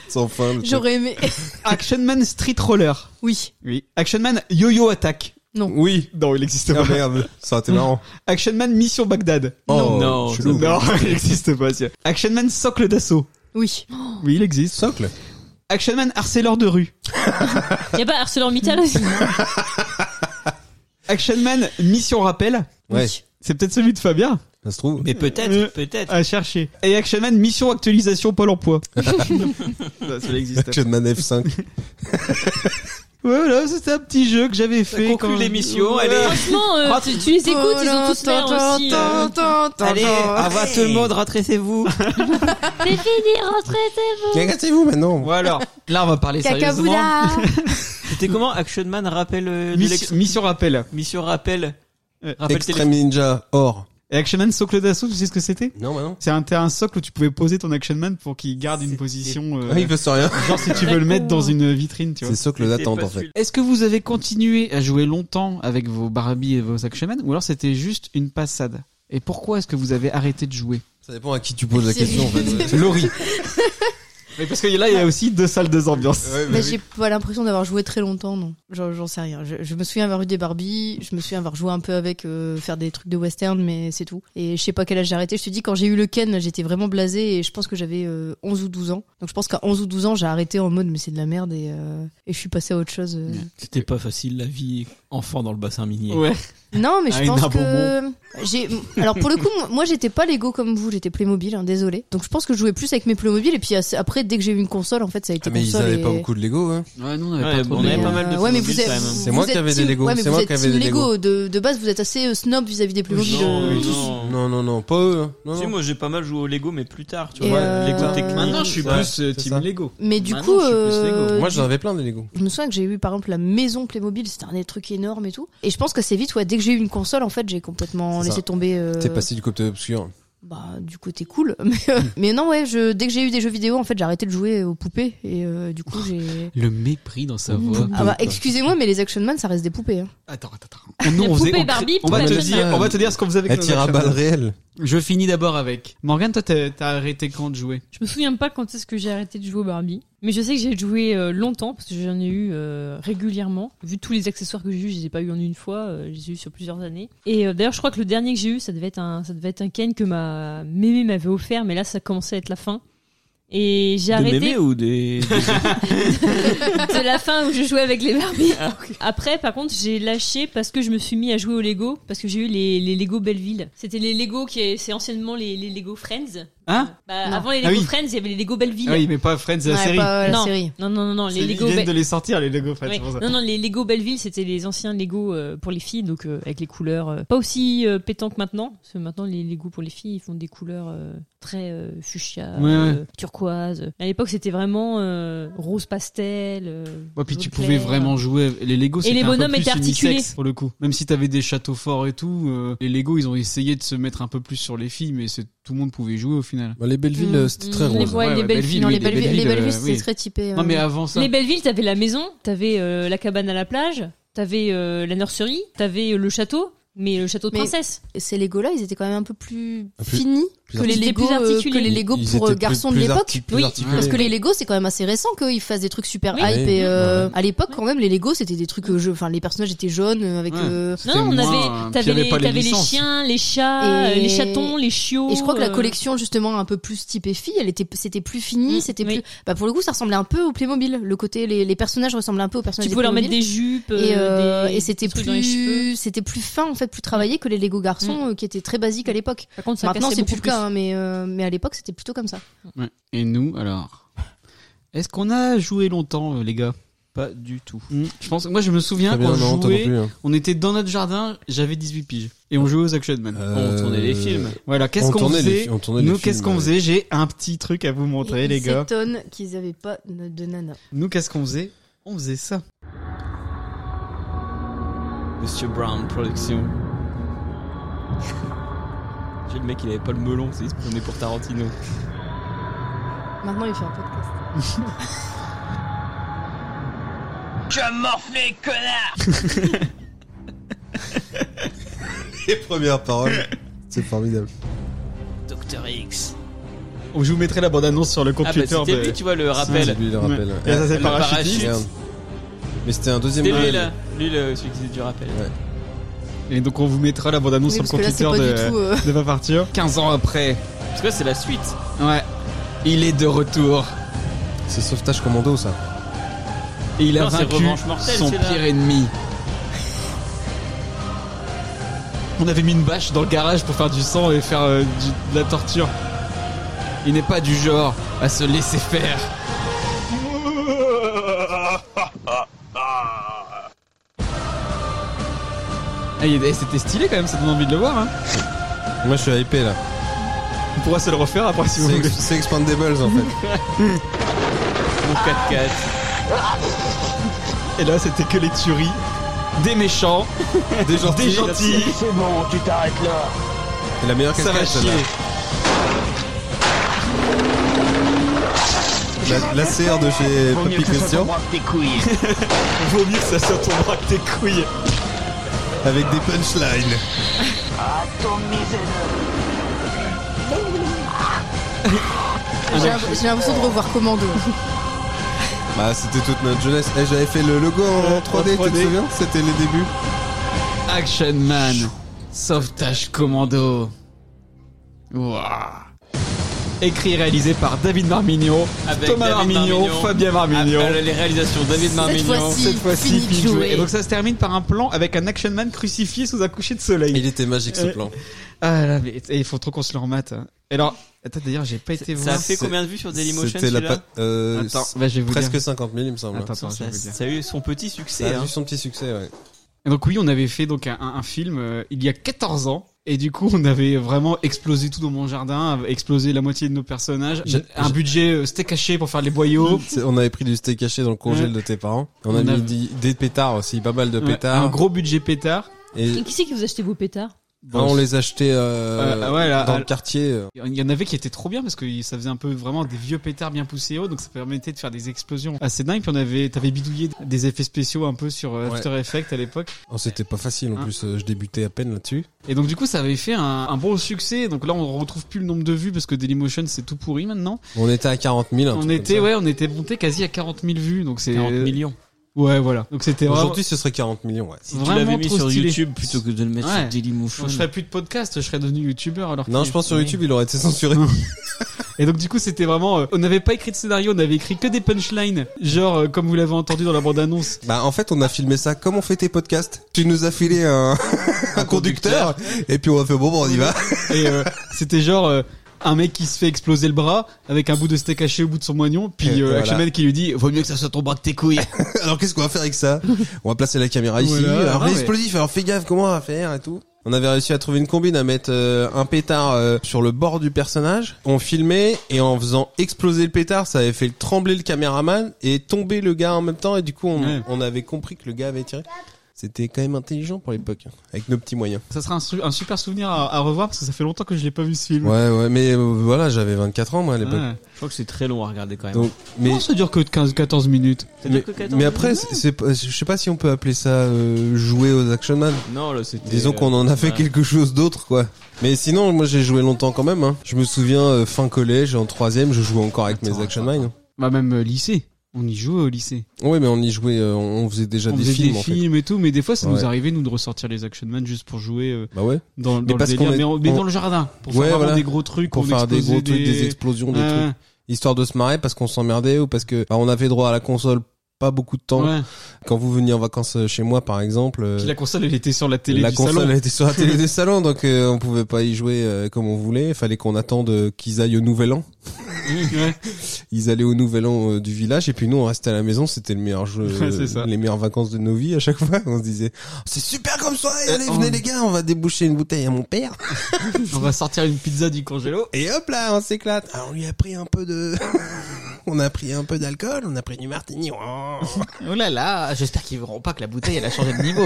S3: Sans fin. le truc.
S4: J'aurais aimé.
S2: Action Man Street Roller.
S4: Oui.
S2: Oui. Action Man Yo-Yo Attack.
S3: Oui.
S2: Non, il n'existe pas.
S3: Ah merde. Ça aurait été marrant.
S2: Action Man Mission Bagdad.
S3: Oh,
S6: Non.
S3: chelou.
S2: Non, il n'existe pas. tiens. Action Man Socle d'assaut.
S4: Oui.
S2: Oui, il existe.
S3: Socle.
S2: Action Man harceleur de rue.
S5: Y a pas ArcelorMittal aussi.
S2: Action Man mission rappel.
S3: Ouais.
S2: C'est peut-être celui de Fabien
S3: Ça se trouve.
S6: Mais
S2: Euh,
S6: peut-être, peut-être.
S2: à chercher. Et Action Man mission actualisation Pôle emploi. ça, ça existe.
S3: Action Man F5.
S2: Voilà, c'était un petit jeu que j'avais fait.
S6: conclut
S2: quand-
S6: l'émission, elle est-
S5: Franchement, euh, tu, tu les écoutes, ils ont tous l'air aussi. euh,
S9: Allez,
S6: Ah,
S9: au revoir tout le monde, retracez-vous.
S8: C'est fini, rentrez, c'est vous.
S3: Regardez-vous maintenant.
S2: Bon alors, là on va parler sérieusement.
S4: Cacaboula.
S6: C'était comment Action Man rappelle euh, de l'ex-
S2: Mission, mission rappel.
S6: Mission rappel.
S2: Ouais.
S6: Rappel
S3: Extreme Ninja Or.
S2: Et Action Man socle d'assaut, tu sais ce que c'était
S3: Non, bah non.
S2: C'est un, t'as un socle où tu pouvais poser ton Action Man pour qu'il garde une position. euh,
S3: Ah, il passe rien.
S2: genre si tu veux le mettre dans une vitrine, tu vois.
S3: C'est socle d'attente
S6: C'était
S3: en
S6: pas
S3: fait.
S2: Est-ce que vous avez continué à jouer longtemps avec vos Barbie et vos Action Man ou alors c'était juste une passade Et pourquoi est-ce que vous avez arrêté de jouer
S3: Ça dépend à qui tu poses la question en fait. Laurie.
S2: Mais parce que là il y a aussi deux salles, deux ambiances.
S4: Mais Bah, j'ai pas l'impression d'avoir joué très longtemps, non. J'en j'en sais rien. Je, je me souviens avoir eu des Barbie, je me souviens avoir joué un peu avec, euh, faire des trucs de western, mais c'est tout. Et je sais pas quel âge j'ai arrêté. Je te dis, quand j'ai eu le Ken, j'étais vraiment blasée et je pense que j'avais euh, 11 ou 12 ans. Donc je pense qu'à 11 ou 12 ans, j'ai arrêté en mode, mais c'est de la merde et, euh, et je suis passée à autre chose. euh.
S6: C'était pas facile la vie. enfant dans le bassin minier.
S2: Ouais.
S4: Non, mais
S2: Ah,
S4: je
S2: une
S4: pense
S2: arbre
S4: que j'ai. Alors pour le coup, moi- moi j'étais pas Lego comme vous, j'étais Playmobil, hein, désolé. Donc je pense que je jouais plus avec mes Playmobil et puis assez- après dès que j'ai eu une console, en fait ça a été
S3: Ah, mais ils
S4: console.
S3: avaient
S4: et-
S3: pas beaucoup de Lego, hein.
S9: Ouais, nous, on avait
S6: Ouais,
S9: pas trop
S6: on
S9: de
S6: avait
S9: Lego.
S6: pas mal de
S4: ouais, mais
S6: Playmobil,
S4: vous êtes,
S6: quand même.
S4: vous-
S3: C'est moi
S4: vous
S3: qui
S4: êtes
S3: avais des
S4: team-
S3: Lego,
S4: Ouais, mais
S3: c'est
S4: vous
S3: moi
S4: êtes
S3: qui avais
S4: team
S3: des
S4: Lego. De, de base, vous êtes assez euh, snob vis-à-vis des Playmobil.
S6: Non,
S4: euh,
S6: mais
S4: tous.
S6: non.
S3: Non, non, non, pas eux. hein. Non,
S6: Si,
S3: non.
S6: moi j'ai pas mal joué au Lego, mais plus tard, tu
S4: Et
S6: vois.
S4: euh,
S6: Lego technique.
S2: Maintenant, je suis
S6: ça.
S2: plus euh,
S3: c'est
S2: team
S3: ça.
S2: Lego.
S4: Mais du
S2: Maintenant,
S4: coup,
S2: je suis plus Lego.
S4: euh,
S3: Moi, j'en avais plein des Lego.
S4: je me souviens que j'ai eu par exemple la maison Playmobil, c'était un des trucs énormes et tout. Et je pense que c'est vite, ouais, dès que j'ai eu une console, en fait, j'ai complètement
S3: C'est
S4: laissé
S3: ça.
S4: tomber. euh,
S3: T'es passé Mm. du côté obscur.
S4: bah, du côté cool. Mais, euh, mais non, ouais, je, dès que j'ai eu des jeux vidéo, en fait, j'ai arrêté de jouer aux poupées. Et euh, du coup, j'ai.
S2: Le mépris dans sa voix.
S4: Ah bah, excusez-moi, mais les Action Man, ça reste des poupées. hein.
S2: Attends, attends, attends.
S5: Les
S2: Nous, Ah on
S5: poupées
S2: faisait- on-
S5: Barbie,
S2: on va
S5: poupées
S2: te
S5: Action
S2: dire,
S3: Man.
S2: on va te dire ce qu'on faisait avec
S3: Elle
S2: nos
S3: tire à
S2: Action
S3: balles
S2: Man.
S3: réelles.
S2: Je finis d'abord avec. Morgane, toi, t'as t'as arrêté quand de jouer
S5: Je me souviens pas quand est-ce que j'ai arrêté de jouer au Barbie, mais je sais que j'ai joué euh, longtemps parce que j'en ai eu euh, régulièrement. Vu tous les accessoires que j'ai eu, je les ai pas eu en une fois, euh, je les ai eu sur plusieurs années. Et euh, d'ailleurs, je crois que le dernier que j'ai eu, ça devait être un, ça devait être un Ken que ma mémé m'avait offert, mais là, ça commençait à être la fin. Et j'ai
S6: De
S5: arrêté
S6: mémé ou des.
S5: de la fin où je jouais avec les Barbies.
S2: Ah,
S5: Après, par contre, j'ai lâché parce que je me suis mis à jouer au Lego, parce que j'ai eu les, les Lego Belleville. C'était les Lego qui, c'est anciennement les, les Lego Friends.
S2: Hein
S5: Bah,
S4: Non.
S5: avant les
S2: Ah
S5: Lego
S2: oui.
S5: Friends, il y avait les Lego Belleville.
S2: Ah oui, mais pas Friends, la
S4: Ouais,
S2: série.
S4: pas, euh, la
S5: non.
S4: série.
S5: non, non, non, non, les
S2: C'est-
S5: Lego
S2: Ils
S5: Be-
S2: viennent de les sortir, les Lego Friends.
S5: Ouais.
S2: c'est pour ça.
S5: Non, non, les Lego Belleville, c'était les anciens Lego euh, pour les filles, donc euh, avec les couleurs euh, pas aussi euh, pétants que maintenant. Parce que maintenant, les Lego pour les filles, ils font des couleurs euh, très euh, fuchsia,
S2: Ouais, ouais.
S5: euh, turquoise. À l'époque, c'était vraiment euh, rose pastel. euh,
S2: Ouais, puis
S5: jaune
S2: tu pouvais
S5: clair.
S2: vraiment jouer. Les Lego, c'était
S5: les
S2: un peu
S5: bonhommes
S2: plus
S5: étaient articulés.
S2: unisexe, pour le coup. Même si t'avais des châteaux forts et tout, euh, les Lego, ils ont essayé de se mettre un peu plus sur les filles, mais c'est- tout le monde pouvait jouer au final.
S3: Bah, les Belleville,
S4: Mm.
S3: euh, c'était très
S5: Mm.
S3: rose.
S5: Les- ouais, les Belleville,
S4: Non,
S2: oui,
S4: les
S2: des
S4: belles villes, les
S2: Belleville,
S4: Belleville,
S2: euh,
S4: c'était
S2: oui.
S4: très typé. euh,
S2: Non, mais avant ça.
S5: Les belles villes, t'avais la maison, t'avais euh, la cabane à la plage, t'avais euh, la nurserie, t'avais euh, le château, mais le château de
S4: Mais-
S5: princesse.
S4: Ces Lego là, ils étaient quand même un peu plus,
S3: Un peu-
S4: finis
S3: plus
S4: que les
S5: articulés.
S4: Lego
S5: Plus
S4: euh, que
S5: articulés.
S4: les Lego
S3: Ils
S4: pour
S3: étaient
S4: euh, garçons
S3: plus-
S4: de
S3: plus
S4: l'époque.
S3: arti- plus
S5: Oui,
S3: articulés.
S4: Parce que les Lego, c'est quand même assez récent qu'ils fassent des trucs super
S5: Oui.
S4: hype. Et euh,
S3: Ouais.
S4: à l'époque, quand même, les Lego, c'était des trucs. euh, je- Enfin, les personnages étaient jaunes euh, avec.
S2: Ouais.
S4: euh,
S5: Non, non, on
S2: C'était moins-
S5: avait,
S2: puis il
S5: t'avais
S2: y avait
S5: les,
S2: pas les
S5: t'avais les
S2: licences.
S5: chiens, les chats,
S4: Et-
S5: euh, les chatons, les chiots.
S4: Et je crois que la
S5: euh,
S4: collection justement un peu plus typée fille, elle était, c'était plus
S5: Mm,
S4: fini, c'était
S5: oui.
S4: plus. Bah pour le coup, ça ressemblait un peu au Playmobil. Le côté, les, les personnages ressemblaient un peu aux personnages.
S5: Tu
S4: des
S5: pouvais leur mettre
S4: Playmobil.
S5: des jupes,
S4: Et, euh,
S5: euh, des
S4: et c'était
S5: trucs dans les cheveux.
S4: plus, c'était plus fin en fait, plus travaillé que les Lego garçons euh, qui étaient très basiques à l'époque.
S5: Par contre, Mm. ça
S4: Maintenant c'est
S5: cassait beaucoup
S4: plus le cas, hein, mais euh, mais à l'époque c'était plutôt comme ça.
S2: Ouais. Et nous, alors Est-ce qu'on a joué longtemps, euh, les gars
S6: Pas du tout.
S3: Mm.
S2: Hmm, Je pense. Moi, je me souviens
S3: Très bien,
S2: qu'on
S3: non, toi non
S2: jouait.
S3: plus. hein.
S2: On était dans notre jardin. J'avais 18 piges et on jouait aux Action Man.
S3: Euh,
S6: On tournait les films.
S2: Voilà. Qu'est-ce
S3: on
S2: qu'on
S3: tournait les
S2: faisait
S3: fi- on tournait les
S2: Nous,
S3: films, euh.
S2: qu'est-ce qu'on
S3: ouais.
S2: faisait J'ai un petit truc à vous montrer, les gars.
S4: S'étonne qu'ils avaient pas de nana.
S2: Nous, qu'est-ce qu'on faisait On faisait ça.
S6: Monsieur Brown Production. J'ai le mec, il avait pas le melon, c'est il se prenait pour Tarantino.
S4: Maintenant il fait un podcast.
S3: Ah, Les premières paroles. C'est formidable.
S6: Dr X.
S2: Je vous mettrai la bande-annonce sur le compte
S6: Ah bah
S2: Twitter
S6: c'était
S2: de-
S6: lui, tu vois, le
S3: C'est
S6: rappel.
S3: lui, le rappel.
S2: Ouais.
S3: Ouais.
S2: Et ça, c'est
S6: Le
S2: parachutiste.
S6: parachute.
S3: Merde. Mais c'était un deuxième
S6: C'était lui
S3: duel.
S6: là, lui le, celui qui faisait du rappel.
S2: Et donc, on vous mettra la bande-annonce
S4: Oui,
S2: sur le
S4: parce que
S2: compte
S4: là c'est
S2: Twitter
S4: pas
S2: de...
S4: du tout. euh,
S2: de pas partir. 15 ans après.
S6: Parce que là, c'est la suite.
S2: Ouais. Il est de retour.
S3: C'est sauvetage commando, ça.
S2: Et il a
S6: Non, c'est
S2: vaincu
S6: Revanche Mortelle,
S2: son
S6: c'est là.
S2: pire ennemi. On avait mis une bâche dans le garage pour faire du sang et faire euh, du- de la torture. Il n'est pas du genre à se laisser faire. Ah, il- eh, C'était stylé quand même, ça donne envie de le voir. Hein.
S3: Moi, je suis hypé, là.
S2: On pourra se le refaire après si vous
S3: C'est
S2: voulez.
S3: ex- c'est Expandables, en fait.
S6: Mon 4x4.
S2: Et là, c'était que les tueries. Des méchants,
S3: Des gentils.
S2: des gentils,
S3: Et la meilleure
S2: ça va
S3: cascade,
S2: chier.
S3: celle-là. La, la CR de chez Papy Christian.
S2: Vaut mieux que ça soit ton bras que tes couilles.
S3: Avec des punchlines.
S4: J'ai j'ai l'impression de revoir Commando.
S3: Bah, c'était toute notre jeunesse. Eh, j'avais fait le logo en 3D, tu te
S2: 3D.
S3: souviens C'était les débuts.
S2: Action Man, sauvetage commando. Ouah. écrit et réalisé par David Marmignon,
S6: Avec
S2: Thomas
S6: David
S2: Marmignon,
S6: Marmignon,
S2: Fabien Marmignon.
S6: Ah, les réalisations David
S4: Cette
S6: Marmignon.
S4: fois-ci,
S2: Cette fois-ci,
S4: fini de
S2: Pink Joy.
S4: jouer.
S2: Et donc ça se termine par un plan avec un action man crucifié sous un coucher de soleil.
S3: Il était magique ce
S2: Euh,
S3: plan.
S2: Ah là, mais il faut trop qu'on se le remate. hein. Et alors, attends, d'ailleurs, j'ai pas été
S6: Ça
S2: voir.
S6: a fait
S3: C'est-
S6: combien de vues sur Dailymotion
S3: C'était la
S6: celui-là
S3: pa- euh,
S6: Attends,
S3: c-
S2: Bah, je vais vous
S3: presque
S2: dire.
S3: 50 000 il me semble.
S2: Attends, attends, je
S6: ça,
S2: vais vous dire.
S6: ça a eu son petit
S3: Ça
S6: succès.
S3: a
S6: hein.
S3: vu son petit succès, ouais.
S2: Et donc oui, on avait fait donc un, un- un film euh, il y a 14 ans. Et du coup, on avait vraiment explosé tout dans mon jardin, explosé la moitié de nos personnages.
S3: Je-
S2: un
S3: je-
S2: budget, euh, c'était caché pour faire les boyaux.
S3: C'est- On avait pris du steak caché dans le congèle de tes parents. On, a
S2: On a-
S3: mis di- des pétards aussi, pas mal de
S2: Ouais,
S3: pétards.
S2: Un gros budget pétard.
S3: Et
S4: hein.
S5: Et qui c'est qui vous achetez vos pétards
S3: ah, on les achetait euh,
S2: Euh, ouais, là,
S3: dans
S2: à-
S3: le quartier. euh.
S2: Il y en avait qui étaient trop bien parce que ça faisait un peu vraiment des vieux pétards bien poussés haut, donc ça permettait de faire des explosions assez dingues. Puis on avait, t'avais bidouillé des effets spéciaux un peu sur euh,
S3: Ouais.
S2: After Effects à l'époque.
S3: Oh, C'était pas facile en
S2: Ah.
S3: plus, euh, je débutais à peine là-dessus.
S2: Et donc du coup, ça avait fait un, un bon succès. Donc là, on retrouve plus le nombre de vues parce que Dailymotion c'est tout pourri maintenant.
S3: On était à 40 000. un
S2: on
S3: truc comme
S2: était,
S3: ça.
S2: ouais, on était monté quasi à 40 000 vues, donc c'est
S6: 40 millions.
S2: Ouais, voilà. Donc c'était vraiment.
S3: Aujourd'hui, ce serait 40 millions, ouais.
S6: Si tu
S2: Vraiment
S6: l'avais mis
S2: trop
S6: sur
S2: stylé.
S6: YouTube plutôt que de le mettre
S2: Ouais.
S6: sur Dailymotion.
S2: Je ferais plus de podcast, je serais devenu youtubeur alors que-
S3: Non, je pense sur
S2: Oui.
S3: YouTube, il aurait été censuré.
S2: Et donc du coup c'était vraiment, euh, on n'avait pas écrit de scénario, on avait écrit que des punchlines, genre euh, comme vous l'avez entendu dans la bande annonce.
S3: Bah en fait on a filmé ça comme on fait tes podcasts. Tu nous as filé un, un conducteur et puis on a fait bon bon on y va.
S2: Et euh, c'était genre euh, un mec qui se fait exploser le bras avec un bout de steak haché au bout de son moignon, puis
S3: Et
S2: euh,
S3: voilà.
S2: Actionman qui lui dit vaut mieux que ça soit ton bras que tes couilles.
S3: Alors qu'est-ce qu'on va faire avec ça On va placer la caméra ici.
S2: Voilà.
S3: alors
S2: Non, mais-
S3: l'explosif, alors fais gaffe comment on va faire et tout. On avait réussi à trouver une combine à mettre euh, un pétard euh, sur le bord du personnage. On filmait et en faisant exploser le pétard, ça avait fait trembler le caméraman et tomber le gars en même temps et du coup on,
S2: Ouais.
S3: on avait compris que le gars avait tiré. C'était quand même intelligent pour l'époque hein, avec nos petits moyens.
S2: ça sera un, su- un super souvenir à, à revoir parce que ça fait longtemps que je l'ai pas vu ce film.
S3: Ouais ouais mais euh, voilà, j'avais 24 ans moi à l'époque.
S2: Ouais.
S6: Je crois que c'est très long à regarder quand même.
S3: Donc mais
S2: Non, ça dure que 15, 14 minutes.
S6: C'est-à-dire
S3: Mais,
S6: que 14
S3: mais après, c'est, c'est pas- je sais pas si on peut appeler ça euh, jouer aux Action Man.
S6: non, là, c'était. euh,
S3: Disons qu'on en a fait
S6: ouais.
S3: quelque chose d'autre, quoi. Mais sinon, moi j'ai joué longtemps quand même. Hein. Je me souviens, euh, fin collège, en troisième, je jouais encore avec mes Action Man.
S2: Bah même euh, lycée, on y jouait au lycée.
S3: Oui, mais on y jouait, euh, on on faisait déjà
S2: on
S3: des
S2: faisait
S3: films
S2: des
S3: en fait.
S2: films et tout, mais des fois ça nous
S3: Ouais.
S2: arrivait nous de ressortir les Action Man juste pour jouer euh,
S3: Bah ouais.
S2: dans, dans le
S3: parce
S2: délire,
S3: qu'on est-
S2: mais, en- mais
S3: on-
S2: dans le jardin pour
S3: Ouais,
S2: faire vraiment
S3: voilà.
S2: des gros trucs,
S3: Pour
S2: on
S3: faire des gros
S2: explosait
S3: trucs, des explosions, des
S2: Ouais,
S3: trucs. Histoire de se marrer parce qu'on s'emmerdait ou parce que bah, on avait droit à la console pas beaucoup de temps.
S2: ouais.
S3: Quand vous veniez en vacances euh, chez moi, par exemple. euh,
S2: Puis la console elle était sur la télé
S3: la
S2: du
S3: console
S2: salon.
S3: elle était sur la télé des salons donc euh, on pouvait pas y jouer euh, comme on voulait Il fallait qu'on attende euh, qu'ils aillent au nouvel an
S2: Ouais.
S3: ils allaient au nouvel an euh, du village et puis nous on restait à la maison c'était le meilleur jeu euh,
S2: Ouais, c'est ça.
S3: les meilleures vacances de nos vies à chaque fois on se disait oh, c'est super comme soirée allez
S2: Euh,
S3: venez
S2: on-
S3: les gars on va déboucher une bouteille à mon père
S2: On va sortir une pizza du congélo.
S3: et hop là on s'éclate Ah, on lui a pris un peu de on a pris un peu d'alcool on a pris du martini Oh.
S9: Oh là là, j'espère qu'ils verront pas que la bouteille elle a changé de niveau.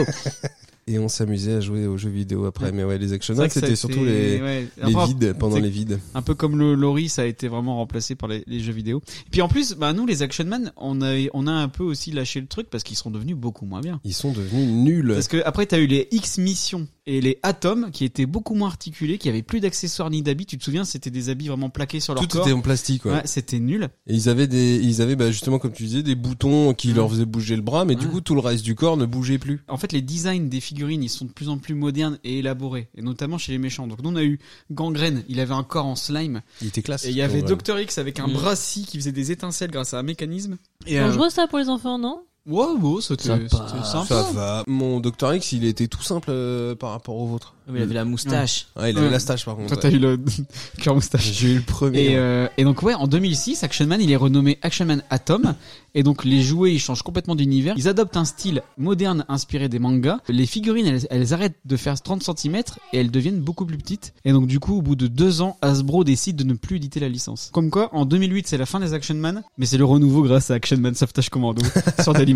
S3: et on s'amusait à jouer aux jeux vidéo après mais ouais les action
S2: C'est vrai
S3: man
S2: que ça,
S3: c'était surtout
S2: c'est-
S3: les
S2: ouais.
S3: les
S2: Après,
S3: vides pendant
S2: c'est-
S3: les vides
S2: Un peu comme le Lori, ça a été vraiment remplacé par les, les jeux vidéo. Et puis en plus, bah nous les Action Man, on a on a un peu aussi lâché le truc parce qu'ils sont devenus beaucoup moins bien.
S3: ils sont devenus nuls
S2: Parce que après t'as eu les X missions et les Atom qui étaient beaucoup moins articulés, qui avaient plus d'accessoires ni d'habits. Tu te souviens, c'était des habits vraiment plaqués sur leur
S3: tout
S2: corps.
S3: était en plastique ouais.
S2: Ouais, c'était nul.
S3: Et ils avaient des, ils avaient bah, justement comme tu disais des boutons qui leur faisaient bouger le bras, mais du
S2: Ouais.
S3: coup tout le reste du corps ne bougeait plus.
S2: En fait, les designs des figurines, ils sont de plus en plus modernes et élaborés, et notamment chez les méchants. Donc nous on a eu Gangrène, il avait un corps en slime,
S3: Il était classe.
S2: et il y avait
S3: Ouais.
S2: Docteur X avec un
S6: Mm.
S2: bras scie qui faisait des étincelles grâce à un mécanisme. Et euh,
S5: Dangereux ça pour les enfants, non
S2: Wow, wow, c'était
S6: Sympa.
S2: c'était sympa.
S3: Ça va. Mon docteur X, il était tout simple euh, par rapport au vôtre.
S6: Mais il avait la moustache.
S3: Ah, il avait
S2: Ouais.
S3: la stache par contre.
S2: Toi, t'as
S3: ouais.
S2: eu le cœur moustache.
S3: J'ai eu le premier.
S2: Et,
S3: ouais.
S2: euh, et donc ouais, en 2006, Action Man, il est renommé Action Man Atom. Et donc les jouets, ils changent complètement d'univers. Ils adoptent un style moderne inspiré des mangas. Les figurines, elles, elles arrêtent de faire 30 cm et elles deviennent beaucoup plus petites. Et donc du coup, au bout de deux ans, Hasbro décide de ne plus éditer la licence. Comme quoi, en 2008, c'est la fin des Action Man, mais c'est le renouveau grâce à Action Man Sauvetage Commando sur Dailymotion.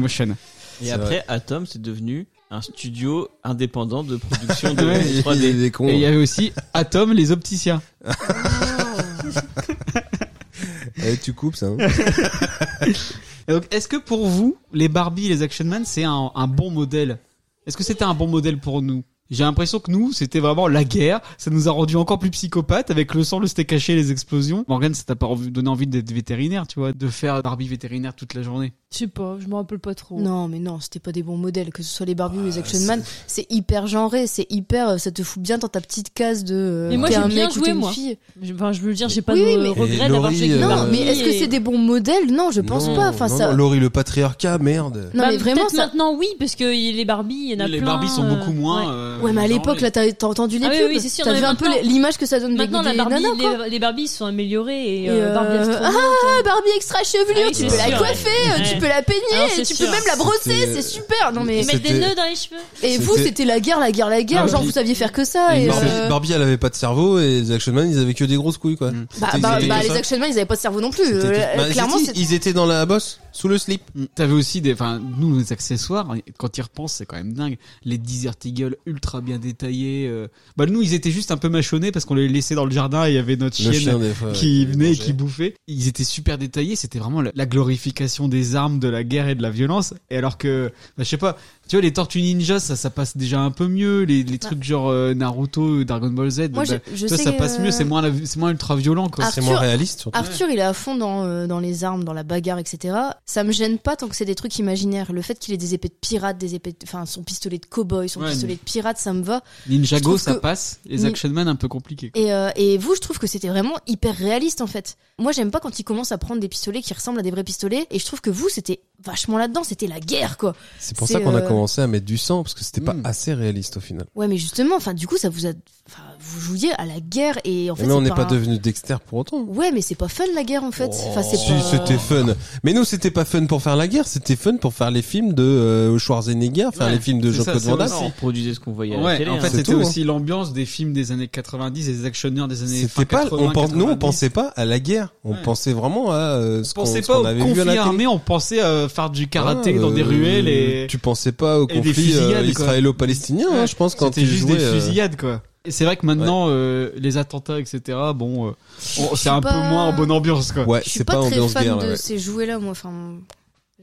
S6: Et
S3: C'est
S6: après, Atom, c'est devenu un studio indépendant de production de
S2: Ouais,
S3: hein. il,
S6: 3D.
S3: il est con.
S2: Et il y avait aussi Atom, les opticiens.
S3: Eh, tu coupes ça. hein.
S2: Et donc, est-ce que pour vous, les Barbie et les Action Man, c'est un, un bon modèle Est-ce que c'était un bon modèle pour nous J'ai l'impression que nous, c'était vraiment la guerre. Ça nous a rendu encore plus psychopathes avec le sang, le steak haché, les explosions. Morgan, ça t'a pas envie- donné envie d'être vétérinaire, tu vois, de faire Barbie vétérinaire toute la journée.
S5: Je sais pas, je me rappelle pas trop.
S4: Non, mais non, c'était pas des bons modèles, que ce soit les Barbie ou les
S3: Ah,
S4: Action Man. C'est hyper genré, c'est hyper. euh, Ça te fout bien dans ta petite case de. euh,
S5: Mais moi,
S4: t'es
S5: j'ai
S4: un
S5: bien
S4: mec ou
S5: joué,
S4: t'es une
S5: moi.
S4: fille.
S5: Je- Enfin, je veux dire, j'ai pas
S4: Oui,
S5: de
S4: oui, mais-
S5: regret
S3: Et
S5: d'avoir
S3: Laurie,
S5: joué avec
S3: euh,
S4: Non,
S5: Barbie
S4: mais est-ce que
S5: et-
S4: c'est des bons modèles Non, je pense
S3: Non,
S4: pas. Enfin,
S3: non,
S4: ça.
S3: non, Laurie le patriarcat, merde.
S4: Non,
S5: Bah,
S4: mais vraiment,
S5: peut-être
S4: ça.
S5: maintenant, oui, parce que les Barbies, il y en a
S2: les
S5: plein,
S2: Barbies sont
S5: euh,
S2: beaucoup moins.
S5: ouais.
S2: euh,
S4: Ouais, mais à
S2: genrées.
S4: l'époque, là, t'as t'as entendu les
S5: Ah oui,
S4: pubs.
S5: oui, c'est sûr,
S4: T'as
S5: non,
S4: vu
S5: mais
S4: un peu
S5: maintenant-
S4: l'image que ça donne des,
S5: Maintenant,
S4: des
S5: la Barbie,
S4: nanas, quoi.
S5: les, les Barbies sont améliorées et,
S4: Et,
S5: euh, Barbie
S4: euh,
S5: astronaute.
S4: Ah, Barbie extra chevelure,
S5: Ah oui,
S4: tu
S5: c'est
S4: peux la
S5: sûr,
S4: coiffer,
S5: ouais.
S4: tu
S5: Ouais.
S4: peux la peigner,
S5: Ah, c'est
S4: tu
S5: sûr.
S4: peux même la brosser,
S3: C'était-
S4: c'est super. Non mais
S5: Et mettre des
S3: C'était-
S5: nœuds dans les cheveux.
S4: et vous
S3: c'était-
S4: c'était la guerre, la guerre, la guerre,
S2: Barbie-
S4: genre vous saviez faire que ça
S2: Une
S4: et
S3: Barbie,
S4: euh,
S3: Barbie, elle avait pas de cerveau et les Action Man, ils avaient que des grosses couilles, quoi.
S2: Mm.
S4: bah,
S3: C'était-
S4: bah,
S3: c'était
S4: bah,
S3: comme
S4: les
S3: ça.
S4: Action Man, ils avaient pas de cerveau non plus.
S3: C'était
S4: euh,
S3: tout-
S4: euh,
S3: Bah,
S4: clairement
S3: si,
S4: c'est-
S3: ils étaient dans la bosse, sous le slip.
S2: Mm. T'avais aussi des, enfin, nous, les accessoires, quand y repenses, c'est quand même dingue. Les Desert Eagle ultra bien détaillés. euh. Bah, nous, ils étaient juste un peu mâchonnés parce qu'on les laissait dans le jardin et il y avait notre
S3: Le
S2: chienne.
S3: chien, des fois,
S2: qui
S3: ouais,
S2: venait et
S3: euh, mangeait.
S2: qui bouffait. Ils étaient super détaillés, c'était vraiment la, la glorification des armes, de la guerre et de la violence. Et alors que, bah, je sais pas, tu vois, les Tortues Ninja, ça, ça passe déjà un peu mieux. Les, les trucs genre euh, Naruto, Dragon Ball Z,
S4: Moi,
S2: bah,
S4: je- je
S2: tu vois,
S4: sais
S2: ça
S4: que-
S2: passe mieux, c'est moins, la- c'est moins ultra violent, quoi.
S4: Ah,
S3: C'est moins
S4: Arthur-
S3: réaliste, surtout.
S4: Arthur, il est à fond dans, euh, dans les armes, dans la bagarre, etc. Ça me gêne pas tant que c'est des trucs imaginaires. Le fait qu'il ait des épées de pirate, des épées, de- enfin son pistolet de cowboy, son
S2: Ouais,
S4: pistolet de pirate, ça me va. je
S2: Ninjago,
S4: trouve
S2: ça
S4: que-
S2: passe. Les
S4: Ni-
S2: Action Man, un peu compliqué.
S4: Et, euh, et vous, je trouve que c'était vraiment hyper réaliste en fait. Moi, j'aime pas quand ils commencent à prendre des pistolets qui ressemblent à des vrais pistolets. Et je trouve que vous, c'était vachement là-dedans. C'était la guerre, quoi.
S3: C'est pour
S4: C'est,
S3: ça qu'on a
S4: euh,
S3: commencé à mettre du sang, parce que c'était pas
S2: Mm.
S3: assez réaliste au final.
S4: Ouais, mais justement, enfin, du coup, ça vous a, enfin, vous jouiez à la guerre et en fait.
S3: mais on
S4: c'est
S3: n'est pas
S4: un-
S3: devenu Dexter pour autant.
S4: Ouais, mais c'est pas fun la guerre en fait. Enfin, c'est
S3: Oh. Si,
S4: pas-
S3: c'était fun. Mais nous, c'était pas fun pour faire la guerre, c'était fun pour faire les films de euh, Schwarzenegger, faire
S2: Ouais,
S3: les films de
S2: c'est ça,
S3: Jean-Claude
S2: c'est
S3: Van
S2: vrai,
S3: Damme.
S2: c'est-
S6: Non, on produisait ce qu'on voyait à la
S2: Ouais,
S6: télé.
S2: en
S6: hein.
S2: fait,
S3: C'est
S2: c'était
S3: tout, hein.
S2: aussi l'ambionneur des films des années 90 et des actionneurs des années
S3: C'était pas, on pense, nous, on
S2: 90.
S3: pensait pas à la guerre. On
S2: Ouais.
S3: pensait vraiment à euh, ce
S2: On
S3: qu'on
S2: pensait
S3: ce
S2: pas
S3: qu'on
S2: au
S3: avait vu à la
S2: conflit
S3: télé.
S2: armé, on pensait à faire du karaté
S3: Ah,
S2: dans des
S3: euh,
S2: ruelles et...
S3: Tu pensais pas au
S2: et des
S3: conflit euh,
S2: fusillades, quoi.
S3: israélo-palestinien, hein,
S2: Ouais,
S3: je pense, quand
S2: c'était
S3: tu
S2: juste
S3: jouais.
S2: des
S3: euh,
S2: fusillades quoi. Et c'est vrai que maintenant euh, les attentats etc. Bon, euh, on- c'est un peu
S4: pas-
S2: moins en bonne ambiance quoi.
S3: Ouais,
S4: Je suis
S3: c'est
S4: pas,
S3: pas
S4: très
S3: ambiance
S4: fan
S3: guerre.
S4: de
S3: ouais.
S4: ces jouets-là, moi. Enfin,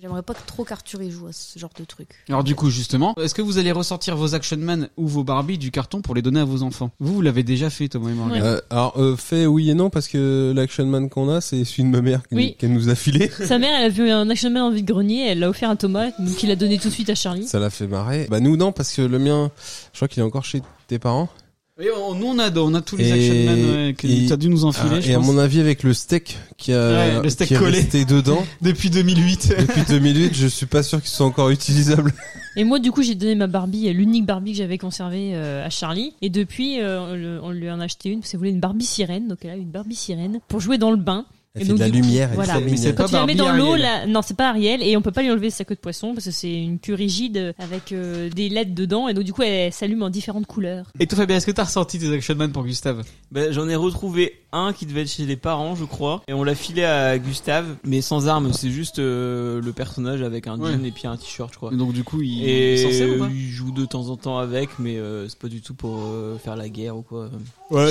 S4: j'aimerais pas trop qu'Arthur y joue à ce genre de truc.
S2: Alors du coup justement, est-ce que vous allez ressortir vos Action Man ou vos Barbie du carton pour les donner à vos enfants Vous, vous l'avez déjà fait Thomas et Morgan.
S3: Euh, alors, euh, fait oui et non, parce que l'action man qu'on a, c'est celui de ma mère qu'elle
S5: Oui.
S3: qu'elle nous a filé.
S5: Sa mère, elle a vu un Action Man en vide-grenier, elle l'a offert à Thomas, donc il l'a donné tout de suite à Charlie.
S3: Ça l'a fait marrer. Bah nous non parce que le mien, je crois qu'il est encore chez tes parents.
S2: Et on, nous on a, on a tous les
S3: Et-
S2: Action Man ouais, que
S3: et-
S2: t'as dû nous enfiler
S3: Ah,
S2: je
S3: et à
S2: pense.
S3: mon avis avec le steak qui a
S2: Ouais, le steak
S3: qui est
S2: collé.
S3: resté dedans
S2: Depuis 2008.
S3: depuis 2008, je suis pas sûr qu'ils soient encore utilisables.
S5: Et moi, du coup, j'ai donné ma Barbie, euh, l'unique Barbie que j'avais conservée euh, à Charlie. Et depuis, euh, on, le- on lui en a acheté une parce qu'elle voulait une Barbie sirène, donc elle a une Barbie sirène pour jouer dans le bain.
S3: Elle
S5: Et
S3: fait
S5: donc,
S3: de la
S5: du coup,
S3: lumière, elle
S5: voilà.
S3: est trop
S2: Mais c'est
S3: mignonne.
S2: pas
S5: Quand tu la mets
S2: Barbie,
S5: dans l'eau,
S2: Ariel.
S5: là, non, c'est pas Ariel, et on peut pas lui enlever sa queue de poisson parce que c'est une queue rigide avec euh, des LED dedans, et donc du coup, elle s'allume en différentes couleurs.
S2: Et toi Fabien, est-ce que t'as ressorti tes Action Man pour Gustave
S6: Ben, J'en ai retrouvé un qui devait être chez les parents, je crois. Et on l'a filé à Gustave, mais sans armes. C'est juste euh, le personnage avec un
S2: Ouais.
S6: jean et puis un t-shirt, je crois.
S2: Donc du coup il il
S6: Et
S2: est censé ou pas
S6: il joue de temps en temps avec, mais euh, c'est pas du tout pour euh, faire la guerre ou quoi.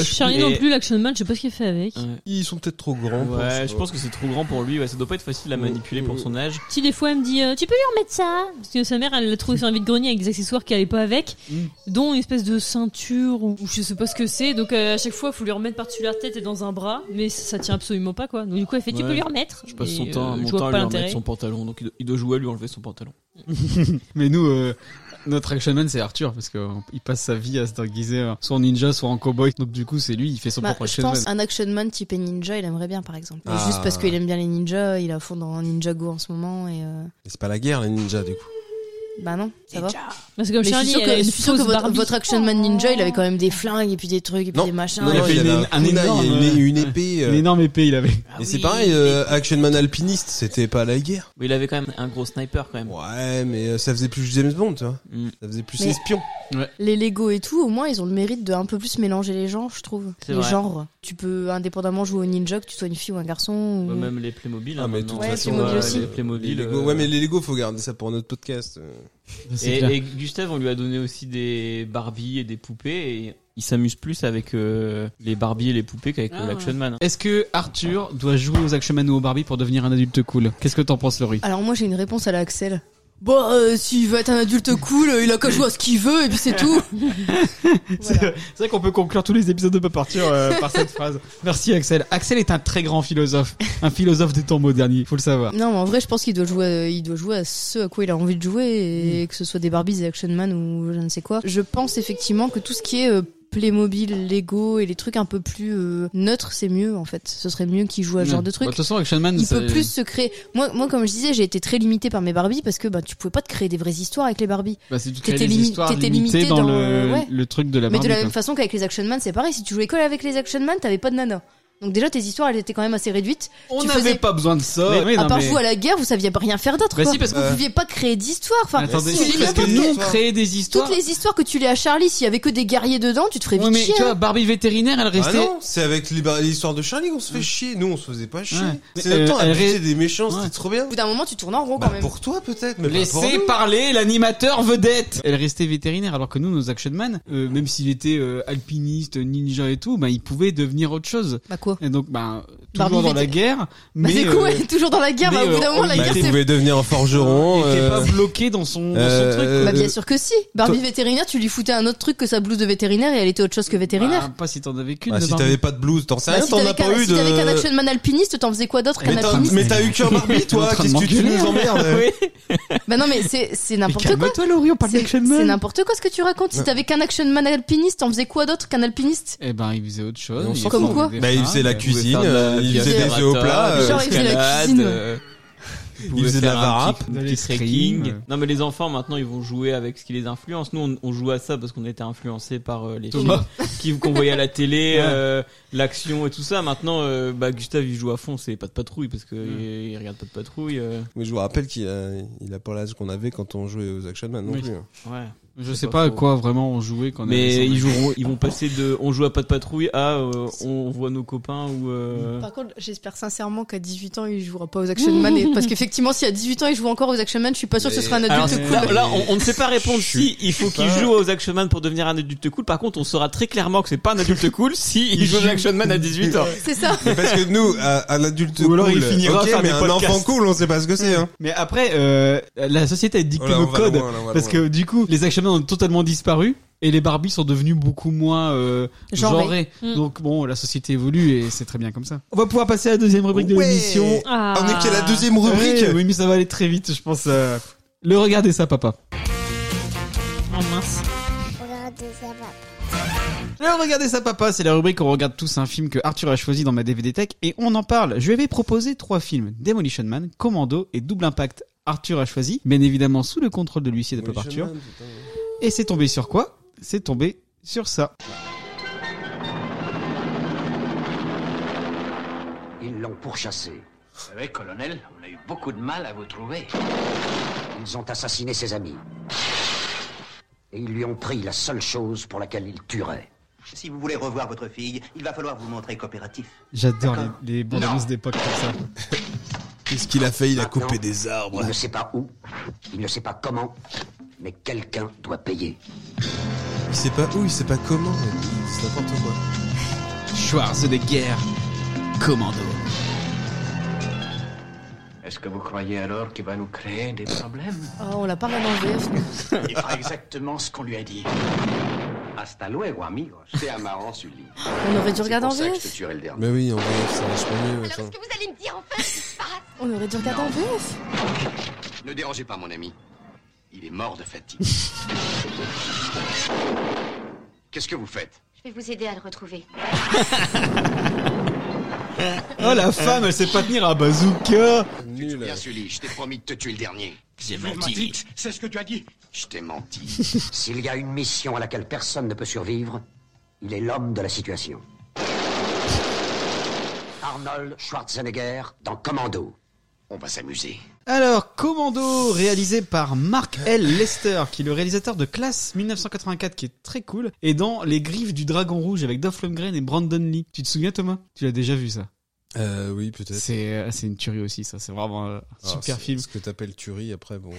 S5: Charlie
S6: et-
S5: non plus, l'Action Man, je sais pas ce qu'il fait avec.
S6: Ouais,
S3: Ils sont peut-être trop grands. pour ça.
S6: Ouais, je pense que c'est trop grand pour lui. Ouais, ça doit pas être facile
S3: Mm,
S6: à manipuler pour son âge.
S5: Si des fois elle me dit euh, tu peux lui remettre ça parce que sa mère elle l'a trouvé sur un vide grenier avec des accessoires qui allaient pas avec,
S2: Mm.
S5: dont une espèce de ceinture ou, ou je sais pas ce que c'est. Donc euh, à chaque fois faut lui remettre par-dessus la tête et dans un bras, mais ça, ça tient absolument pas quoi. Donc du coup elle fait tu
S6: Ouais.
S5: peux lui remettre.
S6: Je passe son
S5: Et,
S6: temps,
S5: euh,
S6: mon
S5: je vois
S6: temps à
S5: pas
S6: lui
S5: l'intérêt.
S6: remettre son pantalon, donc il doit, il doit jouer à lui enlever son pantalon.
S2: Mais nous, euh, notre action man, c'est Arthur, parce que euh, il passe sa vie à se déguiser euh, soit en ninja, soit en cowboy. Donc du coup, c'est lui, il fait son
S4: Bah,
S2: propre
S4: je
S2: action
S4: pense
S2: man.
S4: un action man type ninja, il aimerait bien par exemple. Mais
S3: Ah.
S4: Juste parce qu'il aime bien les ninjas, il est à fond dans Ninjago en ce moment et euh,
S3: Mais C'est pas la guerre les ninjas du coup.
S4: bah non, ça va.
S5: Parce que comme
S4: Mais je
S5: Charlie
S4: suis sûr
S5: elle a
S4: que,
S5: une
S4: je suis sûre que
S5: fausse
S4: votre,
S5: Barbie.
S4: votre action man ninja, il avait quand même des flingues et puis des trucs et puis
S3: Non.
S4: des machins.
S3: Non,
S2: Il a
S3: non,
S2: fait
S3: il
S2: une-
S3: avait
S2: un
S3: kunai,
S2: énorme,
S3: il y a une,
S2: euh,
S3: une épée. euh,
S2: Une énorme épée, il avait.
S6: Ah
S3: Et c'est pareil, euh, Action Man alpiniste, c'était pas la guerre.
S6: Mais il avait quand même un gros sniper quand même.
S3: Ouais, mais euh, ça faisait plus James Bond, tu vois.
S6: Mm.
S3: Ça faisait plus
S4: Mais-
S3: espion.
S4: Les Lego et tout, au moins, ils ont le mérite de un peu plus mélanger les genres, je trouve.
S6: C'est
S4: Les
S6: vrai.
S4: genres. Tu peux indépendamment jouer au ninja, que tu sois une fille ou un garçon. ou-
S6: Bah, même les Playmobil.
S3: Ah,
S6: hein,
S3: mais de
S6: maintenant.
S3: toute
S4: Ouais, façon, Playmobil
S6: Ouais,
S4: aussi.
S6: les Playmobil.
S3: Les Lego-
S6: euh,
S3: Ouais, mais les Lego, faut garder ça pour notre podcast. euh.
S2: C'est
S6: Et,
S2: clair.
S6: et Gustave, on lui a donné aussi des Barbie et des poupées. Et il s'amuse plus avec euh, les Barbie et les poupées qu'avec
S4: Ah.
S6: euh, l'Action Man.
S2: Est-ce que Arthur doit jouer aux action man ou aux Barbie pour devenir un adulte cool Qu'est-ce que t'en penses, Laurie
S4: Alors moi, j'ai une réponse à la Axel. Bon, euh, s'il veut être un adulte cool, euh, il a qu'à jouer à ce qu'il veut et puis c'est tout.
S2: C'est c'est vrai qu'on peut conclure tous les épisodes de Pas Partir euh, par cette phrase. Merci Axel. Axel est un très grand philosophe, un philosophe des temps modernes, il faut le savoir.
S4: Non, mais en vrai, je pense qu'il doit jouer, à, il doit jouer à ce à quoi il a envie de jouer, et
S6: Mm.
S4: que ce soit des Barbies, des Action Man ou je ne sais quoi. Je pense effectivement que tout ce qui est euh, Playmobil, Lego et les trucs un peu plus euh, neutres, c'est mieux en fait. Ce serait mieux qu'il
S6: Mm.
S4: joue à ce genre de
S9: Bah, De
S4: truc.
S9: toute façon, Action Man,
S4: Il
S9: c'est-
S4: peut plus se créer. Moi, moi, comme je disais, j'ai été très limitée par mes Barbies parce que bah, tu pouvais pas te créer des vraies histoires avec les Barbies.
S2: Bah, c'est tu
S4: T'étais
S2: crées des
S4: limi-
S2: histoires
S4: t'étais
S2: limitées
S4: limité
S2: dans,
S4: dans
S2: le,
S4: le- ouais.
S2: le truc de la
S4: Mais
S2: Barbie.
S4: de la
S2: quoi.
S4: même façon qu'avec les Action Man, c'est pareil. Si tu jouais que avec les Action Man, t'avais pas de nana. Donc déjà, tes histoires, elles étaient quand même assez réduites.
S2: On
S4: tu
S2: n'avait
S4: faisais-
S2: pas besoin de ça.
S6: Mais-
S2: Oui,
S4: à
S2: non,
S4: part
S2: mais-
S4: vous à la guerre, vous saviez pas rien faire d'autre.
S2: Bah
S4: Ah, quoi.
S2: si, parce que-
S4: vous pouviez pas créer d'histoire. Enfin,
S2: Attendez,
S4: si,
S2: parce que
S4: n'importe
S2: nous,
S4: quel-
S2: on créait des histoires.
S4: toutes les histoires que tu lis à Charlie, s'il y avait que des guerriers dedans, tu te ferais
S9: Ouais,
S4: vite
S9: mais
S4: chier. hein.
S9: tu vois, Barbie vétérinaire,
S2: Bah
S9: elle
S3: Ah
S9: restait.
S3: non, c'est avec les- bah, l'histoire de Charlie qu'on se fait chier. Nous, on se faisait pas chier.
S2: Ouais.
S3: C'est
S2: Euh,
S3: notre temps à
S2: elle
S3: buter
S2: ré-
S3: des méchants,
S2: Ouais.
S3: c'était trop bien.
S4: Au bout d'un moment, tu tournes en rond
S3: Bah,
S4: quand même.
S3: pour toi, peut-être, mais pas pour
S2: Laissez
S3: nous.
S2: parler l'animateur vedette. Elle restait vétérinaire alors que nous, nos Action Man, euh, même s'il était euh, alpiniste, ninja et tout, bah, il pouvait devenir autre chose.
S4: Bah quoi
S2: Et donc, bah, toujours
S4: Barbie
S2: dans la
S4: vété-
S2: guerre,
S4: Bah
S2: mais
S4: c'est quoi
S2: euh,
S4: Toujours dans la guerre.
S2: mais,
S4: Bah, au
S2: euh,
S4: bout d'un moment, la
S2: on
S3: Bah,
S4: guerre,
S3: tu
S2: était-
S4: c'est.
S3: pouvais devenir un forgeron.
S2: il était
S3: euh,
S2: pas bloqué dans son, dans son
S3: euh,
S2: truc.
S3: euh,
S4: Bah bien sûr que si. Barbie vétérinaire, tu lui foutais un autre truc que sa blouse de vétérinaire et elle était autre chose que vétérinaire.
S2: Bah, pas si t'en avais qu'une.
S3: bah,
S2: de
S3: si
S2: Barbie.
S3: t'avais pas de blouse, t'en sais
S4: Bah,
S3: rien,
S4: si
S3: t'en
S4: t'avais
S3: as
S4: qu'un-
S3: pas eu
S4: si t'avais qu'un
S3: de.
S4: action man alpiniste, t'en faisais quoi d'autre
S3: Mais
S4: qu'un
S3: t'as-
S4: alpiniste
S3: Mais t'as eu qu'un Barbie,
S2: T'es en
S3: toi.
S2: train de
S3: Qu'est-ce que tu
S2: m'engueuler,
S3: nous
S2: hein.
S3: emmerdes
S2: Oui.
S4: Bah non mais c'est c'est
S2: Mais
S4: n'importe quoi.
S2: Calme-toi, Laurie, on parle
S4: C'est
S2: d'Action
S4: c'est
S2: Man.
S4: n'importe quoi ce que tu racontes. Si
S3: Ouais.
S4: t'avais qu'un action man alpiniste, t'en faisais quoi d'autre qu'un alpiniste
S2: Eh ben, il faisait autre chose.
S3: Mais on
S2: Il
S3: s'en
S4: Comme
S2: faisait
S4: quoi
S2: des
S3: Bah, il faisait la
S2: fringues.
S3: cuisine, euh, il faisait des
S4: pilates,
S3: œufs au plat, euh,
S4: Genre, il faisait la cuisine, ouais.
S3: Il faisait de la varap,
S2: de
S6: de
S2: les trekking.
S6: Non, mais les enfants maintenant ils vont jouer avec ce qui les influence. Nous on, on joue à ça parce qu'on était influencés par euh, les
S2: Thomas.
S6: films qui- qu'on voyait à la télé,
S2: Ouais.
S6: euh, l'action et tout ça. Maintenant, euh, bah, Gustave il joue à fond, c'est pas de patrouille parce que il, il regarde pas de patrouille. euh,
S3: Mais je vous rappelle qu'il a, il a pas l'âge qu'on avait quand on jouait aux Action Man non
S2: Oui.
S3: plus. hein.
S6: ouais.
S2: Je
S6: C'est
S2: sais
S6: pas
S2: pas à
S6: faux.
S2: quoi vraiment on jouait quand on
S6: Mais
S2: avait
S6: ils
S2: ça.
S6: joueront, ils vont passer de on joue à pas de patrouille à euh, on voit nos copains ou. euh,
S4: Par contre, j'espère sincèrement qu'à 18 ans, il jouera pas aux Action Man. et- Parce qu'effectivement, si à 18 ans, il joue encore aux Action Man, je suis pas sûr que ce
S3: Mais-
S4: sera un
S6: Alors
S4: adulte
S2: c'est-
S4: cool.
S6: là, là, on, on ne sait pas répondre
S3: Je
S6: si il faut qu'il
S3: pas.
S6: joue aux Action Man pour devenir un adulte cool. Par contre, on saura très clairement que c'est pas un adulte cool si il joue aux Action Man à 18 ans.
S4: C'est ça.
S3: Mais parce que nous, un, un adulte
S2: Ou alors
S3: cool,
S2: il finira
S3: ok,
S2: par
S3: mais
S2: des
S3: un
S2: podcasts.
S3: enfant cool, on sait pas ce que c'est. Hein.
S2: Mais après, euh, la société a dicté
S3: Oh là, on
S2: nos
S3: va loin,
S2: codes.
S3: on va loin,
S2: Parce que du coup, les Action Man ont totalement disparu et les Barbies sont devenues beaucoup moins euh,
S4: Genrées.
S2: genrées.
S5: Mm.
S2: Donc bon, la société évolue et c'est très bien comme ça. On va pouvoir passer à la deuxième rubrique de
S3: Ouais.
S2: l'émission.
S5: Ah.
S3: On est qu'à la deuxième rubrique.
S2: Ouais, oui, mais ça va aller très vite, je pense. euh, Le regardez ça, papa.
S4: Oh,
S5: Ah, mince.
S2: Le regardez ça, papa, c'est la rubrique où on regarde tous un film que Arthur a choisi dans ma DVD Tech et on en parle. Je lui avais proposé trois films Demolition Man, Commando et Double Impact. Arthur a choisi, bien évidemment sous le contrôle de l'huissier d'Apple Arthur. Et c'est tombé sur quoi C'est tombé sur ça.
S10: Ils l'ont pourchassé. Vous savez, colonel, on a eu beaucoup de mal à vous trouver. Ils ont assassiné ses amis. Et ils lui ont pris la seule chose pour laquelle il tuerait.
S11: Si vous voulez revoir votre fille, il va falloir vous montrer coopératif.
S2: J'adore les, les bandes annonces d'époque comme ça.
S3: Qu'est-ce qu'il a fait Il a
S10: Maintenant,
S3: coupé des arbres.
S10: Il ne sait pas où, il ne sait pas comment, mais quelqu'un doit payer.
S3: Il sait pas où, il sait pas comment. C'est n'importe quoi.
S2: Schwarzenegger, Commando.
S10: Est-ce que vous croyez alors qu'il va nous créer des problèmes
S4: Oh, on l'a pas regardé en VF. nous.
S10: Il fera exactement ce qu'on lui a dit. Hasta luego, amigos. C'est amarrant, Sully.
S4: On aurait dû regarder en
S10: C'est pour ça que je
S4: VF.
S10: te tuerai le dernier.
S3: Mais oui, en vrai, ça marche pas mieux. attends.
S1: que vous allez me dire enfin ce qui se passe
S4: On aurait dû regarder en VF.
S10: Ne dérangez pas, mon ami. Il est mort de fatigue. Qu'est-ce que vous faites
S1: Je vais vous aider à le retrouver.
S2: Oh la femme, elle sait pas tenir
S6: hein,
S2: un bazooka.
S3: Nul.
S10: Bien, Sully, je t'ai promis de te tuer le dernier.
S9: J'ai
S11: C'est ce que tu as dit.
S10: Je t'ai menti. S'il y a une mission à laquelle personne ne peut survivre, il est l'homme de la situation. Arnold Schwarzenegger dans Commando. On va s'amuser.
S2: Alors, Commando, réalisé par Mark L. Lester, qui est le réalisateur de Classe 1984, qui est très cool, et dans Les Griffes du Dragon Rouge avec Dolph Lundgren et Brandon Lee. Tu te souviens, Thomas Tu l'as déjà vu, ça
S3: Euh, oui, peut-être.
S2: C'est euh, c'est une tuerie aussi, ça. C'est vraiment euh, un
S3: Ah,
S2: super
S3: c'est-
S2: film.
S3: Ce que t'appelles tuerie, après, bon.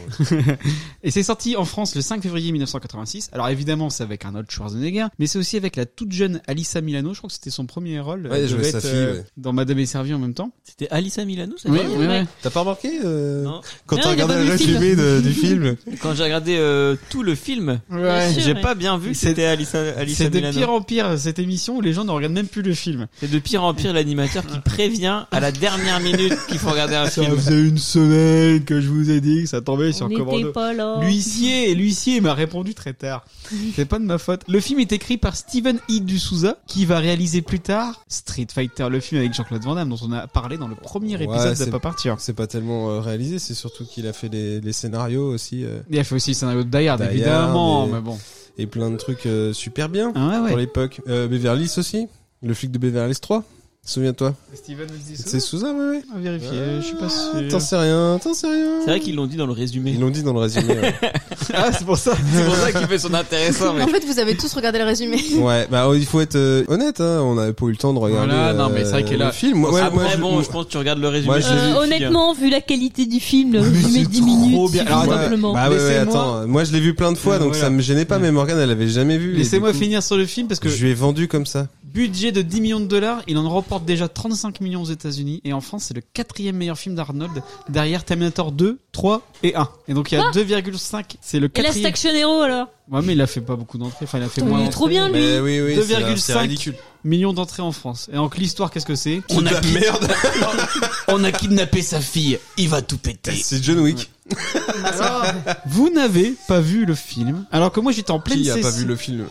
S2: et c'est sorti en France le 5 février 1986. Alors évidemment, c'est avec Arnold Schwarzenegger, mais c'est aussi avec la toute jeune Alissa Milano. Je crois que c'était son premier rôle.
S3: Ouais,
S2: Elle
S3: elle jouait
S2: devait
S3: sa
S2: être,
S3: fille,
S2: euh,
S3: ouais.
S2: Dans Madame et Servie en même temps.
S6: C'était Alissa Milano, ça
S2: Oui,
S6: s'appelle
S2: oui, oui.
S3: T'as pas remarqué euh,
S6: Non.
S3: quand
S5: Non,
S3: t'as
S5: il a
S3: regardé
S5: pas
S3: le
S5: vu le
S3: résumé de- du film
S6: Quand j'ai regardé euh, tout le film,
S2: Ouais.
S5: sûr,
S6: j'ai
S5: ouais.
S6: pas bien vu que
S2: C'est-
S6: c'était Alissa, Alissa
S2: C'est de
S6: Milano.
S2: pire en pire cette émission où les gens ne regardent même plus le film.
S6: C'est de pire en pire l'animateur qui prévient à la dernière minute qu'il faut regarder un film.
S2: faisait une semaine que je vous ai dit que ça tombait
S5: On n'était pas là.
S2: L'huissier, l'huissier m'a répondu très tard. C'est pas de ma faute. Le film est écrit par Steven E. D'Souza, qui va réaliser plus tard Street Fighter, le film avec Jean-Claude Van Damme, dont on a parlé dans le premier
S3: Ouais,
S2: épisode de
S3: c'est-
S2: Pas Partir.
S3: C'est pas tellement euh, réalisé, c'est surtout qu'il a fait les, les scénarios aussi euh,
S2: Et elle fait aussi le scénario de Die Hard,
S3: Die Hard,
S2: évidemment,
S3: et-
S2: mais bon.
S3: et plein de trucs euh, super bien
S2: Ah ouais,
S3: pour
S2: ouais.
S3: l'époque. Euh, Beverly Hills aussi, le flic de Beverly Hills 3. Souviens-toi,
S2: Steven
S3: c'est Souza, ouais, ouais.
S2: à vérifier, euh, je suis pas
S3: Ah, T'en
S2: sûr.
S3: sais rien, t'en sais rien.
S6: C'est vrai qu'ils l'ont dit dans le résumé.
S3: Ils l'ont dit dans le résumé. ouais.
S2: Ah, c'est pour ça.
S6: C'est pour ça qu'il fait son intéressant. mais-
S4: En fait, vous avez tous regardé le résumé.
S3: ouais, bah il faut être euh, honnête, hein, on avait pas eu le temps de regarder
S2: Voilà, non, mais
S3: euh,
S2: c'est vrai qu'il est
S3: le
S2: là.
S3: film. Moi, ouais,
S6: Après,
S3: moi, je-
S6: bon, je pense que tu regardes le résumé.
S3: Moi, je-
S6: tu
S5: Euh,
S6: te dis,
S5: honnêtement, vu la qualité du film, le
S2: Mais
S5: résumé
S2: c'est
S5: 10
S2: trop
S5: minutes,
S2: bien.
S5: suffit
S2: Alors,
S3: attends,
S5: simplement.
S3: Bah ouais, ouais,
S2: Laissez-moi-
S3: attends. Moi, je l'ai vu plein de fois, donc
S2: Voilà.
S3: ça me gênait pas. Mais Morgane, elle avait jamais vu. et
S2: Laissez-moi
S3: du coup,
S2: finir sur le film parce que
S3: Je lui ai vendu comme ça.
S2: budget de 10 millions de dollars, il en remporte déjà 35 millions aux États-Unis et en France, c'est le quatrième meilleur film d'Arnold derrière Terminator 2, 3 et 1. Et donc il y a 2,5, c'est le
S5: Ah Et Last
S2: quatrième.
S5: Action Hero alors
S2: Ouais, mais il a fait pas beaucoup d'entrées, enfin il a fait
S5: Putain,
S2: moins
S5: Il est trop
S2: d'entrées.
S5: bien lui
S3: Mais Bah, oui, oui, c'est-
S2: 2,5.
S3: c'est ridicule.
S2: millions d'entrées en France. Et donc l'histoire, qu'est-ce que c'est
S9: On a, qui-
S3: Merde,
S9: on a kidnappé sa fille, il va tout péter.
S3: c'est John Wick.
S2: Vous n'avez pas vu le film, alors que moi j'étais en pleine
S3: Qui a
S2: session.
S3: pas vu le film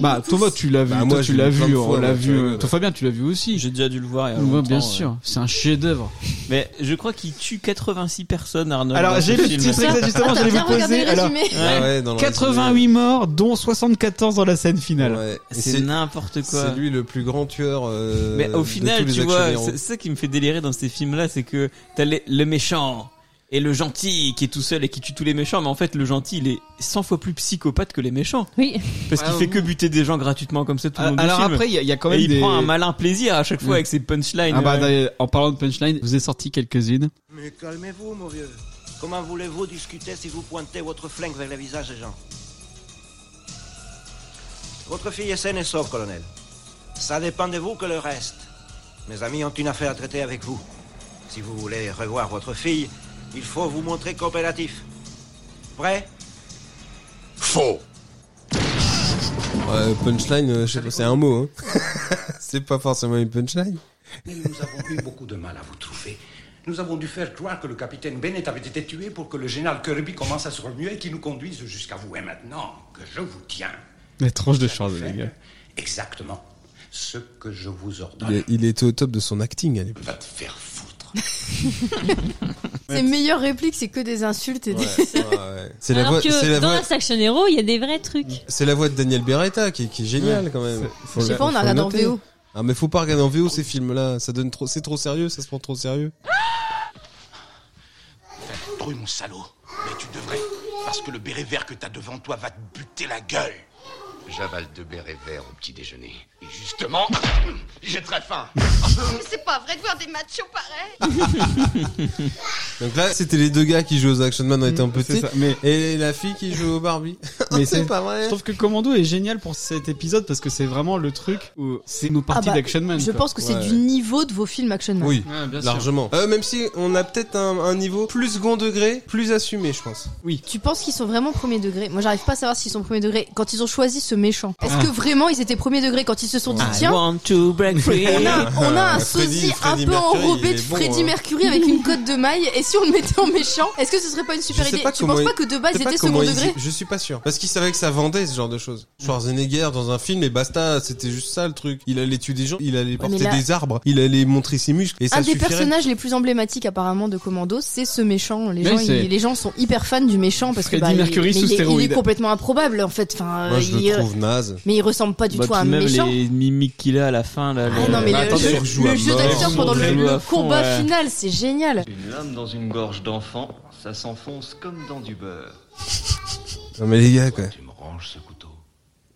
S2: Bah Thomas, tu l'as vu,
S3: Bah,
S2: toi,
S3: moi, je
S2: tu
S3: l'ai
S2: l'as
S3: vu plein
S2: vu,
S3: de
S2: on
S3: fois,
S2: l'a
S3: moi, tu
S2: vu.
S3: vois,
S2: euh,
S3: ouais.
S2: Toi Fabien, tu l'as vu aussi.
S6: J'ai déjà dû le voir. il y a
S2: Ouais,
S6: longtemps,
S2: bien
S6: ouais.
S2: sûr, c'est un chef-d'œuvre.
S6: Mais je crois qu'il tue 86 personnes, Arnaud.
S2: Alors j'ai le petit extrait justement,
S4: Ah, T'as
S2: j'allais
S4: bien
S2: vous
S4: regardé
S2: poser.
S4: le
S2: Alors,
S4: résumé.
S3: Ah ouais, dans le
S2: 88 morts, dont 74 dans la scène finale.
S3: résumé. Ouais. Et
S6: C'est
S3: C'est
S6: n'importe quoi.
S3: c'est lui le plus grand tueur. euh,
S6: Mais au
S3: de
S6: final,
S3: tous les
S6: tu
S3: action
S6: vois,
S3: héros.
S2: hein.
S6: c'est c'est ça qui me fait délirer dans ces films-là, c'est que t'as les- le méchant et le gentil qui est tout seul et qui tue tous les méchants, mais en fait, le gentil, il est 100 fois plus psychopathe que les méchants.
S5: Oui.
S6: Parce qu'il
S2: Ah,
S6: fait
S2: oui.
S6: que buter des gens gratuitement comme ça tout le
S2: Ah,
S6: monde
S2: Alors
S6: du film.
S2: après, il y, a- il y a quand
S6: et
S2: même
S6: il
S2: des.
S6: prend un malin plaisir à chaque fois
S2: Oui.
S6: avec ses punchlines.
S2: Ah bah,
S6: euh,
S2: d'ailleurs, en parlant de punchline, je vous ai sorti quelques-unes.
S11: Mais calmez-vous, mon vieux. Comment voulez-vous discuter si vous pointez votre flingue vers le visage des gens Votre fille est saine et sauve, colonel. Ça dépend de vous que le reste. Mes amis ont une affaire à traiter avec vous. Si vous voulez revoir votre fille, il faut vous montrer coopératif. Prêt
S10: Faux
S3: Ouais, punchline, euh, je sais pas, c'est un mot. hein. c'est pas forcément une punchline.
S12: Mais nous avons eu beaucoup de mal à vous trouver. Nous avons dû faire croire que le capitaine Bennett avait été tué pour que le général Kirby commence à se remuer et qu'il nous conduise jusqu'à vous. Et maintenant que je vous tiens,
S2: La tranche de Schwarzenegger.
S12: exactement ce que je vous
S3: Il,
S12: ordonne.
S3: est- il était au top de son acting à l'époque.
S12: Va te faire foutre.
S4: Ses meilleures répliques, c'est que des insultes et des.
S3: Ouais. C'est la
S5: Alors
S3: voix,
S5: que
S3: c'est la
S5: dans
S3: voix,
S5: Last Action Hero, il y a des vrais trucs.
S3: c'est la voix de Daniel Beretta qui, qui est géniale quand même. Faut
S4: Je sais
S3: le-
S4: pas, on
S3: faut
S4: a
S3: le
S4: regardé en
S3: noter.
S4: VO.
S3: Ah mais faut pas regarder en VO ces films-là, ça donne trop, c'est trop sérieux, ça se prend trop sérieux.
S12: Trouille, mon salaud. Mais tu devrais, parce que le béret vert que t'as devant toi va te buter la gueule. J'avale deux bérets verts au petit déjeuner. Et justement, j'ai très faim.
S8: C'est pas vrai de voir des machos pareils.
S3: Donc là, c'était les deux gars qui jouaient aux Action Man, on était un peu
S2: C'est ça, Mais,
S3: et la fille qui joue au Barbie.
S2: mais
S3: c'est
S2: c'est.
S3: pas
S2: Je
S3: vrai.
S2: trouve que Commando est génial pour cet épisode parce que c'est vraiment le truc où c'est nos parties
S4: Ah bah,
S2: d'Action Man.
S4: Je
S2: quoi.
S4: pense que c'est
S3: Ouais.
S4: du niveau de vos films Action Man.
S3: Oui.
S2: Ouais, bien sûr.
S3: Largement. Euh, même si on a peut-être un, un niveau plus second degré, plus assumé, je pense.
S4: Tu penses qu'ils sont vraiment premier degré Moi, j'arrive pas à savoir s'ils sont premier degré quand ils ont choisi ce méchant. Est-ce
S2: Ah.
S4: que vraiment ils étaient premier degré quand ils se sont dit
S6: I
S4: tiens
S6: want to break free. Bah,
S4: on a, on a un
S3: Ah. Freddy-
S4: sosie
S3: Freddy
S4: un peu
S3: Mercury, il
S4: enrobé
S3: est
S4: de
S3: bon,
S4: Freddie
S3: hein.
S4: Mercury avec une cote de maille et si on le mettait en méchant, est-ce que ce serait pas une super
S3: Je sais
S4: idée
S3: pas
S4: Tu
S3: comment
S4: penses
S3: ils-
S4: pas que de base
S3: Je sais
S4: ils
S3: pas
S4: étaient
S3: comment
S4: second
S3: ils
S4: degré
S3: y- Je suis pas sûr. Parce qu'ils savaient que ça vendait ce genre de choses. Schwarzenegger dans un film et basta, c'était juste ça le truc. Il allait tuer des gens, il allait porter
S4: là-
S3: des arbres, il allait montrer ses muscles et
S4: Un
S3: ça
S4: des
S3: suffirait.
S4: personnages les plus emblématiques apparemment de Commando, c'est ce méchant. Les
S2: Mais
S4: gens,
S2: c'est-
S4: ils- les gens sont hyper fans du méchant parce
S2: Freddie
S4: que bah, il-
S2: Mercury
S4: mais
S2: sous
S4: il, est- il
S2: stéroïdes.
S4: est complètement improbable en fait. Enfin,
S3: Moi,
S4: euh,
S3: je
S4: il-
S3: le trouve naze.
S4: mais il ressemble pas du
S6: Bah,
S4: tout à
S6: tout
S4: un
S6: de même
S4: méchant.
S6: les mimiques qu'il a à la fin là.
S4: Ah
S6: le-
S4: non mais
S3: Bah,
S4: le,
S3: attendez,
S4: le-
S3: on joue à
S4: le jeu
S3: mort.
S4: d'acteur
S6: On
S4: pendant le,
S6: joue à
S4: le
S6: fond,
S4: combat
S6: ouais.
S4: final, c'est génial.
S12: Une lame dans une gorge d'enfant, ça s'enfonce comme dans du beurre.
S3: Non mais les gars quoi.
S12: Tu me ranges ce couteau.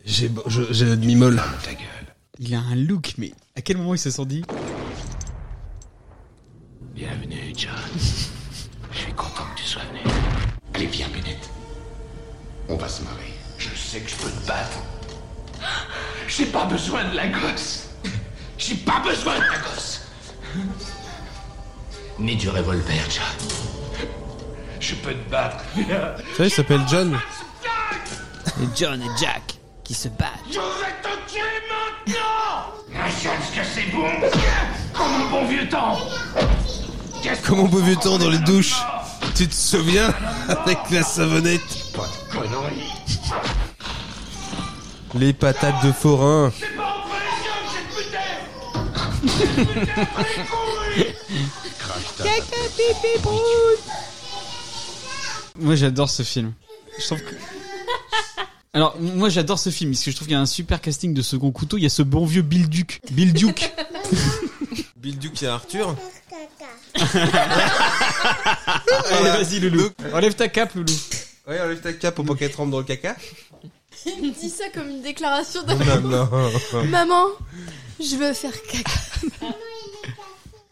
S3: J'ai je- j'ai le demi-molle.
S12: Ta gueule.
S2: Il a un look, mais à quel moment ils se sont dit
S12: On va se marrer. Je sais que je peux te battre. J'ai pas besoin de la gosse. J'ai pas besoin de la gosse. Ni du revolver, John. Je peux te battre.
S3: Tu vois, il s'appelle John.
S9: Et John et Jack qui se battent.
S12: Je vais te tuer maintenant Ah, John, ce que c'est bon Comme au bon vieux temps
S3: Comme on peut vieux temps dans les douches. Tu te souviens Avec la savonnette.
S12: Pas de conneries
S3: Les patates de forain.
S12: C'est pas entre les jeunes, cette putain Cette putain, allez, courez Crache ta
S2: Moi j'adore ce film. Je trouve que. Alors moi j'adore ce film parce que je trouve qu'il y a un super casting de second couteau. Il y a ce bon vieux Bill Duke. Bill Duke.
S3: Bill Duke et Arthur.
S2: Allez Ah, vas-y Loulou. Enlève ta cape Loulou.
S3: Ouais, enlève ta cape pour pas qu'elle trempe dans le caca.
S4: Il me dit ça comme une déclaration
S3: Non,
S4: d'amour. Maman, je veux faire caca.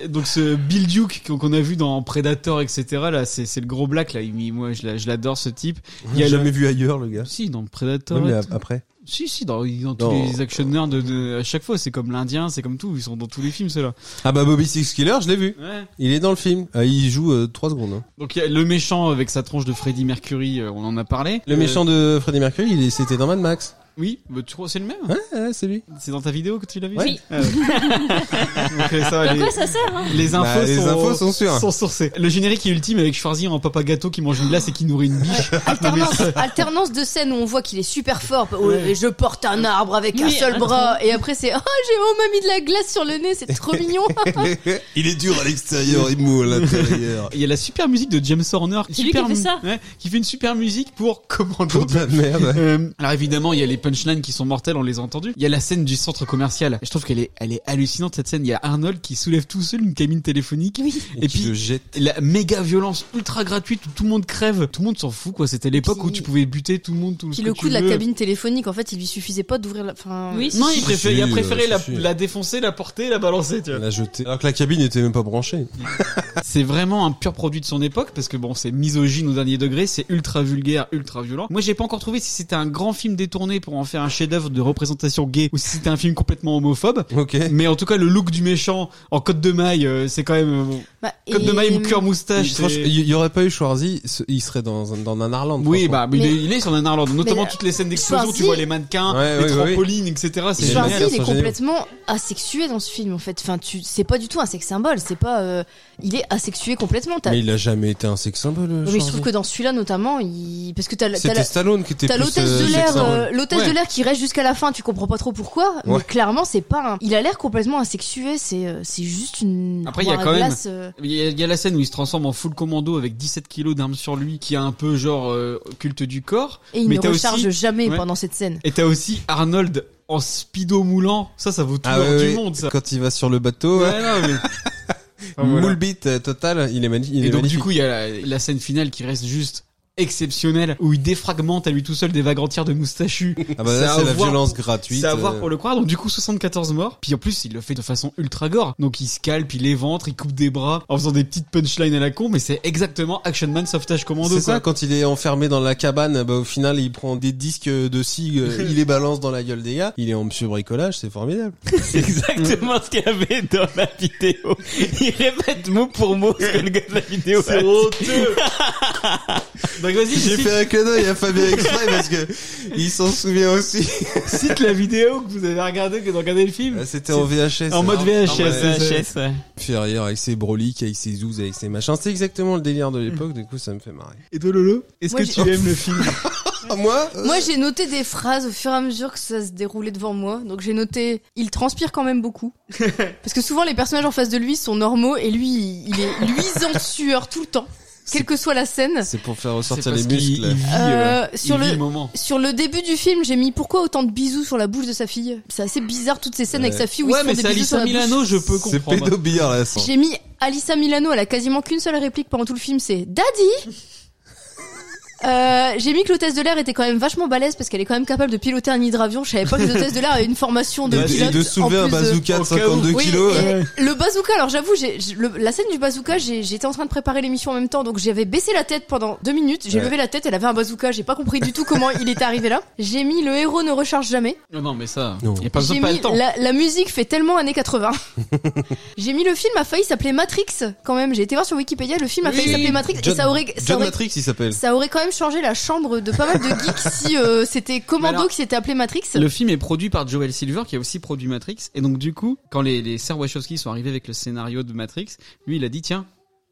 S2: Donc ce Bill Duke qu'on- qu'on a vu dans Predator etc là c'est c'est le gros black là. Il- Moi je l'a- je l'adore ce type.
S3: Il a jamais vu ailleurs, le gars.
S2: Si dans Predator.
S3: Ouais, mais
S2: et
S3: a-
S2: tout.
S3: après.
S2: Si, si, dans, dans tous
S3: Dans-
S2: les actionneurs de, de- à chaque fois, c'est comme l'Indien, c'est comme tout, ils sont dans tous les films, ceux-là.
S3: Ah bah Bobby Six Killer, je l'ai vu.
S2: Ouais.
S3: Il est dans le film. Ah, il joue 3 secondes. hein.
S2: Donc, il y a le méchant avec sa tronche de Freddie Mercury, euh, on en a parlé.
S3: Le méchant de Freddie Mercury, il est- c'était dans Mad Max.
S2: Oui, bah, tu crois que c'est le même
S3: Ouais, ouais, c'est lui.
S2: C'est dans ta vidéo que tu l'as vu
S5: Oui.
S2: Ah, ouais. Donc, euh, ça va,
S5: À
S4: Bah,
S2: les-
S5: quoi ça sert hein
S2: les infos,
S3: Bah, les
S2: sont,
S3: infos sont sûres.
S2: sourcées. Le générique est ultime avec Schwarzy en papa gâteau qui mange une glace et qui nourrit une biche. Non, mais
S4: Alternance,
S2: ça-
S4: alternance de scènes où on voit qu'il est super fort. Oh, et je porte un arbre avec un
S5: Oui,
S4: seul
S5: un
S4: bras. Et après, c'est Oh, j'ai oh, on m'a mis de la glace sur le nez, c'est trop mignon.
S3: il est dur à l'extérieur, il mou à l'intérieur.
S2: Il y a la super musique de James Horner.
S5: C'est lui qui
S2: Super
S5: fait
S2: mu-
S5: ça
S2: ouais, qui fait une super musique pour Commando.
S3: Pour de la merde.
S2: Euh, alors évidemment, il y a les punchlines qui sont mortelles, on les a entendues. Il y a la scène du centre commercial. Je trouve qu'elle est, elle est hallucinante cette scène. Il y a Arnold qui soulève tout seul une cabine téléphonique. Et,
S3: qui le
S2: puis
S3: jette.
S2: la méga violence ultra gratuite où tout le monde crève, tout le monde s'en fout quoi. C'était l'époque
S4: Puis-
S2: où tu pouvais buter tout le monde, tout ce
S4: Puis
S2: que
S4: le
S2: tu
S4: coup de la
S2: veux.
S4: cabine téléphonique, en fait, il lui suffisait pas d'ouvrir la. Enfin,
S5: Oui,
S2: Non, il,
S3: Si,
S2: préfère-
S3: si,
S2: il a
S3: euh,
S2: préféré
S3: si,
S2: la,
S3: si.
S2: la défoncer, la porter, la balancer. Tu vois.
S3: Elle a jeté. Alors que la cabine était même pas branchée.
S2: C'est vraiment un pur produit de son époque parce que bon, c'est misogyne au dernier degré, c'est ultra vulgaire, ultra violent. Moi, j'ai pas encore trouvé si c'était un grand film détourné pour en faire un chef-d'œuvre de représentation gay ou si c'était un film complètement homophobe.
S3: Ok.
S2: Mais en tout cas, le look du méchant en côte de maille, euh, c'est quand même euh, bon.
S4: bah,
S2: côte
S4: et-
S2: de maille, cuir, moustache.
S3: Franchement,
S2: c'est-
S3: il y aurait pas eu Schwarzy, ce- il serait dans, un- dans un Arland.
S2: Oui,
S3: franchement.
S2: bah, mais il
S4: Mais-
S2: est- il est sur un Irlande, notamment
S4: Mais, euh,
S2: toutes les scènes d'explosion, tu
S4: Schwarzy-
S2: vois les mannequins,
S3: Ouais,
S2: les
S3: ouais, ouais,
S2: trampolines, etc. C'est
S3: Schwarzy,
S2: génial.
S4: Schwarzy, il est
S3: sont géniaux.
S4: complètement asexué dans ce film en fait. Enfin, tu, c'est pas du tout un sex symbole. C'est pas, euh, il est asexué complètement. T'as-
S3: Mais il a jamais été un sex symbole.
S4: mais je
S3: Schwarzy.
S4: trouve que dans celui-là notamment, il... parce que t'as, la- t'as
S3: C'était
S4: la-
S3: Stallone qui était
S4: T'as
S3: plus,
S4: l'hôtesse
S3: euh,
S4: de l'air,
S3: sex symbol.
S4: euh, l'hôtesse
S2: Ouais.
S4: de l'air qui reste jusqu'à la fin. Tu comprends pas trop pourquoi, mais
S3: Ouais.
S4: clairement c'est pas. Un... Il a l'air complètement asexué. C'est euh, c'est juste une.
S2: Après, il y a
S4: armoire à
S2: quand même-
S4: glace, euh,
S2: Il y, a, il y a la scène où il se transforme en full commando avec 17 kilos d'armes sur lui, qui a un peu genre euh, culte du corps.
S4: Et il
S2: Mais
S4: ne
S2: t'as
S4: recharge
S2: aussi-
S4: jamais
S2: Ouais.
S4: pendant cette scène.
S2: Et t'as aussi Arnold en speedo moulant. Ça, ça vaut tout
S3: Ah
S2: l'or
S3: ouais,
S2: du
S3: ouais.
S2: monde, ça.
S3: Quand il va sur le bateau,
S2: Ouais, non, mais- Enfin, voilà.
S3: moule bite euh, total, il est, magni- il
S2: Et
S3: est
S2: donc,
S3: magnifique.
S2: du coup, il y a la, la scène finale qui reste juste exceptionnelle, où il défragmente à lui tout seul des vagues entières de moustachus.
S3: ah bah
S2: c'est
S3: là,
S2: à
S3: c'est la
S2: voir-
S3: violence gratuite.
S2: C'est à voir
S3: euh.
S2: pour le croire. Donc, du coup, 74 morts. Puis en plus, il le fait de façon ultra gore. Donc, il scalpe, il éventre, il coupe des bras en faisant des petites punchlines à la con, mais c'est exactement Action Man Sauvetage Commando.
S3: C'est ça,
S2: quoi.
S3: quand il est enfermé dans la cabane, bah, au final, il prend des disques de scie, euh, il les balance dans la gueule des gars. Il est en monsieur bricolage, c'est formidable.
S9: C'est exactement ce qu'il y avait dans la vidéo. Il répète mot pour mot ce que le gars de la vidéo a
S2: C'est
S9: dit.
S2: honteux! Donc, vas-y,
S3: J'ai
S2: cite,
S3: fait un clin d'œil à Fabien Exprès parce que il s'en souvient aussi.
S2: cite la vidéo que vous avez regardée, que vous regardez le film.
S3: Ah, C'était en VHS.
S2: En mode
S3: hein.
S2: VHS.
S9: En
S2: c'est
S9: mode
S2: ça.
S9: VHS, ouais.
S3: Fait rire avec ses broliques, avec ses zouz, avec ses machins. C'est exactement le délire de l'époque, du coup, ça me fait marrer.
S2: Et toi Lolo, est-ce
S4: Moi,
S2: que tu
S4: j'ai-
S2: aimes le film
S3: Ah, moi?
S4: Moi j'ai noté des phrases au fur et à mesure que ça se déroulait devant moi. Donc j'ai noté, il transpire quand même beaucoup. parce que souvent les personnages en face de lui sont normaux et lui il est luisant de sueur tout le temps, quelle que soit la scène.
S3: C'est pour faire
S2: C'est
S3: ressortir
S2: parce qu'il-
S3: les muscles.
S2: il vit,
S4: Euh, sur
S2: il vit
S4: le-
S2: moment.
S4: Sur le début du film, j'ai mis pourquoi autant de bisous sur la bouche de sa fille. C'est assez bizarre toutes ces scènes
S3: Ouais.
S4: avec sa fille où ils
S2: Ouais,
S4: se font
S2: mais
S4: des
S2: c'est
S4: bisous sur
S2: Alissa
S4: la bouche.
S2: Milano, je peux
S3: C'est
S2: comprendre.
S3: pédobillard, là, ça.
S4: J'ai mis Alissa Milano, elle a quasiment qu'une seule réplique pendant tout le film, c'est Daddy Euh, j'ai mis que l'hôtesse de l'air était quand même vachement balèze parce qu'elle est quand même capable de piloter un hydravion. Je savais pas que les hôtesses de l'air avaient une formation de
S3: Et de- et
S4: pilote.
S3: de soulever
S4: en
S3: un
S4: plus
S3: bazooka de
S4: Au cas où.
S3: 52
S4: Oui,
S3: kilos,
S4: et
S3: ouais.
S4: Le bazooka, alors j'avoue, j'ai- j'ai- le- la scène du bazooka, j'ai- j'étais en train de préparer l'émission en même temps, donc j'avais baissé la tête pendant deux minutes. J'ai
S2: Ouais.
S4: levé la tête, elle avait un bazooka. J'ai pas compris du tout comment il était arrivé là. J'ai mis le héros ne recharge jamais.
S2: Non, non, mais ça, il y a pas
S4: J'ai
S2: besoin pas
S4: mis-
S2: le temps.
S4: La, la musique fait tellement années 80. J'ai mis le film a failli s'appeler Matrix quand même. J'ai été voir sur Wikipédia, le film a
S3: Oui,
S4: failli
S3: oui.
S4: s'appeler Matrix
S3: John-
S4: et ça aurait, ça
S3: John
S4: aurait-
S3: Matrix, il s'appelle.
S4: Ça aurait quand même changé la chambre de pas mal de geeks si euh, c'était Commando qui s'était appelé Matrix.
S2: Le film est produit par Joel Silver qui a aussi produit Matrix et donc du coup quand les, les sœurs Wachowski sont arrivés avec le scénario de Matrix, lui il a dit tiens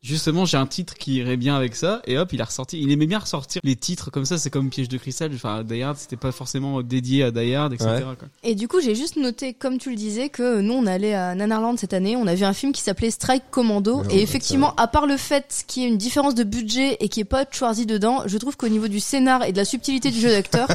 S2: justement j'ai un titre qui irait bien avec ça et hop il a ressorti il aimait bien ressortir les titres comme ça c'est comme Piège de cristal enfin Die Hard c'était pas forcément dédié à Die Hard etc
S3: Ouais.
S2: quoi.
S4: Et du coup, j'ai juste noté, comme tu le disais, que nous, on allait à Nanarland cette année, on a vu un film qui s'appelait Strike Commando,
S2: Ouais,
S4: et
S2: ouais,
S4: effectivement, à part le fait qu'il y ait une différence de budget et qu'il n'y ait pas de Schwarzy dedans, je trouve qu'au niveau du scénar et de la subtilité du jeu d'acteur,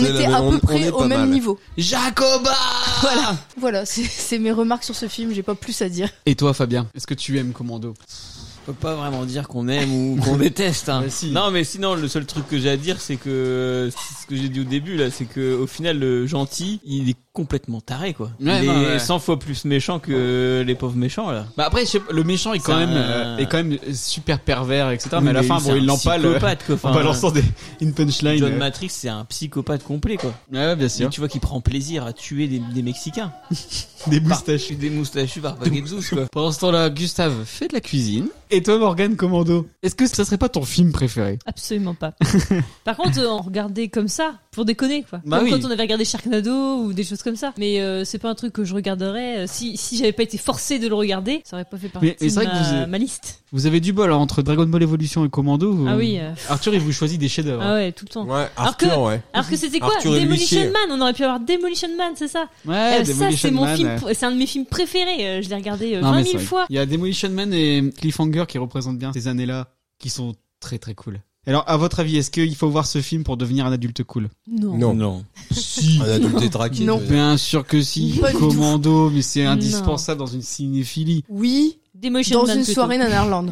S2: C'est
S4: était
S2: la-
S4: à
S2: on-
S4: peu
S2: on est
S4: près
S2: pas
S4: au même
S2: mal.
S4: niveau.
S2: Jacoba
S4: Voilà, voilà c'est- c'est mes remarques sur ce film, j'ai pas plus à dire.
S2: Et toi Fabien, est-ce que tu aimes Commando
S9: Je peux pas vraiment dire qu'on aime ou qu'on déteste. hein.
S2: Bah,
S9: Non, mais sinon, le seul truc que j'ai à dire, c'est que c'est ce que j'ai dit au début là, c'est que au final, le gentil, il est complètement taré quoi.
S2: Ouais,
S9: il
S2: non,
S9: est
S2: ouais.
S9: 100 fois plus méchant que les pauvres méchants là.
S2: Bah après je sais pas, le méchant est quand
S9: C'est
S2: même
S9: un-
S2: euh, est quand même super pervers etc
S9: Oui,
S2: mais à la
S9: mais
S2: fin
S9: c'est
S2: bon il
S9: un
S2: l'empale euh,
S9: psychopathe, quoi.
S2: en
S9: Enfin,
S2: balançant des une punchline
S9: John
S2: euh.
S9: Matrix, c'est un psychopathe complet quoi.
S2: Ouais, bien sûr.
S9: Et tu vois qu'il prend plaisir à tuer des, des Mexicains.
S2: des moustachus,
S9: des moustachus par paquet de sous, quoi.
S2: Pendant ce temps-là, Gustave fait de la cuisine. Et toi, Morgane Commando, est-ce que ça serait pas ton film préféré
S5: Absolument pas. Par contre, euh, on regardait comme ça, pour déconner, quoi.
S2: Bah
S5: comme
S2: oui.
S5: quand on avait regardé Sharknado ou des choses comme ça. Mais euh, c'est pas un truc que je regarderais. euh, Si, si j'avais pas été forcé de le regarder, ça aurait pas fait partie
S2: Mais- mais c'est vrai
S5: de
S2: que
S5: ma,
S2: vous-
S5: ma liste.
S2: Vous avez du bol hein, entre Dragon Ball Evolution et Commando. vous-
S5: Ah oui, euh.
S2: Arthur, il vous choisit des chefs-d'œuvre.
S5: Ah ouais, tout le temps. alors
S2: Arthur,
S5: que,
S2: ouais.
S5: alors que c'était quoi
S2: Arthur et
S5: Demolition
S2: l'huissier.
S5: Man. On aurait pu avoir Demolition Man, c'est ça Euh,
S2: Ouais,
S5: Ah, Ça,
S2: Demolition
S5: c'est mon
S2: Man,
S5: film.
S2: ouais.
S5: pr- C'est un de mes films préférés. euh, Je l'ai regardé euh,
S2: Non,
S5: 20
S2: mais c'est
S5: 000
S2: vrai.
S5: fois.
S2: Il y a Demolition Man et Cliffhanger qui représentent bien ces années-là, qui sont très très cool. Alors, à votre avis, est-ce qu'il faut voir ce film pour devenir un adulte cool
S5: Non.
S3: Non.
S9: Non.
S3: Si. Un adulte détraqué.
S2: Non.
S3: peut-être.
S2: Bien sûr que si.
S4: Pas du tout.
S2: Commando, mais c'est indispensable dans une cinéphilie.
S4: Oui,
S5: Demolition
S4: dans
S5: Man
S4: une
S5: plutôt.
S4: soirée Nanarland.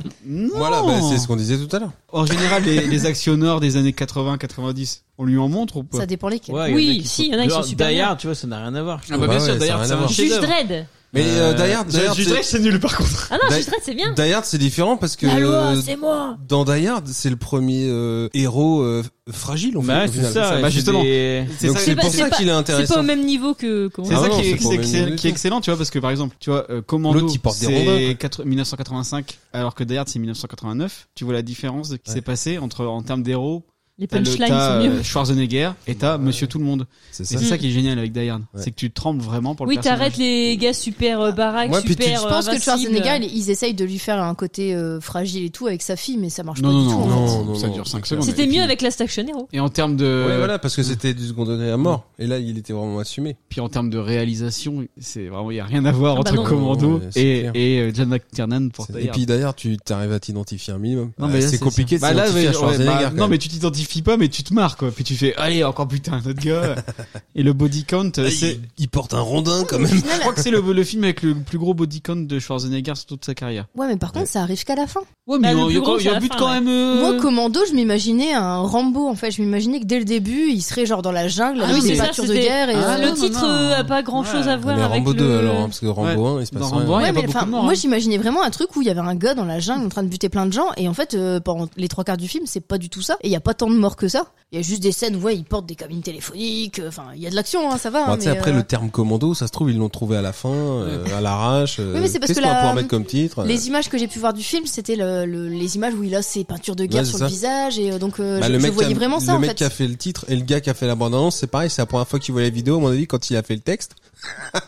S3: Voilà,
S2: ben,
S3: bah, c'est ce qu'on disait tout à l'heure.
S2: En général, les, les actionneurs des années 80-90, on lui en montre ou pas
S4: Ça dépend lesquels.
S9: Ouais, il y en a qui sont- Genre, Die
S2: bien.
S9: Hard, tu vois, ça n'a rien à voir. je
S2: Ah bah
S9: trouve.
S2: bien sûr, Die Hard, c'est un
S5: Juge
S2: chef-d'œuvre.
S5: Dredd.
S3: Mais euh, Die Hard, Die Hard,
S2: Judge Dredd, c'est nul par contre.
S5: Ah non,
S3: Die-
S5: Juge Dredd, c'est bien.
S3: Die Hard, c'est différent parce que
S5: La loi,
S3: euh,
S5: c'est moi.
S3: dans Die Hard, c'est le premier euh, héros euh, fragile en fait.
S9: Bah,
S3: au
S9: c'est
S3: final.
S9: ça,
S3: Bah,
S9: c'est
S3: justement.
S9: des-
S3: Donc
S5: C'est
S3: c'est
S5: pas-
S3: pour
S5: c'est
S3: ça
S5: pas-
S3: qu'il est
S5: C'est pas
S3: intéressant.
S5: au même niveau que. qu'on-
S2: C'est
S3: Ah
S2: ça
S3: non,
S2: qui, est,
S3: c'est pas
S2: qui est-
S3: au même
S2: qui est-
S3: niveau du
S2: qui est
S3: tout.
S2: excellent, tu vois, parce que par exemple, tu vois, euh, Commando,
S3: L'autre, il porte des rondins, quoi.
S2: c'est quatre- 1985, alors que Die Hard, c'est 1989. Tu vois la différence de qui s'est passé entre en termes d'héros.
S5: Les
S2: t'as le-
S5: punchlines
S2: t'as,
S5: sont
S2: euh,
S5: mieux.
S2: Schwarzenegger et t'as Monsieur Tout le Monde.
S3: C'est
S2: ça.
S5: ça.
S2: ça qui est génial avec Die Hard, c'est que tu trembles vraiment pour le
S5: Oui,
S2: personnage.
S5: t'arrêtes les gars super euh, baraques,
S2: Ouais, puis tu-
S5: super.
S4: Je pense
S5: euh,
S4: que Schwarzenegger,
S5: invincibles.
S4: ils, ils essayent de lui faire un côté euh, fragile et tout avec sa fille, mais ça marche
S2: Non,
S4: pas
S2: non,
S4: du tout.
S2: non,
S4: en fait.
S2: non, non, ça dure 5 secondes.
S5: C'était mieux avec Last Action Hero.
S2: Et en termes de.
S3: Ouais, voilà, parce que c'était du second degré à mort. Et là, il était vraiment assumé.
S2: Puis en termes de réalisation, c'est vraiment, il n'y a rien à voir
S3: Ah bah
S2: entre
S3: non.
S2: Commando
S3: Non, ouais, c'est
S2: et,
S3: clair.
S2: et euh, John McTiernan pour Die
S3: Et
S2: Hard.
S3: puis d'ailleurs, tu t'arrives à t'identifier un minimum.
S2: Non,
S3: Ah,
S2: mais là,
S3: c'est compliqué de
S2: Bah là,
S3: s'identifier
S2: ouais,
S3: à Schwarzenegger.
S2: ouais, bah,
S3: quand
S2: non,
S3: même.
S2: mais tu t'identifies pas, mais tu te marres, quoi. Puis tu fais, allez, encore putain, notre gars. Et le body count,
S3: Ah,
S2: c'est.
S3: il, il porte un rondin quand même.
S2: Je crois que c'est le, le film avec le plus gros body count de Schwarzenegger sur toute sa carrière.
S4: Ouais, mais par contre, ça arrive qu'à la fin.
S2: Ouais, mais Bah, il y a- le plus il y a- gros, il y a c'est un à la but fin, quand ouais. même, euh,
S4: Moi, commando, je m'imaginais un Rambo. En fait, je m'imaginais que dès le début, il serait genre dans la jungle
S5: Ah
S4: avec
S5: oui,
S4: des
S5: c'est ça,
S4: voitures de
S5: c'était-
S4: guerre. Et
S5: Ah, le titre euh, a pas grand chose à voir
S3: Mais
S5: avec
S3: Rambo
S5: le.
S3: 2 alors, hein, parce que Rambo
S2: Ouais.
S3: 1, il se passe
S2: Dans
S3: rien.
S2: Rambo 1, il y a
S4: Ouais,
S2: pas
S4: mais
S2: beaucoup
S4: enfin,
S2: de morts.
S4: moi
S2: hein.
S4: j'imaginais vraiment un truc où il y avait un gars dans la jungle en train de buter plein de gens et en fait euh, pendant les trois quarts du film c'est pas du tout ça et il y a pas tant de morts que ça il y a juste des scènes où ouais, ils portent des cabines téléphoniques euh, enfin il y a de l'action hein, ça va
S3: Bon,
S4: hein,
S3: tu sais,
S4: mais,
S3: après
S4: euh,
S3: le terme commando, ça se trouve, ils l'ont trouvé à la fin, euh, à l'arrache. euh,
S4: Oui, mais c'est parce
S3: Qu'est-ce
S4: que
S3: qu'on va
S4: la-
S3: pouvoir mettre comme titre euh,
S4: les images que j'ai pu voir du film c'était le- le- les images où il a ses peintures de
S3: Ouais,
S4: guerre
S3: c'est
S4: sur
S3: ça.
S4: le visage et euh, donc euh,
S3: Bah,
S4: je,
S3: le
S4: je
S3: mec,
S4: voyais
S3: qui a-
S4: vraiment
S3: le
S4: ça en
S3: mec
S4: fait
S3: qui a fait le titre et le gars qui a fait la bande-annonce, c'est pareil, c'est la première fois qu'il voit la vidéo, à mon avis, quand il a fait le texte.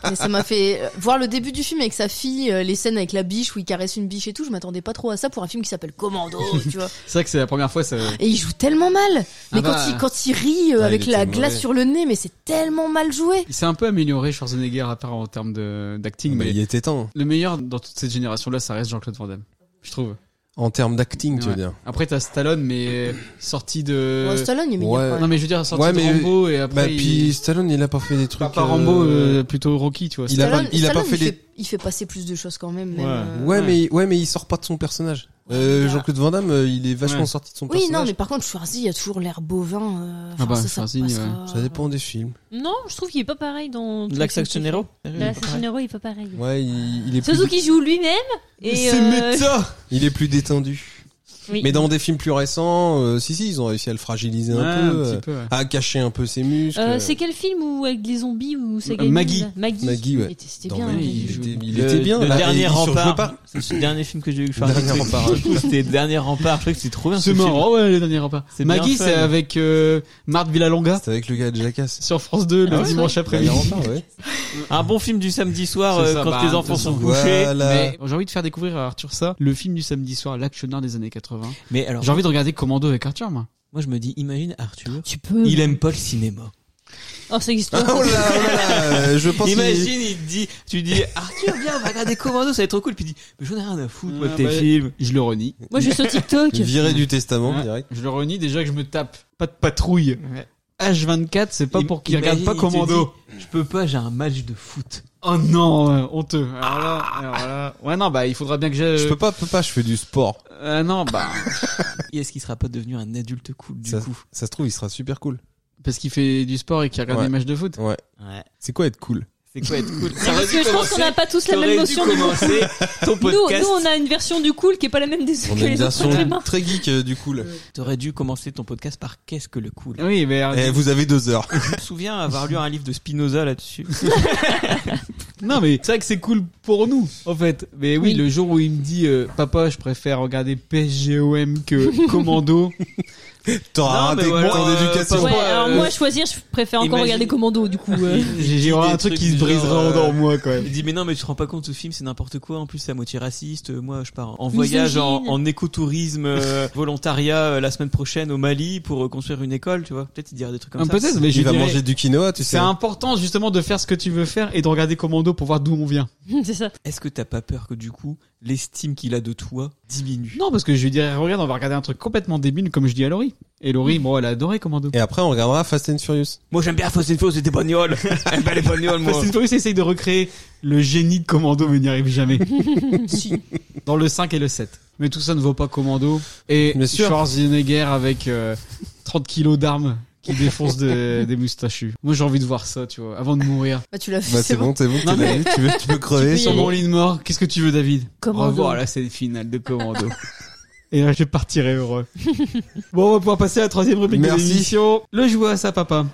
S4: Mais ça m'a fait euh, voir le début du film avec sa fille, euh, les scènes avec la biche où il caresse une biche et tout. Je m'attendais pas trop à ça pour un film qui s'appelle Commando, tu vois.
S2: C'est vrai que c'est la première fois, ça.
S4: Et il joue tellement mal. Mais
S2: Ah
S4: quand,
S2: bah.
S4: il, quand il rit
S2: Ah,
S4: euh,
S2: il
S4: avec
S2: était
S4: la
S2: mauvais.
S4: glace sur le nez, mais c'est tellement mal joué.
S2: Il s'est un peu amélioré Schwarzenegger à part en termes de- d'acting,
S3: Bah,
S2: mais
S3: il était temps.
S2: le meilleur dans toute cette génération-là, ça reste Jean-Claude Van Damme, je trouve.
S3: En termes d'acting, tu veux
S2: Ouais.
S3: dire.
S2: Après t'as Stallone mais sorti de.
S4: Ouais, Stallone, il est meilleur, Ouais. quand même.
S2: Euh, Non mais je veux dire sorti
S3: Ouais, mais-
S2: de Rambo et après.
S3: Bah,
S2: il-
S3: puis Stallone, il a pas fait des trucs.
S2: Pas Rambo, euh, plutôt Rocky, tu vois.
S3: Il a pas,
S4: Stallone-
S3: il a pas
S4: Stallone,
S3: fait
S4: il
S3: des.
S4: fait, il fait passer plus de choses quand même. même, euh,
S3: Ouais, mais ouais, mais il sort pas de son personnage. Euh, Jean-Claude Van Damme, euh, il est vachement
S2: Ouais.
S3: sorti de son
S4: Ah. Oui, non,
S3: personnage.
S4: mais par contre, Schwarzy a toujours l'air bovin. euh, enfin,
S2: bah,
S4: ça, ça
S2: Schwarzy,
S4: passera.
S2: ouais.
S3: Ça dépend des films.
S5: Non, je trouve qu'il est pas pareil dans.
S6: L'axe actionnaire
S5: L'accessionero, il est pas pareil.
S3: Ouais, il, il est plus,
S5: Suzuki joue lui-même et.
S2: C'est
S5: euh,
S2: méta
S3: il est plus détendu.
S5: oui.
S3: Mais dans des films plus récents, euh, si si, ils ont réussi à le fragiliser un
S2: Ouais,
S3: peu,
S2: un
S3: euh,
S2: petit peu, ouais.
S3: à cacher un peu ses muscles.
S5: Euh, c'est quel film où avec des zombies ou c'est
S2: Euh,
S5: gagné,
S2: Maggie.
S5: là Maggie.
S3: Maggie, ouais.
S5: Il était- C'était
S3: Dans
S5: bien. hein,
S3: Maggie,
S5: Maggie.
S3: il était, il
S6: Le-
S3: était bien.
S6: Le
S3: là, et
S6: dernier
S3: il surjoue
S6: rempart.
S3: pas.
S6: C'est le dernier film que j'ai vu.
S3: Dernier rempart.
S6: C'était le dernier rempart. Je trouvais que c'était trop bien. ce
S2: C'est
S6: film.
S2: marrant, ouais, le dernier repas.
S6: C'est bien hein.
S2: Maggie,
S6: fun.
S2: c'est avec euh, Marthe Villalonga
S3: C'est avec le gars de Jackass.
S2: sur France 2 le
S6: Ah ouais,
S2: dimanche
S3: Dernier
S2: après-midi.
S3: rempart, ouais.
S6: Un bon film du samedi soir
S2: C'est
S6: euh,
S2: ça,
S6: quand
S2: bah,
S6: tes enfants
S2: de
S6: sont couchés.
S3: Voilà.
S2: Mais euh, j'ai envie de faire découvrir à Arthur ça, le film du samedi soir, l'actionneur des années 80.
S6: Mais alors,
S2: J'ai envie de regarder Commando avec Arthur, moi.
S6: moi je me dis, imagine Arthur.
S5: Tu peux.
S6: Il aime pas le cinéma.
S5: Oh, ça existe
S3: Ah,
S5: pas.
S3: Oh là là, oh là là, euh, je pense qu'il-
S6: Imagine, il te dit, tu dis, Arthur, viens, on va regarder Commando, ça va être trop cool. Puis il dit, mais j'en ai rien à foutre, moi, de
S2: Ah,
S6: tes
S2: bah,
S6: films.
S2: Je le renie.
S5: Moi, je suis sur TikTok.
S3: Viré du testament
S2: Ouais.
S3: direct.
S2: Je le renie déjà que je me tape. Pas de patrouille. H24, c'est pas
S6: Im-
S2: pour qu'il
S6: imagine,
S2: regarde pas
S6: il te
S2: Commando.
S6: dit, Je peux pas, j'ai un match de foot.
S2: Oh non, euh, honteux. Alors là, alors là. Ouais, non, bah, il faudra bien que j'ai.
S3: Je peux pas, peux pas, je fais du sport.
S2: Euh, non, bah.
S6: Et est-ce qu'il sera pas devenu un adulte cool, du
S3: Ça,
S6: coup?
S3: ça se trouve, il sera super cool.
S2: Parce qu'il fait du sport et qu'il regarde
S3: Ouais.
S2: des matchs de foot.
S3: Ouais.
S6: Ouais.
S3: C'est quoi être cool
S6: C'est quoi être cool?
S5: Parce que je pense qu'on n'a pas tous la même notion du cool.
S6: commencer ton
S5: Nous,
S6: podcast.
S5: nous, on a une version du cool qui est pas la même des
S3: On
S5: que
S3: a une
S5: les
S3: version
S5: autres humains.
S3: très geek euh, du cool.
S6: T'aurais dû commencer ton podcast par qu'est-ce que le cool?
S2: Oui, mais. euh,
S3: Eh, vous avez deux heures.
S6: Je me souviens avoir lu un livre de Spinoza là-dessus.
S2: Non, mais c'est vrai que c'est cool pour nous, en fait. Mais oui,
S5: Oui.
S2: le jour où il me dit, euh, papa, je préfère regarder PSGOM que Commando.
S3: T'auras
S6: Non, mais
S3: raté
S6: voilà,
S3: ton
S6: euh,
S3: éducation.
S6: pas-
S5: Ouais, alors
S6: euh,
S5: moi, choisir, je préfère encore
S6: imagine-
S5: regarder Commando, du coup. euh.
S2: J'ai j'ai
S6: des
S2: un truc
S6: trucs
S2: qui se
S6: du genre,
S2: brisera dans
S6: euh,
S2: moi, quand même.
S6: Il dit mais non mais tu te rends pas compte ce film c'est n'importe quoi en plus c'est à moitié raciste Euh, moi je pars en voyage en,
S5: Misogyne.
S6: en écotourisme euh, volontariat euh, la semaine prochaine au Mali pour euh, construire une école tu vois peut-être il dira des trucs comme
S2: Ah,
S6: ça
S2: Peut-être, mais je
S3: Il va
S2: dirais,
S3: manger du quinoa, tu sais.
S2: C'est important, justement, de faire ce que tu veux faire et de regarder Commando pour voir d'où on vient.
S5: C'est ça.
S6: est-ce que t'as pas peur que du coup l'estime qu'il a de toi diminue
S2: Non, parce que je lui dirais, regarde, on va regarder un truc complètement débile, comme je dis à Laurie. Et Laurie, bon, elle a adoré Commando.
S3: Et après, on regardera Fast and Furious.
S6: moi j'aime bien Fast and Furious et des bagnoles j'aime bien les bagnoles moi
S2: Fast and Furious essaye de recréer le génie de Commando, mais n'y arrive jamais.
S5: Si.
S2: Dans le 5 et le 7. Mais tout ça ne vaut pas Commando. Et
S3: Bien sûr.
S2: Schwarzenegger avec euh, 30 kilos d'armes qui défonce de- des moustachus. Moi, j'ai envie de voir ça, tu vois, avant de mourir.
S4: Bah, tu l'as fait,
S3: Bah,
S4: c'est
S3: c'est
S4: bon.
S3: bon, c'est bon,
S2: Non,
S3: t'es
S2: mais-
S3: la vie, tu veux, tu peux crever
S5: y
S2: Sur
S3: sur
S5: aller.
S3: mon
S2: mon lit de mort, qu'est-ce que tu veux, David
S5: Commando.
S2: Revoir la scène finale de Commando. Et là, je partirai heureux. bon, on va pouvoir passer à la troisième rubrique
S3: Merci.
S2: de l'émission. Le jouet à sa papa.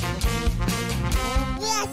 S1: Ah,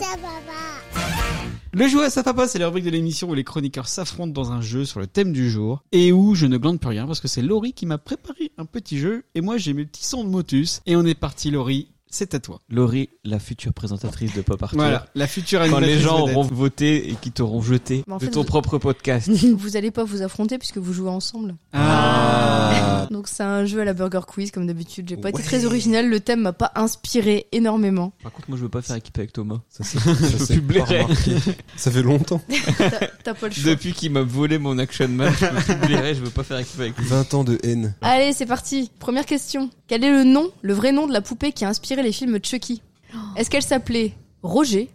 S2: Le jouet à sa papa, c'est la rubrique de l'émission où les chroniqueurs s'affrontent dans un jeu sur le thème du jour et où je ne glande plus rien parce que c'est Laurie qui m'a préparé un petit jeu et moi j'ai mes petits sons de motus et on est parti Laurie, c'est à toi.
S6: Laurie la future présentatrice de Pop Arthur
S2: Voilà, la future
S6: quand
S2: animatrice
S6: les gens
S2: vedette.
S6: auront voté et qui t'auront jeté
S4: Mais en
S6: de
S4: fait,
S6: ton
S4: vous-
S6: propre podcast
S4: Vous allez pas vous affronter puisque vous jouez ensemble.
S3: Ah.
S4: Donc c'est un jeu à la Burger Quiz comme d'habitude. J'ai pas
S3: Ouais.
S4: été très original, le thème m'a pas inspiré énormément.
S6: par contre moi je veux pas faire équipe avec Thomas
S3: Ça, c'est- ça, c'est
S6: publierai.
S3: pas remarqué. Ça fait longtemps.
S4: T'as t'as pas le choix.
S6: depuis qu'il m'a volé mon action man je me publierai, je veux pas faire équipe avec
S3: 20 ans de haine.
S4: Allez, c'est parti. Première question. Quel est le nom, le vrai nom de la poupée qui a inspiré les films Chucky Est-ce qu'elle s'appelait Roger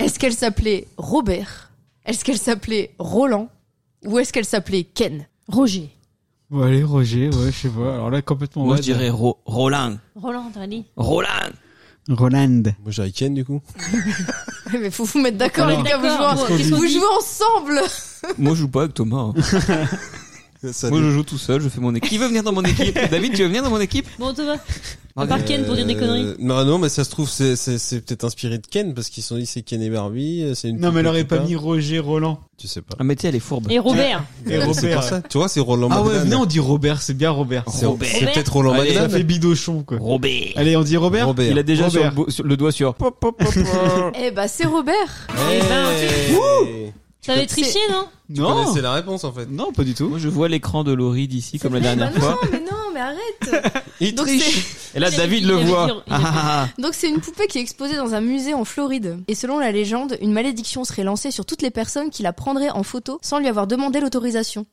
S4: Est-ce qu'elle s'appelait Robert Est-ce qu'elle s'appelait Roland Ou est-ce qu'elle s'appelait Ken
S5: Roger.
S2: Bon allez Roger, ouais je sais pas. Alors là complètement.
S6: Moi,
S2: ouais,
S6: je dirais Ro- Roland.
S5: Roland, allez.
S6: Roland
S2: Roland.
S3: Moi, j'ai Ken, du coup.
S4: Mais faut vous mettre d'accord, les
S2: Alors,
S4: gars, vous jouez,
S5: Qu'est-ce qu'on
S4: vous
S5: dit
S4: jouez ensemble
S6: Moi, je joue pas avec Thomas. hein.
S3: Ça
S6: Moi,
S3: dé-
S6: je joue tout seul, je fais mon équipe. Qui veut venir dans mon équipe David, tu veux venir dans mon équipe
S5: Bon, Thomas. À part Ken pour dire des
S3: Euh,
S5: conneries.
S3: Non, non, mais ça se trouve, c'est, c'est, c'est peut-être inspiré de Ken, parce qu'ils se sont dit c'est Ken et Barbie, euh, c'est une
S2: Non mais elle
S3: poupée
S2: aurait
S3: qui
S2: pas
S3: parle.
S2: mis Roger Roland.
S3: Tu sais pas.
S6: Ah, mais tu sais, elle est fourbe.
S5: Et Robert.
S2: Et
S3: C'est pour
S2: Robert.
S3: ça. Tu vois, c'est Roland
S2: Ah ouais,
S3: McDan.
S2: venez on dit Robert, c'est bien Robert.
S3: C'est,
S6: Robert.
S3: c'est peut-être Roland
S6: Allez,
S2: Ça
S3: McDan.
S2: fait bidochon quoi.
S6: Robert.
S2: Allez on dit Robert.
S3: Robert.
S6: Il a déjà sur le,
S2: Robert.
S6: bo- sur le doigt sur.
S4: Eh bah, c'est Robert
S5: Eh ben,
S3: Hey
S5: T'avais
S4: peux-
S5: triché, non
S3: Tu connaissais
S2: Non.
S3: la réponse, en fait.
S2: Non pas du tout.
S6: Moi, je vois l'écran de Laurie d'ici, comme la dernière
S4: Bah
S6: fois.
S4: Non, mais non, mais arrête
S3: Il
S4: Donc,
S3: triche.
S6: Et là,
S5: Il-
S6: David
S5: il
S6: le
S5: avait
S6: voit.
S5: dit- il
S6: Ah,
S5: avait-
S6: ah,
S4: Donc c'est une poupée qui est exposée dans un musée en Floride. Et selon la légende, une malédiction serait lancée sur toutes les personnes qui la prendraient en photo sans lui avoir demandé l'autorisation.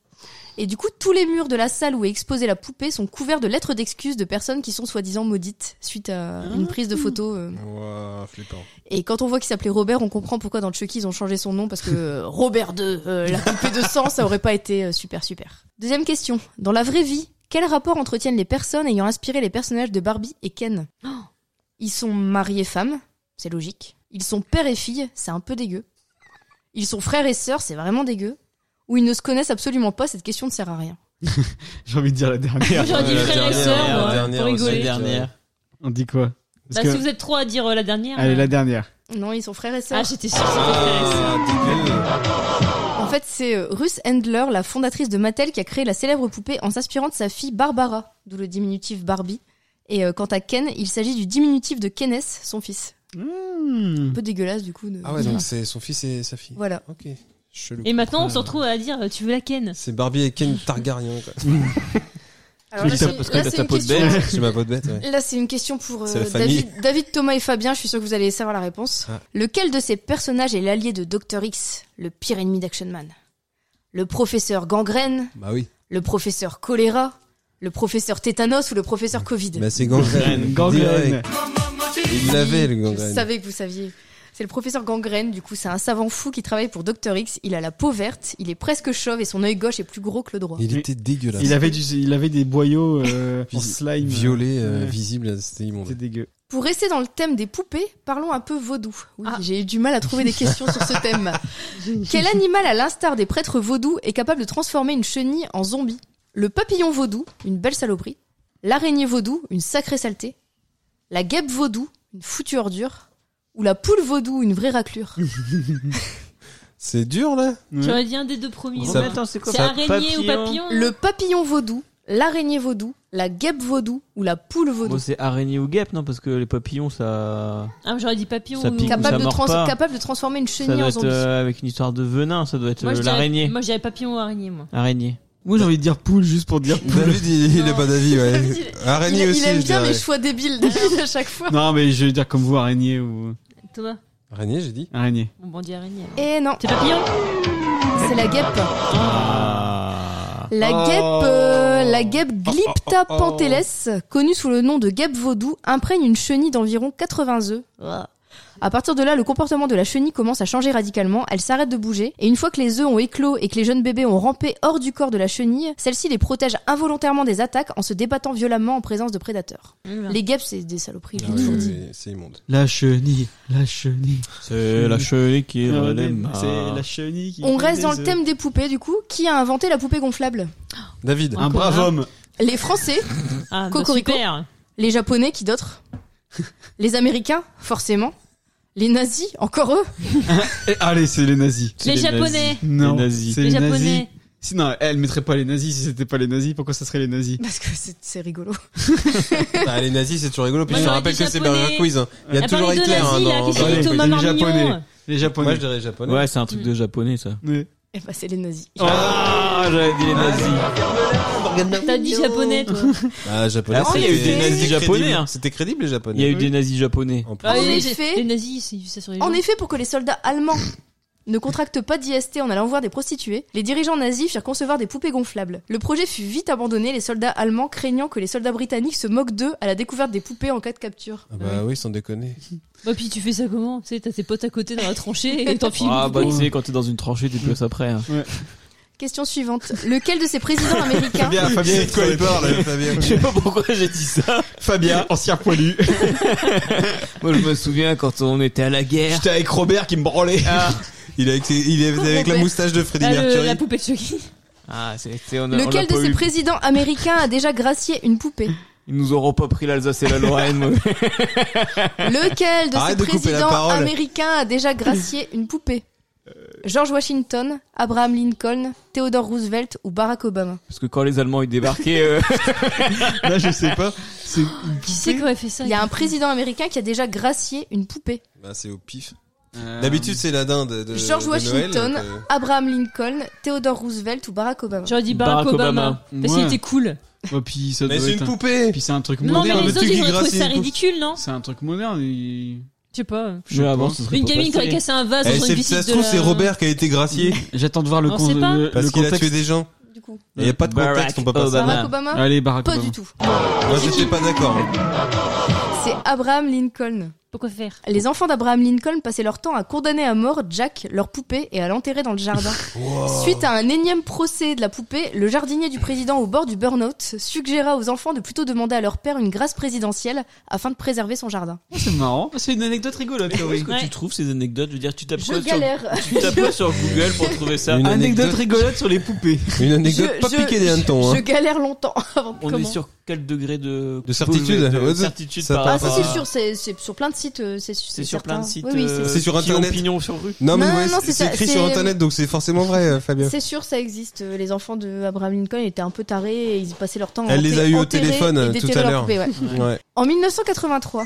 S4: Et du coup, tous les murs de la salle où est exposée la poupée sont couverts de lettres d'excuses de personnes qui sont soi-disant maudites suite à une prise de photo. euh.
S3: Ouah, flippant.
S4: Et quand on voit qu'il s'appelait Robert, on comprend pourquoi dans Chucky ils ont changé son nom parce que euh, Robert 2, la poupée de sang, ça aurait pas été euh, super super. Deuxième question. Dans la vraie vie, quel rapport entretiennent les personnes ayant inspiré les personnages de Barbie et Ken Ils sont mariés femmes, c'est logique. Ils sont père et fille, c'est un peu dégueu. Ils sont frères et sœurs, c'est vraiment dégueu. Ou ils ne se connaissent absolument pas, cette question ne sert à rien.
S2: J'ai envie de dire la dernière.
S5: Moi, j'aurais dit
S3: la
S5: frère et
S3: Euh, dernière,
S5: sœur,
S3: la
S5: moi,
S3: dernière
S5: pour
S3: aussi,
S5: rigoler.
S3: la dernière.
S2: On dit quoi Parce
S5: Bah,
S2: que-
S5: si vous êtes trop à dire euh, la dernière.
S2: Allez,
S5: euh,
S2: la dernière.
S4: Non, ils sont frères et sœurs.
S5: Ah, j'étais sûre que c'était frère et sœur.
S3: Ah,
S2: Ah,
S4: En fait, c'est euh, Ruth Handler, la fondatrice de Mattel, qui a créé la célèbre poupée en s'inspirant de sa fille Barbara, d'où le diminutif Barbie. Et euh, quant à Ken, il s'agit du diminutif de Kenneth, son fils.
S2: Hmm.
S4: Un peu dégueulasse du coup. de-
S3: Ah ouais, donc c'est son fils et sa fille.
S4: Voilà.
S3: Ok, chelou.
S5: Et maintenant, on se retrouve à dire euh, tu veux la Ken
S3: C'est Barbie et Ken Targaryen, quoi.
S4: Alors là,
S9: ça
S4: c'est-
S9: parce que
S4: là,
S9: t'as
S4: c'est
S9: ta
S4: une
S9: peau de
S4: question-
S9: bête.
S3: C'est ma peau de bête, ouais.
S4: Là, c'est une question pour euh,
S3: C'est la famille.
S4: David, David, Thomas et Fabien. Je suis sûr que vous allez savoir la réponse.
S3: Ah.
S4: Lequel de ces personnages est l'allié de Dr. X, le pire ennemi d'Action Man Le professeur Gangrène
S3: Bah oui.
S4: Le professeur Choléra Le professeur Tétanos ou le professeur Covid
S3: Bah c'est gangrène.
S2: Gangrène.
S3: Direct. Il l'avait, le
S4: Je
S3: gangrène.
S4: savais que vous saviez. C'est le professeur Gangrène, du coup, c'est un savant fou qui travaille pour Dr. X. Il a la peau verte, il est presque chauve et son œil gauche est plus gros que le droit.
S3: Il était dégueulasse.
S2: Il avait, du, il avait des boyaux euh, en
S3: Vis-
S2: slime.
S3: Violet, euh,
S2: Ouais.
S3: visible, c'était immonde.
S2: C'était dégueu.
S4: Pour rester dans le thème des poupées, parlons un peu vaudou. Oui,
S5: Ah.
S4: j'ai eu du mal à trouver des questions sur ce thème. Quel animal, à l'instar des prêtres vaudous, est capable de transformer une chenille en zombie Le papillon vaudou, une belle saloperie. L'araignée vaudou, une sacrée saleté. La guêpe vaudou, une foutue ordure. Ou la poule vaudou, une vraie raclure.
S3: C'est dur, là
S5: J'aurais dit un des deux premiers.
S3: Mmh. Ça-
S5: Attends,
S6: c'est
S5: C'est araignée ou papillon
S4: Le papillon vaudou, l'araignée vaudou, la guêpe vaudou ou la poule vaudou
S9: Bon, c'est araignée ou guêpe, non Parce que les papillons, ça.
S5: Ah, J'aurais dit papillon
S9: Ça
S5: ou-
S9: pique.
S5: Moi,
S9: ça
S4: capable de,
S9: mord pas.
S4: capable de transformer une
S9: Ça
S4: chenille
S9: doit
S4: en
S9: être
S4: zombie.
S9: euh, avec une histoire de venin, ça doit être
S5: je
S9: euh,
S5: dirais-
S9: l'araignée.
S5: Moi, j'avais papillon ou araignée, moi.
S9: Araignée.
S2: Moi, j'ai envie de dire poule juste pour dire poule.
S3: David, il, il a pas d'avis, ouais.
S4: Il,
S3: Araignée
S4: il
S3: aussi,
S4: aime
S3: je
S4: bien
S3: dirais.
S4: les choix débiles David, à chaque fois.
S2: non, mais je vais dire comme vous, araignée ou.
S5: Thomas,
S3: Araignée, j'ai dit.
S2: Araignée.
S5: mon bandit araignée.
S4: Et Eh non,
S5: C'est papillon
S4: c'est la guêpe.
S9: Ah.
S4: La
S2: Oh.
S4: guêpe, euh, la guêpe
S2: oh,
S4: Glypta
S2: oh.
S4: panteles, connue sous le nom de guêpe vaudou, imprègne une chenille d'environ 80 œufs. Ah. À partir de là, le comportement de la chenille commence à changer radicalement, elle s'arrête de bouger, et une fois que les œufs ont éclos et que les jeunes bébés ont rampé hors du corps de la chenille, celle-ci les protège involontairement des attaques en se débattant violemment en présence de prédateurs.
S5: Ah.
S4: Les guêpes, c'est des saloperies, je
S3: Ah
S4: l'ai
S3: oui,
S4: toujours
S3: oui,
S4: dit.
S3: oui, c'est immonde.
S2: La chenille, la chenille.
S9: C'est la chenille qui
S2: C'est
S9: relève. Ah.
S2: la chenille qui.
S4: On
S2: fait euh,
S4: reste dans
S2: les
S4: le
S2: œufs.
S4: thème des poupées, du coup. Qui a inventé la poupée gonflable
S3: David.
S2: Un brave homme.
S4: Les Français,
S5: Ah, bah,
S4: Cocorico.
S5: super.
S4: les Japonais, qui d'autres Les Américains, forcément. Les nazis, encore eux.
S2: Eh, allez, c'est les nazis.
S5: Les japonais.
S2: Non,
S9: Les nazis.
S2: c'est
S5: Les
S2: les, nazis.
S5: japonais.
S2: Si, non, elle mettrait pas les nazis si c'était pas les nazis. Pourquoi ça serait les nazis
S4: Parce que c'est c'est rigolo.
S3: Ah, les nazis, c'est toujours rigolo. Puis
S5: Moi,
S3: je te
S5: j'aurais
S3: rappelle
S5: dit
S3: que c'est
S5: japonais.
S3: Burger Quiz. hein. Il y a
S5: À part
S3: toujours
S5: les deux
S3: Hitler hein,
S5: nazis, là,
S3: dans
S5: qu'est-ce qu'il y
S3: Burger
S5: a Thomas
S3: Quiz.
S2: Les Japonais.
S5: Marmignon
S2: Les
S3: Moi,
S2: japonais.
S3: je dirais japonais.
S9: Ouais, c'est un truc de japonais, ça.
S2: Ouais.
S4: Eh ben, c'est les nazis.
S9: Ah, j'avais dit les nazis.
S5: T'as dit japonais, toi.
S3: Ah, japonais.
S9: Après, il y a eu
S3: c'était-
S9: des nazis
S3: c'était
S9: japonais,
S3: crédible.
S9: hein.
S3: C'était crédible, les japonais.
S9: Il y a eu des nazis japonais.
S3: En plus.
S4: Ah,
S5: Ah,
S4: en
S5: les-
S4: effet.
S5: Les nazis, c'est ça sur les
S4: En
S5: gens.
S4: effet, pour que les soldats allemands ne contractent pas d'IST en allant voir des prostituées, les dirigeants nazis firent concevoir des poupées gonflables. Le projet fut vite abandonné, les soldats allemands craignant que les soldats britanniques se moquent d'eux à la découverte des poupées en cas de capture.
S3: Ah bah oui, sans déconner.
S5: Bah, puis tu fais ça comment Tu sais, t'as tes potes à côté dans la tranchée et t'en files.
S9: Ah, bah,
S5: beaucoup.
S9: tu sais, quand t'es dans une tranchée, tu places après. hein.
S4: Question suivante. Lequel de ces présidents américains
S3: Bah,
S2: Fabien, Ah, Fabien, de quoi il parle
S3: Fabien.
S9: Je sais pas pourquoi j'ai dit ça.
S2: Fabien, ancien poilu.
S9: Moi, je me souviens quand on était à la guerre.
S2: J'étais avec Robert qui me branlait.
S3: Ah. Il est avec, ses- il est avec la
S4: Robert.
S3: moustache de Freddie
S5: Ah, le-
S3: Mercury.
S5: la poupée de Chucky.
S9: Ah, c'était on a- on l'a
S4: Lequel de
S9: pas
S4: ces
S9: eu.
S4: présidents américains a déjà gracié une poupée
S9: Ils nous auront pas pris l'Alsace et la Lorraine. moi.
S4: Lequel de ces
S3: Arrête de couper la
S4: présidents
S3: parole.
S4: américains a déjà gracié une poupée George Washington, Abraham Lincoln, Theodore Roosevelt ou Barack Obama
S9: Parce que quand les Allemands ils débarquaient, euh,
S2: Là, je sais pas. C'est
S5: Qui c'est qui aurait fait ça
S4: Il y a un président américain qui a déjà gracié une poupée.
S3: Bah, c'est au pif.
S2: Euh,
S3: D'habitude, c'est la dinde de
S4: George
S3: de Noël,
S4: Washington,
S3: donc, euh,
S4: Abraham Lincoln, Theodore Roosevelt ou Barack Obama
S5: J'aurais dit Barack,
S9: Barack
S5: Obama.
S2: Obama.
S5: Parce qu'il
S2: Ouais.
S5: était cool.
S2: Oh, puis ça
S3: Mais
S2: doit
S3: c'est
S2: être
S3: une
S2: un-
S3: poupée
S2: Puis c'est un truc
S5: Non, mais
S2: moderne.
S5: les
S3: le
S5: autres,
S3: truc
S5: ils
S3: qui
S5: auraient trouvé
S3: gracie
S5: ça
S3: une pouffe.
S5: ridicule, non
S2: C'est un truc moderne. il-
S5: Je sais pas.
S9: mais avant, ce serait
S5: Une
S9: pas
S5: gamine qui aurait
S9: passé.
S5: cassé un vase
S3: Eh,
S5: dans une
S3: c'est-
S5: visite
S3: Ça se
S5: de
S3: trouve,
S5: la-
S3: c'est Robert qui a été gracié
S2: J'attends de voir le,
S5: On
S2: con-
S5: sait pas.
S2: le, le
S3: parce qu'il a
S2: contexte.
S3: tué des gens.
S4: du coup
S3: Il n'y a pas de contexte, on peut pas
S4: Obama. Barack Obama
S2: Allez, Barack
S4: Pas
S2: Obama.
S4: du tout.
S3: Moi, j'étais pas d'accord.
S4: C'est Abraham Lincoln.
S5: Pourquoi faire
S4: Les enfants d'Abraham Lincoln passaient leur temps à condamner à mort Jack, leur poupée, et à l'enterrer dans le jardin. Suite à un énième procès de la poupée, le jardinier du président au bord du burn-out suggéra aux enfants de plutôt demander à leur père une grâce présidentielle afin de préserver son jardin.
S2: C'est marrant. C'est une anecdote rigolote,
S9: Où
S2: Laurie.
S9: est-ce que tu trouves ces anecdotes Je veux dire, tu tapes
S4: Je
S9: quoi sur,
S4: galère.
S9: tu tapes quoi sur Google pour trouver ça
S3: Une
S2: Anecdote
S3: anecdote,
S2: rigolote sur les poupées.
S3: une anecdote pas
S4: je-
S3: piquée des hannetons.
S4: Je
S3: Hein.
S4: galère longtemps avant de
S9: On est
S4: commencer.
S9: sur quel degré de
S3: De certitude,
S9: de- de
S3: ouais, ça-
S9: certitude
S3: ça
S9: par
S4: Ah,
S3: part.
S4: ça,
S9: rapport
S4: c'est
S9: à-
S4: sûr, c'est c'est sur plein de sites. euh, C'est c'est
S9: C'est sur
S4: certain.
S9: plein de sites.
S4: Oui, oui, c'est
S9: euh,
S3: C'est sur
S9: qui ont
S3: Internet.
S9: pignon sur rue.
S3: Non, mais
S4: Non,
S3: ouais,
S4: non, c'est
S3: c'est
S4: ça,
S3: écrit
S4: c'est-
S3: sur internet, donc c'est forcément vrai, euh, Fabien.
S4: C'est sûr, ça existe. Euh, Les enfants de Abraham Lincoln étaient un peu tarés et ils passaient leur temps à
S3: Elle les
S4: enterrer-
S3: a eu au
S4: enterrer
S3: téléphone,
S4: et
S3: euh, tout
S4: déterrer
S3: à
S4: leur
S3: l'heure.
S4: poupée, ouais.
S3: Ouais.
S4: En 1983,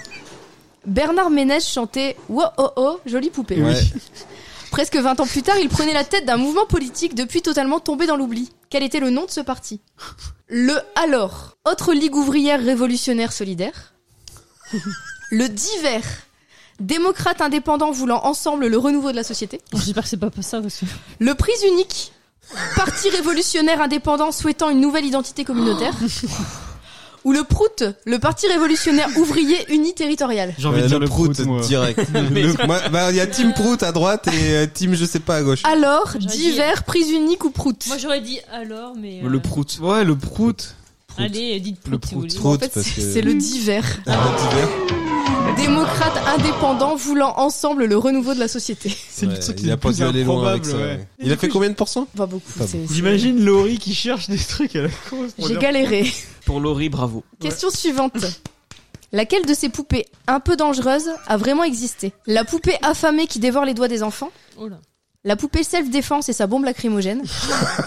S4: Bernard Ménez chantait Wow, oh, oh, jolie poupée.
S3: Ouais.
S4: Presque 20 ans plus tard, il prenait la tête d'un mouvement politique depuis totalement tombé dans l'oubli. Quel était le nom de ce parti Le Alors, autre Ligue ouvrière révolutionnaire solidaire. le Divers, démocrate indépendant voulant ensemble le renouveau de la société.
S5: J'espère que c'est pas ça parce que.
S4: Le Prix unique, parti révolutionnaire indépendant souhaitant une nouvelle identité communautaire. Ou le Prout, le parti révolutionnaire ouvrier uniterritorial.
S2: J'ai envie de
S3: Euh,
S2: dire le
S3: prout,
S2: prout, moi.
S3: direct. Le- moi- bah, Il y a Team Prout à droite et euh, Team je sais pas à gauche.
S4: Alors,
S5: J'aurais dit-
S4: divers, prise unique ou prout
S5: Moi j'aurais dit alors, mais. euh,
S2: Le prout. Ouais, le prout.
S5: Allez, dites
S2: Le
S5: prout si vous voulez.
S3: Prout,
S4: En fait,
S3: parce que-
S4: c'est c'est le divers.
S3: Ah, divers.
S4: Démocrate indépendant voulant ensemble le renouveau de la société.
S2: C'est
S3: Ouais,
S2: le truc
S3: il a pas dû aller loin avec ça. ouais. Il a fait combien de pourcents
S4: Pas beaucoup.
S3: Pas
S4: c'est-
S2: J'imagine Laurie qui cherche des trucs à la cause.
S4: J'ai galéré.
S9: Pour Laurie, bravo.
S4: Question suivante. Laquelle de ces poupées un peu dangereuses a vraiment existé La poupée affamée qui dévore les doigts des enfants
S5: Oh là.
S4: La poupée self-défense et sa bombe lacrymogène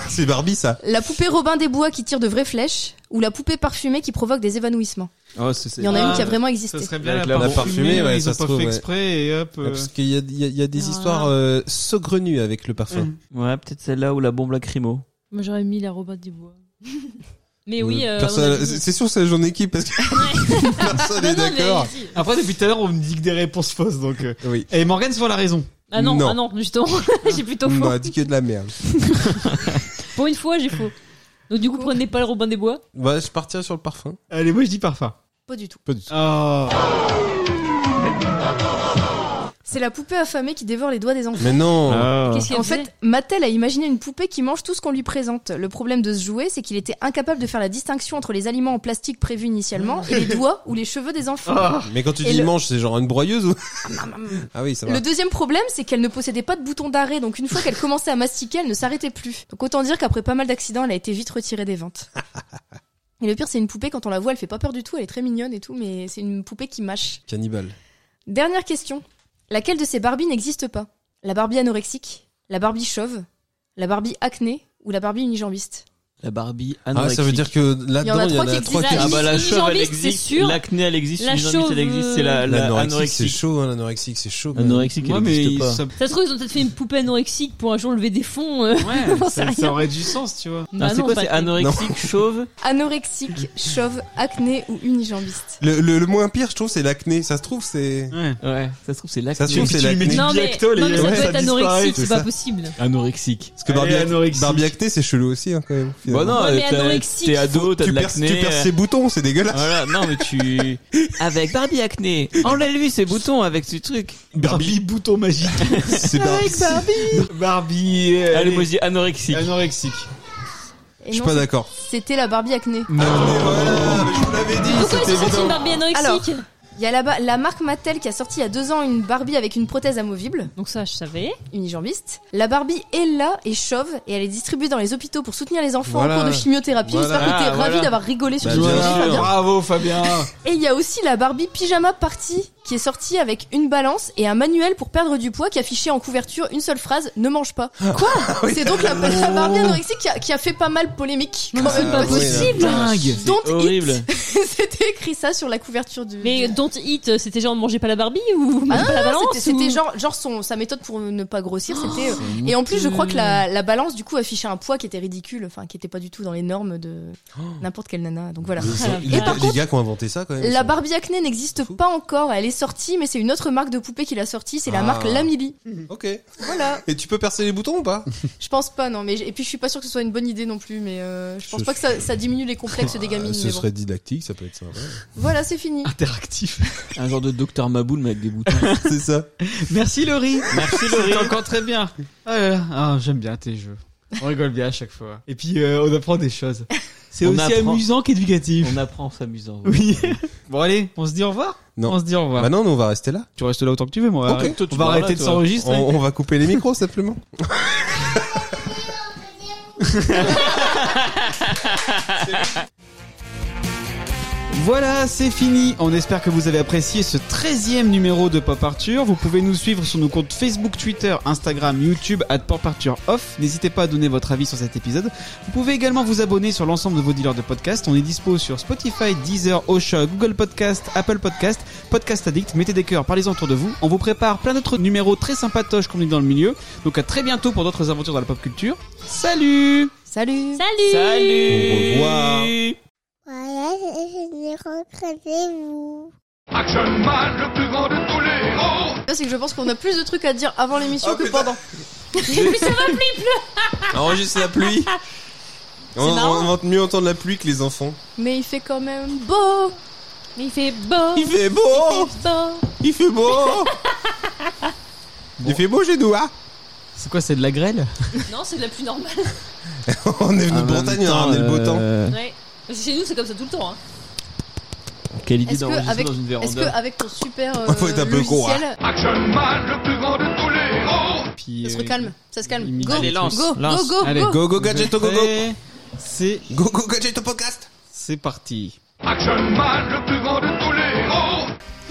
S3: C'est Barbie ça.
S4: La poupée Robin des Bois qui tire de vraies flèches Ou la poupée parfumée qui provoque des évanouissements
S9: Oh, c'est- c'est-
S4: Il y en a
S2: Ah,
S4: une qui a vraiment
S2: Ça
S4: existé.
S2: serait bien
S3: Avec
S2: la,
S3: la
S2: part
S3: parfumée,
S2: fumée,
S3: ouais,
S2: ils
S3: ça
S2: ont
S3: se
S2: pas
S3: trouve,
S2: fait
S3: ouais.
S2: exprès et hop. euh,
S3: Parce qu'il y a, il y a- il y a des
S5: Ah.
S3: histoires euh, saugrenues avec le parfum.
S2: Mm.
S9: Ouais, peut-être celle-là ou la bombe lacrymo.
S3: Ah,
S5: Moi j'aurais mis la robot du bois. mais oui,
S3: Euh,
S5: euh,
S3: personne-
S5: on a dit- Ah
S3: c'est c'est sûr, c'est la journée équipe parce que personne
S5: Non,
S3: n'est
S5: non, mais
S3: d'accord.
S5: si.
S2: Après, depuis tout à l'heure, on me dit que des réponses fausses, donc. euh.
S3: Oui.
S2: Et Morgane, souvent la raison.
S5: Ah non,
S3: Non.
S5: ah non, justement, j'ai plutôt
S3: On
S5: faux.
S3: a dit que Bah, de la merde.
S5: Pour une fois, j'ai faux. Donc du coup, prenez pas le Robin des Bois.
S3: Bah, je partirai sur le parfum.
S2: Allez, moi je dis parfum.
S4: Pas du tout.
S3: Pas du tout.
S2: Oh.
S4: C'est la poupée affamée qui dévore les doigts des enfants.
S3: Ah. Mais non.
S5: Qu'est-ce qu'il
S4: En fait, Mattel a imaginé une poupée qui mange tout ce qu'on lui présente. Le problème de ce jouet, c'est qu'il était incapable de faire la distinction entre les aliments en plastique prévus initialement et les doigts ou les cheveux des enfants.
S3: Mais quand tu
S4: Et
S3: dis
S4: le-
S3: manche, c'est genre une broyeuse ou Ah oui, ça va.
S4: Le deuxième problème, c'est qu'elle ne possédait pas de bouton d'arrêt, donc une fois qu'elle commençait à mastiquer, elle ne s'arrêtait plus. Donc autant dire qu'après pas mal d'accidents, elle a été vite retirée des ventes. Et le pire, c'est une poupée, quand on la voit, elle fait pas peur du tout, elle est très mignonne et tout, mais c'est une poupée qui mâche.
S3: Cannibale.
S4: Dernière question. Laquelle de ces Barbies n'existe pas La Barbie anorexique La Barbie chauve La Barbie acné Ou la Barbie unijambiste
S9: La Barbie
S3: Ah, ça veut dire que là-dedans, il y en a trois qui
S4: existent.
S9: Ah bah la
S5: Une
S9: chauve elle
S5: jambiste, c'est
S9: existe,
S5: sûr.
S9: l'acné elle existe,
S5: La
S9: une jambiste, elle
S5: chauve,
S9: existe,
S4: euh,
S9: c'est la, la
S3: L'anorexique, c'est
S9: anorexique.
S3: chaud, hein, l'anorexique, c'est chaud. mais-
S9: Anorexique elle
S2: Moi, mais
S9: existe
S2: il-
S9: pas.
S2: ça,
S5: Ça se trouve, ils ont peut-être fait une poupée anorexique pour un jour lever des fonds.
S2: Ah,
S5: euh.
S2: ouais, ça,
S5: sait
S2: ça
S5: rien.
S2: aurait du sens, tu vois.
S9: Ah,
S5: Bah
S9: c'est
S5: non,
S9: quoi
S5: pas
S9: C'est
S5: fait.
S9: anorexique, chauve
S4: Anorexique, chauve, acné ou unijambiste
S3: Le, le, le moins pire, je trouve, c'est l'acné. Ça se trouve, c'est.
S2: Ouais.
S9: Ouais, ça se trouve c'est l'acné.
S3: Ça se trouve, c'est
S2: Tu lui mets
S3: l'acné.
S5: Non, mais,
S2: Biactol et
S5: non, mais ça
S2: ouais,
S5: doit
S2: ça
S5: être
S3: disparaît,
S5: anorexique, c'est pas
S3: tout
S5: possible.
S6: Ah,
S9: Anorexique.
S3: Parce que
S2: Allez,
S3: Barbie,
S2: anorexique.
S3: Barbie acné, c'est chelou aussi, hein, quand même.
S9: Bah
S3: finalement.
S9: non,
S5: Ouais, mais
S9: t'as-
S5: anorexique,
S9: t'es ado, t'as
S3: tu
S9: de
S3: perces,
S9: l'acné. euh.
S3: tu perces ses boutons, c'est dégueulasse.
S9: Voilà, non mais tu... Avec Barbie acné, enlève-lui ses boutons avec ce truc.
S2: Barbie bouton magique.
S3: C'est Barbie.
S2: Barbie. euh,
S9: Allez, moi je dis anorexique.
S2: Anorexique.
S4: Et
S3: Je suis
S4: non,
S3: pas d'accord.
S4: C'était la Barbie acné.
S3: Mais voilà, mais je vous l'avais dit,
S5: Pourquoi
S3: c'était
S5: ils ont sorti une
S3: évident.
S5: Barbie anorexique
S4: Alors. Il y a là-bas la marque Mattel qui a sorti il y a deux ans une Barbie avec une prothèse amovible.
S5: Donc ça, je savais.
S4: Ah, unijambiste. La Barbie est là et chauve et elle est distribuée dans les hôpitaux pour soutenir les enfants
S3: Voilà.
S4: en cours de chimiothérapie.
S3: Voilà.
S4: J'espère que t'es
S9: Ah,
S4: ravi
S9: voilà.
S4: d'avoir rigolé sur
S3: Bah,
S4: ce
S3: bien
S4: sujet,
S3: sûr.
S4: Fabien.
S2: Bravo, Fabien.
S4: Et il y a aussi la Barbie pyjama party qui est sortie avec une balance et un manuel pour perdre du poids qui affichait en couverture une seule phrase ne mange pas.
S3: Ah,
S4: Quoi C'est donc la, la
S3: Oh.
S4: Barbie anorexique qui a, qui a fait pas mal polémique. Quand même
S3: Ah,
S4: pas
S3: oui,
S4: possible.
S9: Dingue
S4: Don't
S9: C'est horrible.
S4: C'était écrit ça sur la couverture du.
S5: Mais
S4: du-
S5: don't eat, c'était genre ne mangez pas la Barbie ou mangez
S4: Ah,
S5: pas la balance
S4: C'était c'était
S5: ou- Oh,
S4: genre, genre son, sa méthode pour ne pas grossir, c'était. euh, et en plus, je crois que la, la balance, du coup, affichait un poids qui était ridicule, enfin, qui était pas du tout dans les normes de
S3: Oh.
S4: n'importe quelle nana. Donc voilà.
S3: Ils ont-
S5: Et
S3: les
S5: par
S3: gars-
S4: contre-
S3: les gars qui ont inventé ça, quand même.
S4: La
S3: ils
S4: Barbie acné n'existe
S3: Fou.
S4: pas encore, elle est sorti, mais c'est une autre marque de poupée qui l'a sorti, c'est la
S3: Ah.
S4: marque Lamili.
S3: Ok.
S4: Voilà.
S3: Et tu peux percer les boutons ou pas
S4: Je pense pas, non, mais j- et puis je suis pas sûre que ce soit une bonne idée non plus, mais euh, je pense
S3: Ce Ah,
S4: pas que ça, ça diminue les complexes des gamines.
S3: Euh, Ce
S4: mais bon.
S3: serait Ah. didactique, ça peut être sympa.
S4: Voilà, c'est fini.
S2: Interactif.
S9: Un genre de docteur Maboul mais avec des boutons.
S3: C'est ça.
S2: Merci Laurie.
S9: Merci Laurie.
S2: C'était encore très bien. Ah là là. Ah, j'aime bien tes jeux. On rigole bien à chaque fois. Et puis euh, on apprend des choses. C'est
S9: On
S2: aussi
S9: apprend.
S2: amusant qu'éducatif.
S9: On apprend en s'amusant.
S2: Oui. Bon allez, on se dit au revoir.
S3: Non.
S2: On se dit au revoir.
S3: Bah non, nous, on va rester là.
S2: tu restes là autant que tu veux, moi.
S3: Ok.
S9: Toi, tu
S2: On va
S9: vas
S2: arrêter
S9: là,
S2: de
S9: toi.
S2: s'enregistrer.
S3: On, on va couper les micros simplement.
S2: Voilà, c'est fini. On espère que vous avez apprécié ce 13e numéro de Pop Arthur. Vous pouvez nous suivre sur nos comptes Facebook, Twitter, Instagram, YouTube, at Pop Arthur Off. N'hésitez pas à donner votre avis sur cet épisode. Vous pouvez également vous abonner sur l'ensemble de vos dealers de podcasts. On est dispo sur Spotify, Deezer, Osha, Google Podcast, Apple Podcast, Podcast Addict. Mettez des cœurs, parlez-en autour de vous. On vous prépare plein d'autres numéros très sympatoches qu'on est dans le milieu. Donc à très bientôt pour d'autres aventures dans la pop culture. Salut
S4: Salut.
S5: Salut
S9: Salut.
S3: Au revoir.
S1: Voilà, je l'ai rencontré, vous.
S7: Action Man, le plus grand de tous les héros
S4: Là, c'est que je pense qu'on a plus de trucs à dire avant l'émission
S3: Oh,
S4: que
S3: putain.
S4: pendant.
S3: Enregistre la pluie. On, on
S4: marrant.
S3: va mieux entendre la pluie que les enfants.
S4: Mais il fait quand même beau.
S5: Mais il fait beau
S3: Il fait beau Il fait beau Il fait beau chez nous, hein
S2: C'est quoi, c'est de la grêle
S5: Non, c'est de la plus normale.
S3: On est venu de Bretagne, on a ramené le beau Ah, temps. euh,
S2: euh,
S5: Ouais. Parce que Chez nous, c'est comme ça tout le temps. hein.
S9: Quelle idée
S4: Est-ce que
S9: d'enregistrer
S4: avec,
S9: dans une
S4: est-ce que
S9: véranda.
S4: avec ton super euh,
S3: Faut être un peu con, hein.
S4: logiciel,
S7: Action Man, le plus grand de tous les héros
S2: Puis,
S4: ça se
S2: euh,
S4: recalme, ça se
S2: il
S4: calme.
S2: mit-
S4: Go,
S2: Allez,
S4: go,
S2: lance,
S4: go,
S9: lance.
S4: go,
S2: Allez,
S4: go.
S3: Go, go, gadget, go, go, go
S2: Prêt C'est
S3: Go, go, gadget, au podcast
S2: c'est parti.
S7: Action Man, le plus grand de tous les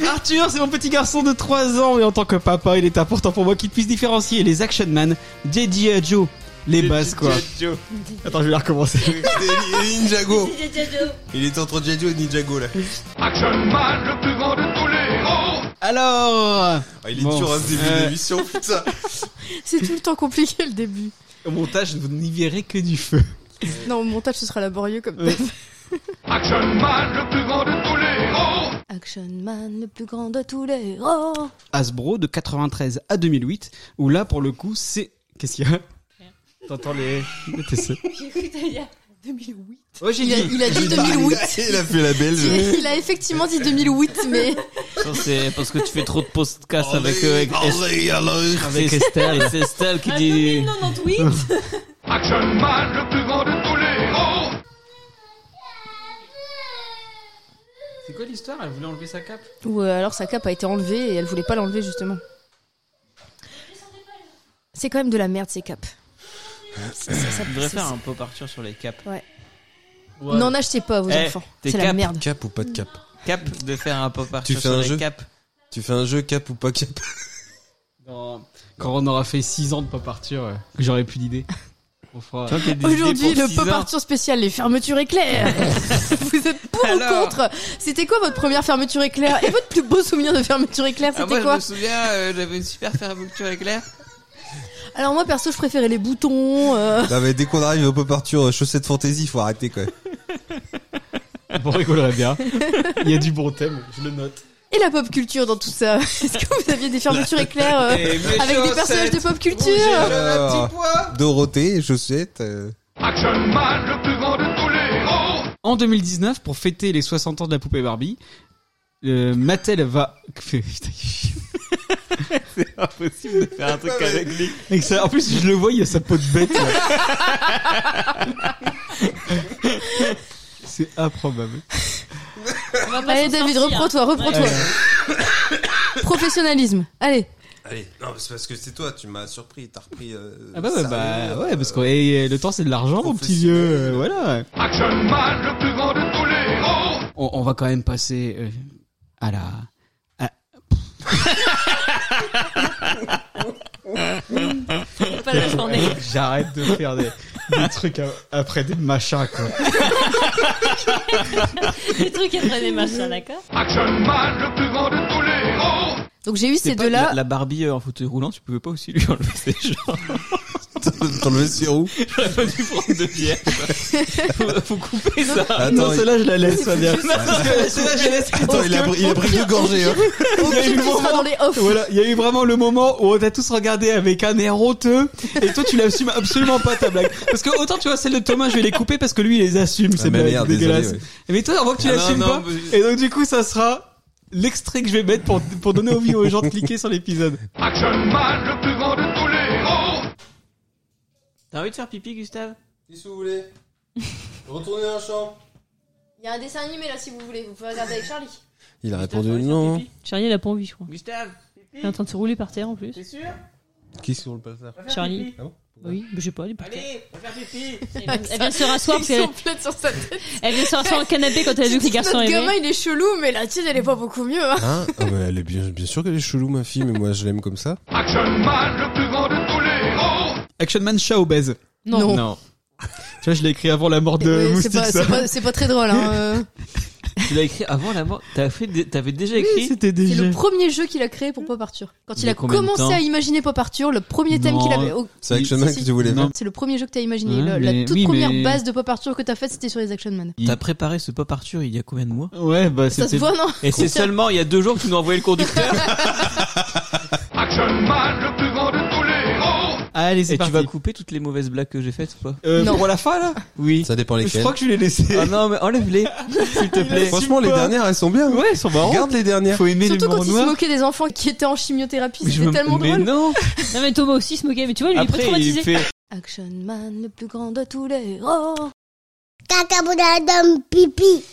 S7: héros
S2: Arthur, c'est mon petit garçon de 3 ans et en tant que papa, il est important pour moi qu'il puisse différencier les Action Man des G.I. Joe. Les bases quoi. Attends, je vais la recommencer.
S3: Ninjago Il était entre Jadio et Ninjago, là.
S7: Action Man, le plus grand de tous les héros
S2: Alors,
S3: Ah, il est
S2: Bon.
S3: dur à ce début
S2: Euh.
S3: d'émission, putain
S4: C'est tout le temps compliqué le début.
S2: au montage, vous n'y verrez que du feu.
S4: Non, au montage ce sera laborieux comme
S2: Ouais.
S7: Action Man, le plus grand de tous les héros
S4: Action Man, le plus grand de tous les héros.
S2: Hasbro de 93 à 2008, où là pour le coup, c'est. Qu'est-ce qu'il y a T'entends les. les TC.
S5: J'ai cru que t'allais dire 2008.
S2: Ouais, j'ai
S4: Il a,
S2: dit.
S4: il a dit 2008.
S3: Il a fait la belge
S4: Il a effectivement dit 2008, mais
S9: Ça, c'est parce que tu fais trop de
S3: Ah,
S9: podcasts
S2: Oh,
S9: avec, euh, avec,
S3: Allez, allez.
S9: avec Estelle. Et c'est Estelle
S4: Ah,
S9: qui dit.
S5: 2098
S7: Action Man, le plus grand de tous les héros
S2: C'est quoi l'histoire Elle voulait enlever sa cape
S4: ou euh, alors sa cape a été enlevée et elle voulait pas l'enlever justement. C'est quand même de la merde ces capes. Ça- ça- ça-
S9: Je voudrais
S4: c'est-
S9: faire un peu partir sur les capes.
S4: Ouais.
S9: Ouais.
S4: N'en achetez pas aux
S9: Eh,
S4: enfants.
S9: tes
S4: C'est la
S9: capes.
S4: merde.
S3: Cap ou pas de cap
S9: Cap de faire un pop art
S3: Tu
S9: sur
S3: fais un
S9: les
S3: jeu
S9: capes.
S3: Tu fais un jeu cap ou pas cap
S2: Quand on aura fait 6 ans de pas partir, euh, que j'aurais plus d'idées. On fera.
S4: Aujourd'hui, le pop
S9: art
S4: Arthur spécial, les fermetures éclairs. Vous êtes pour ou
S9: Alors
S4: contre C'était quoi votre première fermeture éclair Et votre plus beau souvenir de fermeture éclair,
S9: Ah,
S4: c'était
S9: moi, je
S4: quoi
S9: me souviens, euh, j'avais une super fermeture éclair.
S4: Alors moi, perso, je préférais les boutons. euh,
S3: Non mais dès qu'on arrive au pop Arthur chaussette fantaisie, euh, faut arrêter quoi.
S2: On rigolerait bien. Il y a du bon thème, je le note.
S4: Et la pop culture dans tout ça. Est-ce que vous aviez des fermetures éclairs euh, avec des personnages de pop
S3: Ah,
S4: culture
S3: Alors, Euh, Dorothée, chaussette. euh,
S7: Action Man, le plus grand de tous les héros
S2: En 2019, pour fêter les 60 ans de la poupée Barbie, euh, Mattel va. Putain,
S9: C'est impossible de faire un truc avec lui.
S2: avec ça- En plus, je le vois, il y a sa peau de bête. là. C'est improbable.
S5: On va pas
S4: Allez,
S5: s'en
S4: David,
S5: sortir.
S4: reprends-toi, reprends-toi. Professionnalisme. Allez.
S3: Allez, non mais c'est parce que c'est toi, tu m'as surpris, t'as repris. euh,
S2: Ah bah ouais,
S3: sérieux,
S2: bah
S3: euh,
S2: ouais, parce que et, euh, le temps c'est de l'argent, mon petit vieux. euh, Voilà.
S7: Action Man, le plus grand de tous les héros
S2: On, on va quand même passer euh, à la.
S5: C'est pas la journée.
S2: J'arrête de faire des, des trucs à- après des machins quoi.
S5: Les trucs après les machins, d'accord
S7: Action Man, le plus grand de tous les héros
S4: Donc j'ai eu ces
S9: pas-
S4: deux-là.
S9: La, la Barbie euh, en fauteuil roulant, tu pouvais pas aussi lui enlever ses jambes.
S3: T'enlever ses roues.
S9: J'aurais pas dû prendre de bière. faut, faut couper ça.
S3: Attends,
S2: non, celle-là, je la laisse, Fabien.
S9: Celle-là, je laisse.
S3: Attends, il a, pris- il a pris deux gorgées. hein.
S4: Au pire, tu seras dans les off.
S2: Voilà, il y a eu vraiment le moment où on t'a tous regardé avec un air honteux et toi tu l'assumes absolument pas ta blague. Parce que autant tu vois celle de Thomas, je vais les couper parce que lui il les assume, c'est
S3: mais merde, désolé,
S2: dégueulasse.
S3: ouais.
S2: Mais toi on voit que tu
S9: Ah non,
S2: l'assumes
S9: non,
S2: pas.
S9: mais-
S2: Et donc du coup ça sera l'extrait que je vais mettre pour, pour donner envie aux gens de cliquer sur l'épisode.
S7: Action Man, le plus grand de tous les héros
S9: T'as envie de faire pipi, Gustave
S3: Si vous voulez, retournez dans la chambre.
S4: Il y a un dessin animé là si vous voulez, vous pouvez regarder avec Charlie.
S3: Il a répondu non.
S5: Charlie, elle a pas envie, je crois.
S9: Gustave,
S5: Elle est en train de se rouler par terre en plus.
S9: t'es sûr
S3: Qui sur le passage
S5: Charlie.
S3: Ah bon
S5: Oui, mais j'ai pas, elle est par terre.
S9: Allez, on va faire pipi.
S5: Elle vient- elle vient se rasseoir parce
S4: Ils
S5: qu'elle
S4: sont pleins sur sa tête.
S5: elle vient se rasseoir au canapé quand elle a vu que les garçons
S4: Notre gamin
S5: aimaient.
S4: il est chelou, mais la tienne elle est pas beaucoup mieux. hein.
S3: Hein Ah, mais elle est bien, bien sûr qu'elle est chelou, ma fille, mais moi je l'aime comme ça.
S7: Action Man, le plus grand de tous les héros
S2: Action Man chat obèse.
S5: Non.
S4: Non.
S2: Tu vois, je l'ai écrit avant la mort de
S4: Ouais,
S2: Moustique.
S4: c'est pas,
S2: ça.
S4: c'est pas- c'est pas très drôle. Hein. euh.
S9: Tu l'as écrit avant la mort. T'as fait, des- t'avais déjà écrit.
S2: C'était
S4: C'est
S2: déjà.
S4: le premier jeu qu'il a créé pour Pop Arthur. Quand il
S9: Mais
S4: a
S9: combien de temps
S4: commencé à imaginer Pop Arthur, le premier thème
S9: Non.
S4: qu'il avait. oh,
S3: C'est Action
S4: si,
S3: Man
S4: si.
S3: que tu voulais
S2: Non.
S3: faire.
S4: C'est le premier jeu que t'as imaginé.
S9: Ouais,
S4: le-
S9: mais-
S4: la toute
S9: oui,
S4: première
S9: mais-
S4: base de Pop Arthur que t'as faite, c'était sur les Action Man.
S9: T'as préparé ce pop Arthur il y a combien de mois
S2: Ouais, bah
S4: Ça se
S2: c'était.
S4: voit, non
S9: Et c'est seulement il y a deux jours que tu nous as envoyé le conducteur.
S7: Action Man, le plus grand de tous les héros
S2: Allez, c'est
S9: Et tu
S2: parti.
S9: vas couper toutes les mauvaises blagues que j'ai faites ou pas
S2: Euh,
S4: Non.
S2: Pour la fin là
S9: Oui.
S3: Ça dépend
S2: Je
S3: lesquels.
S2: crois que je l'ai laissé.
S9: Ah non, mais enlève-les, s'il te plaît.
S3: Franchement, les
S2: pas.
S3: dernières, elles sont bien.
S2: Ouais, ils sont marrants.
S3: Regarde les dernières.
S2: Faut aimer
S4: Surtout quand
S2: l'humour
S4: il se
S2: noir.
S4: moquait des enfants qui étaient en chimiothérapie,
S9: Mais je
S4: c'était
S9: me-
S4: tellement
S9: mais
S4: drôle.
S9: non
S5: Non, mais Thomas aussi il se moquait, mais tu vois, lui, il est pas
S9: Après, il
S5: traumatisé.
S9: fait...
S4: Action Man, le plus grand de tous les héros.
S1: Caca, boudin, dum, pipi.